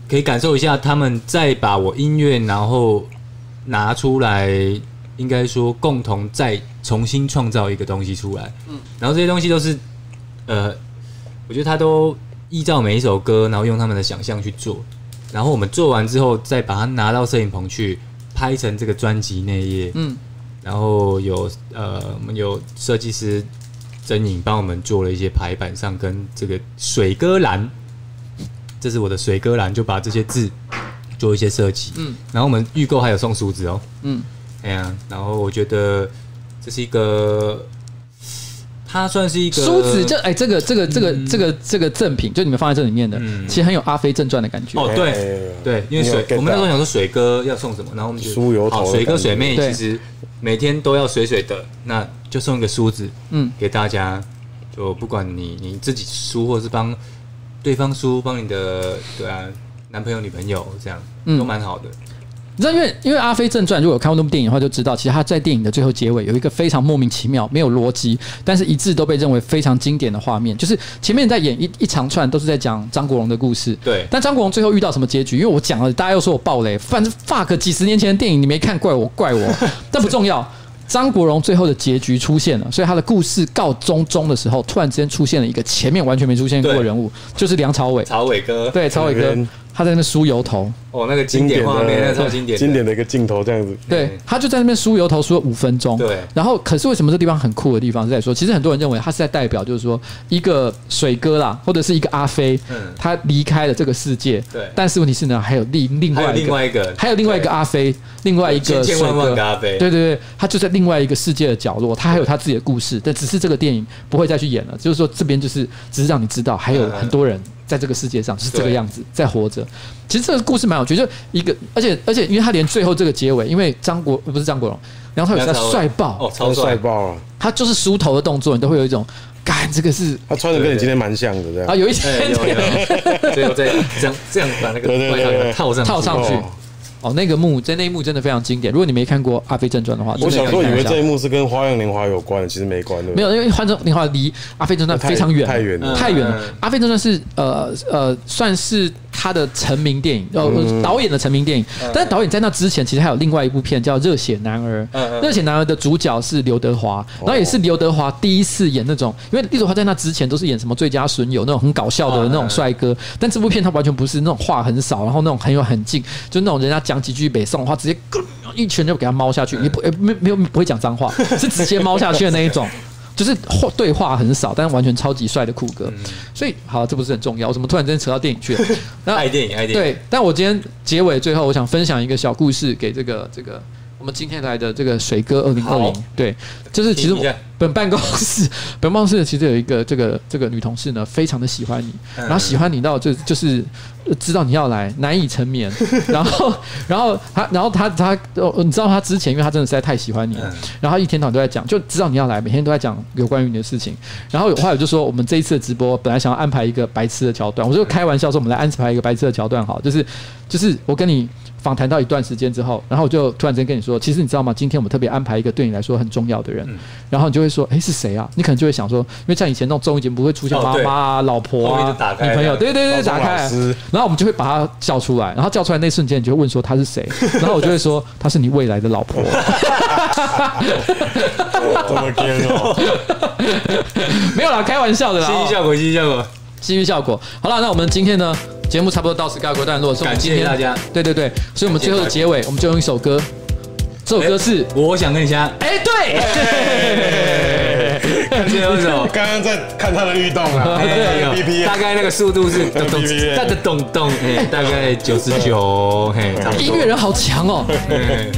S3: 可以感受一下他们再把我音乐，然后拿出来，应该说共同再重新创造一个东西出来。嗯，然后这些东西都是，呃，我觉得他都依照每一首歌，然后用他们的想象去做，然后我们做完之后再把它拿到摄影棚去拍成这个专辑内页。
S1: 嗯，
S3: 然后有呃，我们有设计师曾颖帮我们做了一些排版上跟这个水歌栏，这是我的水歌栏，就把这些字做一些设计。
S1: 嗯，
S3: 然后我们预购还有送梳子哦。
S1: 嗯，
S3: 哎呀、然后我觉得这是一个，它算是一个
S1: [LAUGHS] 梳子就哎，这个这个这个这个这个赠品，就你们放在这里面的，
S3: 嗯
S1: 其实很有《阿飞正传》的感觉。
S3: 哦，对、对，因为
S5: 哎你有
S3: 水
S5: get 到
S3: 我们那时候想说水哥要送什么，然后我们就
S5: 酥油头
S3: 好
S5: 的
S3: 水哥
S5: 感觉
S3: 水妹
S1: 对
S3: 其实每天都要水水的，那就送一个梳子，
S1: 嗯
S3: 给大家，就不管你你自己梳，或是帮对方梳，帮你的对啊男朋友女朋友这样，
S1: 嗯
S3: 都蛮好的。
S1: 你知道，因为因为《阿飞正传》，如果有看过那部电影的话，就知道其实他在电影的最后结尾有一个非常莫名其妙、没有逻辑，但是一致都被认为非常经典的画面，就是前面在演一一长串都是在讲张国荣的故事。
S3: 对
S1: 但张国荣最后遇到什么结局？因为我讲了，大家又说我暴雷，反正 fuck 几十年前的电影你没看，怪我怪
S3: [LAUGHS]
S1: 我，但不重要。张国荣最后的结局出现了，所以他的故事告终中的时候，突然之间出现了一个前面完全没出现过的
S3: 对
S1: 人物，就是梁朝伟。
S3: 曹伟哥，
S1: 对，朝伟哥
S5: 人，
S1: 他在那边梳油头，
S3: 哦，那个经
S5: 经典
S3: 典
S5: 的
S3: 画面，那超经典的，
S5: 经典的一个镜头这样子。
S1: 对
S3: 对，
S1: 他就在那边梳油头梳了五分钟。
S3: 嗯对
S1: 然后可是为什么这地方很酷的地方是在说，其实很多人认为他是在代表，就是说一个水哥啦，或者是一个阿飞，
S3: 嗯
S1: 他离开了这个世界。
S3: 对
S1: 但是问题是呢，还有另另
S3: 还有
S1: 外一
S3: 另
S1: 个。
S3: 外一个，
S1: 还有另外一个
S5: 啊
S3: 对
S1: 阿飞，另外一个
S3: 千千
S1: 水
S3: 万万
S1: 哥
S3: 个阿飞
S1: 对对对，他就在另外一个世界的角落，他还有他自己的故事，但只是这个电影不会再去演了，就是说这边就是只是让你知道，还有
S3: 嗯
S1: 很多人在这个世界上就是这个
S3: 对
S1: 样子在活着。其实这个故事蛮有趣，就一个，而且而且，因为他连最后这个结尾，因为张国不是张国荣，梁朝伟他
S3: 梁朝伟
S1: 帅爆，
S3: 哦，超帅
S5: 帅，爆了！
S1: 他就是梳头的动作，你都会有一种，干这个是
S5: 他穿的跟你今天蛮像的，这
S1: 啊，
S5: 样。
S1: 有一
S3: 哎，
S1: 点
S3: 有有，这个这样这样这样把那个
S5: 对对对
S3: 外
S5: 对
S3: 套
S5: 对
S3: 套上
S1: [LAUGHS] 套上
S3: 去
S1: 去。哦，那个幕在那一幕真的非常经典。如果你没看过《阿飞正传》的话，真
S5: 我
S1: 的
S5: 小
S1: 要
S5: 时候以
S1: 看
S5: 为
S1: 一下
S5: 这一幕是跟《花样年华》有关的，其实没关的。
S1: 没有，因为《幻中你华》离《阿飞正传》非常远，
S5: 太太远了
S1: 太远了。
S3: 嗯嗯
S1: 阿飞正传》是呃呃，算是他的成名电影，呃、
S5: 嗯
S1: 导演的成名电影。但是导演在那之前，其实还有另外一部片叫《热血男儿》。
S3: 嗯哦嗯
S1: 热血男儿》的主角是刘德华，然后也是刘德华第一次演那种，因为刘德华在那之前都是演什么最佳损友那种很搞笑的
S3: 嗯嗯
S1: 那种
S3: 嗯
S1: 帅哥，但这部片他完全不是那种话很少，然后那种很有很近，就那种人家讲几句北宋话，直接咕一拳就给他猫下
S3: 嗯
S1: 去，也不呃没没有不会讲脏
S3: [LAUGHS]
S1: 话，是直接猫下去的那一种。就是话对话很少，但完全超级帅的酷哥，
S3: 嗯
S1: 所以好，这不是很重要。我怎么突然间扯到电影去了？那
S3: 爱电影爱电影，
S1: 对，但我今天结尾最后，我想分享一个小故事给这个这个我们今天来的这个水哥二零二
S3: 好
S1: 零。对，就是其实
S3: 听一
S1: 我
S3: 下
S1: 本办公室本办公室其实有一个这个这个女同事呢，非常的喜欢你，
S3: 嗯
S1: 然后喜欢你到就就是呃知道你要来，难以成
S3: [LAUGHS]
S1: 眠。然后然后她然后她她哦你知道她之前，因为她真的实在太喜欢你了
S3: 嗯，
S1: 然后她一天到晚都在讲，就知道你要来，每天都在讲有关于你的事情。然后有后来我就说，我们这一次的直播本来想要安排一个白痴的桥段，我就开玩笑说我们来安排一个白痴的桥段好，就是就是我跟你。访谈到一段时间之后，然后我就突然间跟你说，其实你知道吗？今天我们特别安排一个对你来说很重要的
S3: 嗯
S1: 人，然后你就会说，诶，是谁啊？你可能就会想说，因为像以前那种综艺节目不会出现
S3: 哦
S1: 妈
S3: 对
S1: 妈啊、老婆
S3: 后
S1: 啊
S3: 面就打、开
S1: 女朋友，
S3: 了
S1: 对对对，
S5: 高中
S1: 打开
S5: 老
S1: 来
S5: 师，
S1: 然后我们就会把他叫出来，然后叫出来那瞬间，你就会问说他是
S3: [LAUGHS]
S1: 谁，然后我就会说他是你未来的老婆。
S5: 这么
S3: [LAUGHS]
S5: 天
S1: [LAUGHS]
S5: 哦，
S1: 没有啦，开玩笑的啦，
S3: 戏剧
S1: 哦
S3: 效果戏剧效果，
S1: 戏剧效果。好了，那我们今天呢节目差不多到此告一个段落，所以我们
S3: 感
S1: 今
S3: 谢
S1: 天
S3: 大家。
S1: 对对对，所以我们最后的结尾，我们就用一首歌，这首歌是
S3: 我想跟你
S5: [LAUGHS]
S3: 相，
S1: 哎、对。
S3: 看最后一首。
S5: 刚刚在看他的律动
S1: [LAUGHS]
S5: 啊，
S3: 哎
S5: 那个 BPM
S3: 大概那个速度是咚咚
S5: BPM
S3: 哒哒咚咚，哎，大概九十九，嘿，差不多
S1: 音乐人好强哦！
S3: 嘿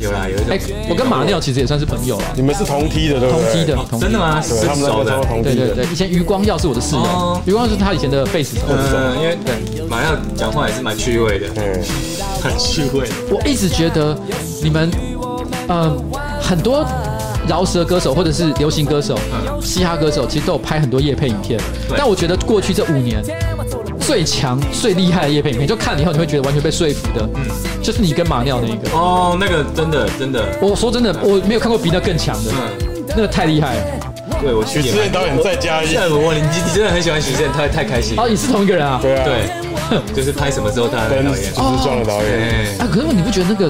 S3: 有啦，有一
S1: 哎、
S3: 种
S1: 我跟马尿其实也算是朋友了，
S5: 你们是同梯的对不
S1: 同梯
S5: 对？
S1: 的，同
S3: 真
S1: 梯
S3: 的吗？
S5: 对，
S3: 是
S5: 他们那
S3: 熟
S5: 个都
S3: 的
S5: 是。同
S1: 对
S5: 梯
S1: 对对
S5: 的。，
S1: 以前余光耀是我的室友
S3: 哦，
S1: 余光耀是他以前的贝斯手。
S3: 嗯，因为对马上讲话也是蛮趣味的，
S5: 嗯，
S3: 很趣味。
S1: 我一直觉得你们，嗯，很多饶舌歌手或者是流行歌手、嘻哈歌手，其实都有拍很多夜配影片。
S3: 嗯对
S1: 但我觉得过去这五年最强、最厉害的夜配影片，就看了以后你会觉得完全被说服的，
S3: 嗯
S1: 就是你跟马尿那一个。
S3: 哦，那个真的真的，
S1: 我说真的，我没有看过比那更强的，
S3: 嗯，
S1: 那个太厉害了。
S3: 对我去
S5: 许志
S3: 年
S5: 远导演再加一，
S3: 但我你你真的很喜欢许志远，他太开心。
S1: 哦，你是同一个人啊？
S5: 对啊，
S3: 对，就是拍什么时候他
S5: 跟
S3: 导
S5: 许
S3: 演
S5: 志。壮的导演，
S3: 哎，
S1: 啊，可是你不觉得那个，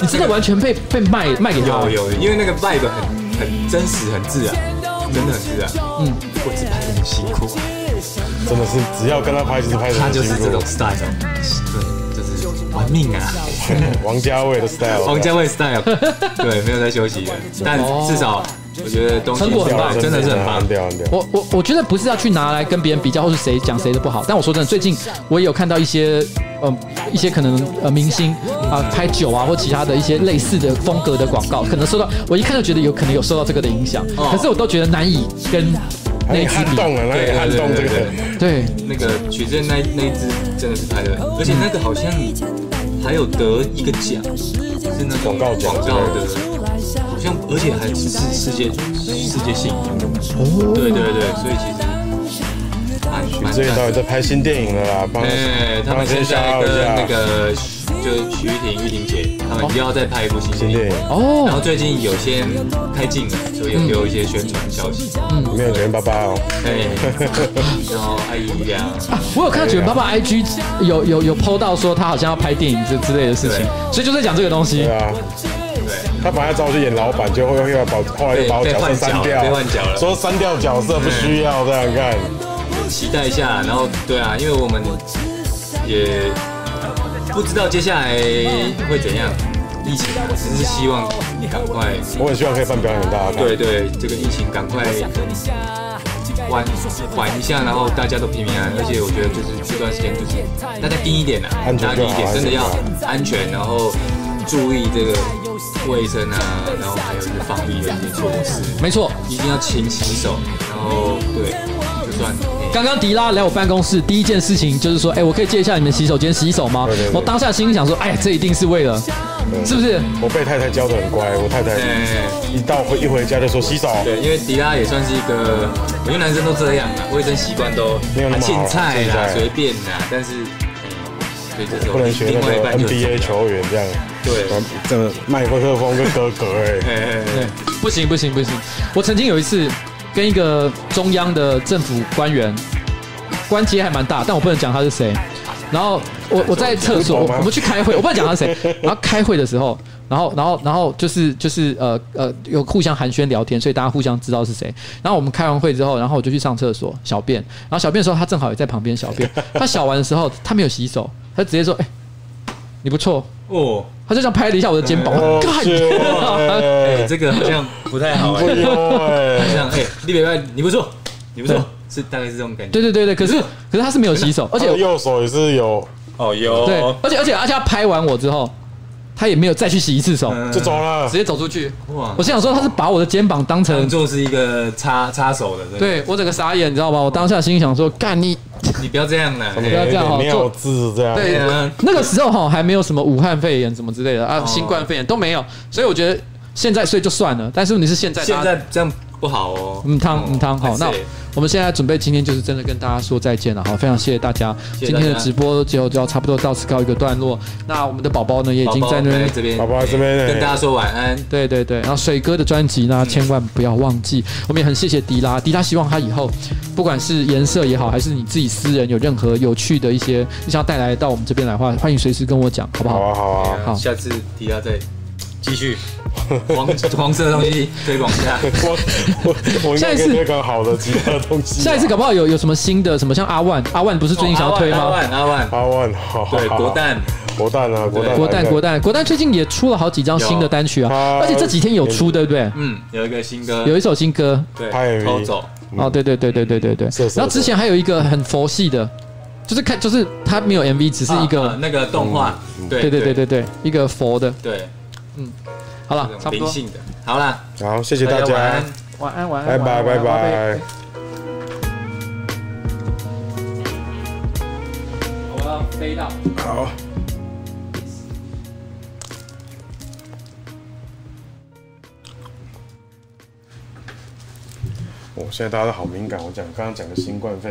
S1: 你真的完全被被卖卖给他
S3: 有？有，因为那个 vibe 很很真实，很自然，真的很自然。嗯，我只拍得很辛苦，
S5: 真的是只要跟他拍就是拍的
S3: 他
S5: 很
S3: 就
S5: 辛
S3: 是这种
S5: 苦。
S3: style，对，就是玩命啊，
S5: [LAUGHS] 王家卫的 style，
S3: 王家卫 style，对，没有在休息的，但至少我觉得东西
S1: 成果很棒
S3: 对真的是很棒
S5: 很。屌很屌。
S1: 我我我觉得不是要去拿来跟别人比较，或是谁讲谁的不好。但我说真的，最近我也有看到一些呃一些可能呃明星啊、拍酒啊或其他的一些类似的风格的广告，可能受到我一看就觉得有可能有受到这个的影响，可是我都觉得难以跟
S5: 还
S1: 那一
S5: 有
S1: 支
S5: 撼
S1: 比。
S5: 哦动啊，那
S3: 对
S5: 个撼
S3: 对
S5: 动
S3: 对
S5: 这
S3: 对
S5: 个
S3: 对。
S1: 对，
S3: 那个曲正那那一支真的是拍的，而且那个好像还有得一个奖，是那种
S5: 广告奖
S3: 广告的，好像而且还是世界世界性对对对，所以其实蛮蛮
S5: 这个导
S3: 赞。
S5: 演在拍新电影了啦，帮
S3: 哎，他
S5: 帮
S3: 们
S5: 先
S3: 现
S5: 消
S3: 在
S5: 耗一
S3: 跟那
S5: 下。
S3: 个就是徐玉婷、玉婷姐，他们又要再拍一部新
S5: 新电
S3: 电
S5: 影
S3: 影。然后
S1: 哦，
S3: 最近有些开镜了，所以有给我一些宣传消 [LAUGHS] 息。
S5: 里面有九零八八哦，
S3: 对，然后阿姨呀，
S1: 啊我有看到九零八八 IG 有有有 PO 到说他好像要拍电影这之类的事情，所以就在讲这个东西
S5: 对。啊，他本来找我去演老板，结果又又要把我后来又把我角色删掉，
S3: 被换角了
S5: 说删掉角色不需要这样看，
S3: 期待一下。然后对啊，因为我们也不知道接下来会怎样，疫情啊，只是希望赶快，
S5: 我很希望可以办表演给大家看。
S3: 对对，这个疫情赶快缓缓一下，然后大家都平平安安。而且我觉得就是这段时间就是大家低一点啊，
S5: 安全
S3: 大家低一点，
S5: 就好
S3: 真的要
S5: 安
S3: 安全，然后注意这个卫生啊，然后还有就是防疫的一些措施。
S1: 没错，
S3: 一定要勤洗手，然后对，就算哎
S1: 刚刚迪拉来我办公室，第一件事情就是说，哎、我可以借一下你们洗手间洗手吗
S5: 对对？对
S1: 我当下心里想说，哎，这一定是为了，是不是？
S5: 我被太太教的很乖，我太太
S3: 哎
S5: 一到回一回家就说洗手，
S3: 对，因为迪拉也算是一个，我觉得男生都这样啊，卫生习惯都
S5: 没有那么好
S3: 青菜
S5: 青
S3: 啦，
S5: 菜
S3: 随便啦，但是哎对这种
S5: 不能学
S3: 另
S5: 那
S3: 外一
S5: 个
S3: 半就很
S5: NBA 球员这样，呃
S3: 对，
S5: 这个麦克风跟哥哥哎，
S3: 哎，
S1: 对，不行不行不行！我曾经有一次跟一个中央的政府官员关节还蛮大，但我不能讲他是谁。然后我我在厕所，
S5: 你不是宝
S1: 我
S5: 吗
S1: 我们去开会，我不能讲他是
S5: [LAUGHS]
S1: 谁。然后开会的时候，然后然后然后就是就是呃呃有互相寒暄聊天，所以大家互相知道是谁。然后我们开完会之后，然后我就去上厕所小便，然后小便的时候他正好也在旁边小
S5: [LAUGHS]
S1: 便，他小完的时候他没有洗手，他直接说：“哎、你不错。
S3: 哦，”
S1: 他就这样拍了一下我的肩膀，
S5: 哦
S1: 我干
S5: 是
S3: 哎，
S1: 呃
S5: 哦，
S3: 这个好
S1: [LAUGHS]
S3: 像不太好哎
S5: 哎，呦
S3: 好
S5: 哎，
S3: 像哎，你别拜，你不错，你不错，是大概是这种感觉，
S1: 对对对对，可是可是他是没有洗手，而
S5: 而
S1: 且
S5: 且啊右手也是有，
S3: 哦
S1: 对
S3: 有，，
S1: 而且而且而且他拍完我之后，他也没有再去洗一次手，
S3: 嗯
S5: 就走了
S1: 直，接走出去。
S3: 哇
S1: 我，心想说他是把我的肩膀当
S3: 当
S1: 成，
S3: 做是一个插插手的，真的，
S1: 对我整个傻眼，你知道吗？我当下心里想说，干你
S3: 你不要这样啦，不哎
S1: 要这样哦
S5: 没有字这样，
S1: 对那个时候哈还没有什么武汉肺炎什么之类的
S3: 哦
S1: 啊，新冠肺炎都没有，所以我觉得现在所以就算了。但是问题是现在大家
S3: 现在这样不好哦。
S1: 嗯汤嗯汤好，那
S3: 谢谢
S1: 我们现在准备今天就是真的跟大家说再见了，好，非常谢谢大家，
S3: 谢谢
S1: 今
S3: 大家
S1: 天的直播就就要差不多到此告一个段落。那我们的宝宝呢也已经
S3: 宝宝
S1: 在那边
S3: 在这边，哎
S5: 宝宝在这边哎
S3: 跟大家说晚安。
S1: 对对对，然后水哥的专辑呢，千万不要忘记。我们也很谢谢迪拉，迪拉希望他以后，不管是颜色也好，还是你自己私人有任何有趣的一些，你想要带来到我们这边来的话，欢迎随时跟我讲，好不好？
S5: 好啊好
S3: [LAUGHS]
S5: 啊，
S1: 好
S3: 下次提到再
S1: [LAUGHS]
S3: 继续黄黄色的东西推广一下。
S5: 我我我应该
S1: 下一次
S5: 跟那个好的其他东西啊，
S1: 下一次搞不好有有什么新的，什么像阿万，阿万不是最近想要推
S3: 阿
S1: 吗？
S3: 万阿万，阿万
S5: 阿万，好，好
S3: 对
S5: 好
S3: 国蛋
S5: 国蛋啊，国
S1: 国
S5: 蛋，
S1: 蛋，国
S5: 蛋，
S1: 蛋，国蛋最近也出了好几张新的单曲啊
S5: 有，
S1: 而且这几天有出，对不对？
S3: 嗯，有一个新歌，
S1: 有一首新歌，
S3: 对
S5: 拍 MV
S3: 偷走，
S1: 哦，对对对对对对对
S3: 嗯
S5: 是。是
S1: 然后之前还有一个很佛系的，就是看，就是他没有 MV，只是一
S3: 啊啊
S1: 个，
S3: 那个动画，对
S5: 嗯
S1: 对对对
S3: 对
S1: 对对，一个佛的。
S3: 对，
S1: 好了
S3: 这，
S1: 差不
S3: 种灵
S1: 多。
S3: 性的。好啦，
S5: 好，谢谢大
S3: 晚安
S5: 家，
S1: 晚安，晚
S5: 拜
S1: 安，
S5: 拜拜
S1: 晚安。晚安
S5: 拜。
S1: 我要飞到。
S5: 好。哦我现在大家都好敏感，我讲刚刚讲的新冠肺炎。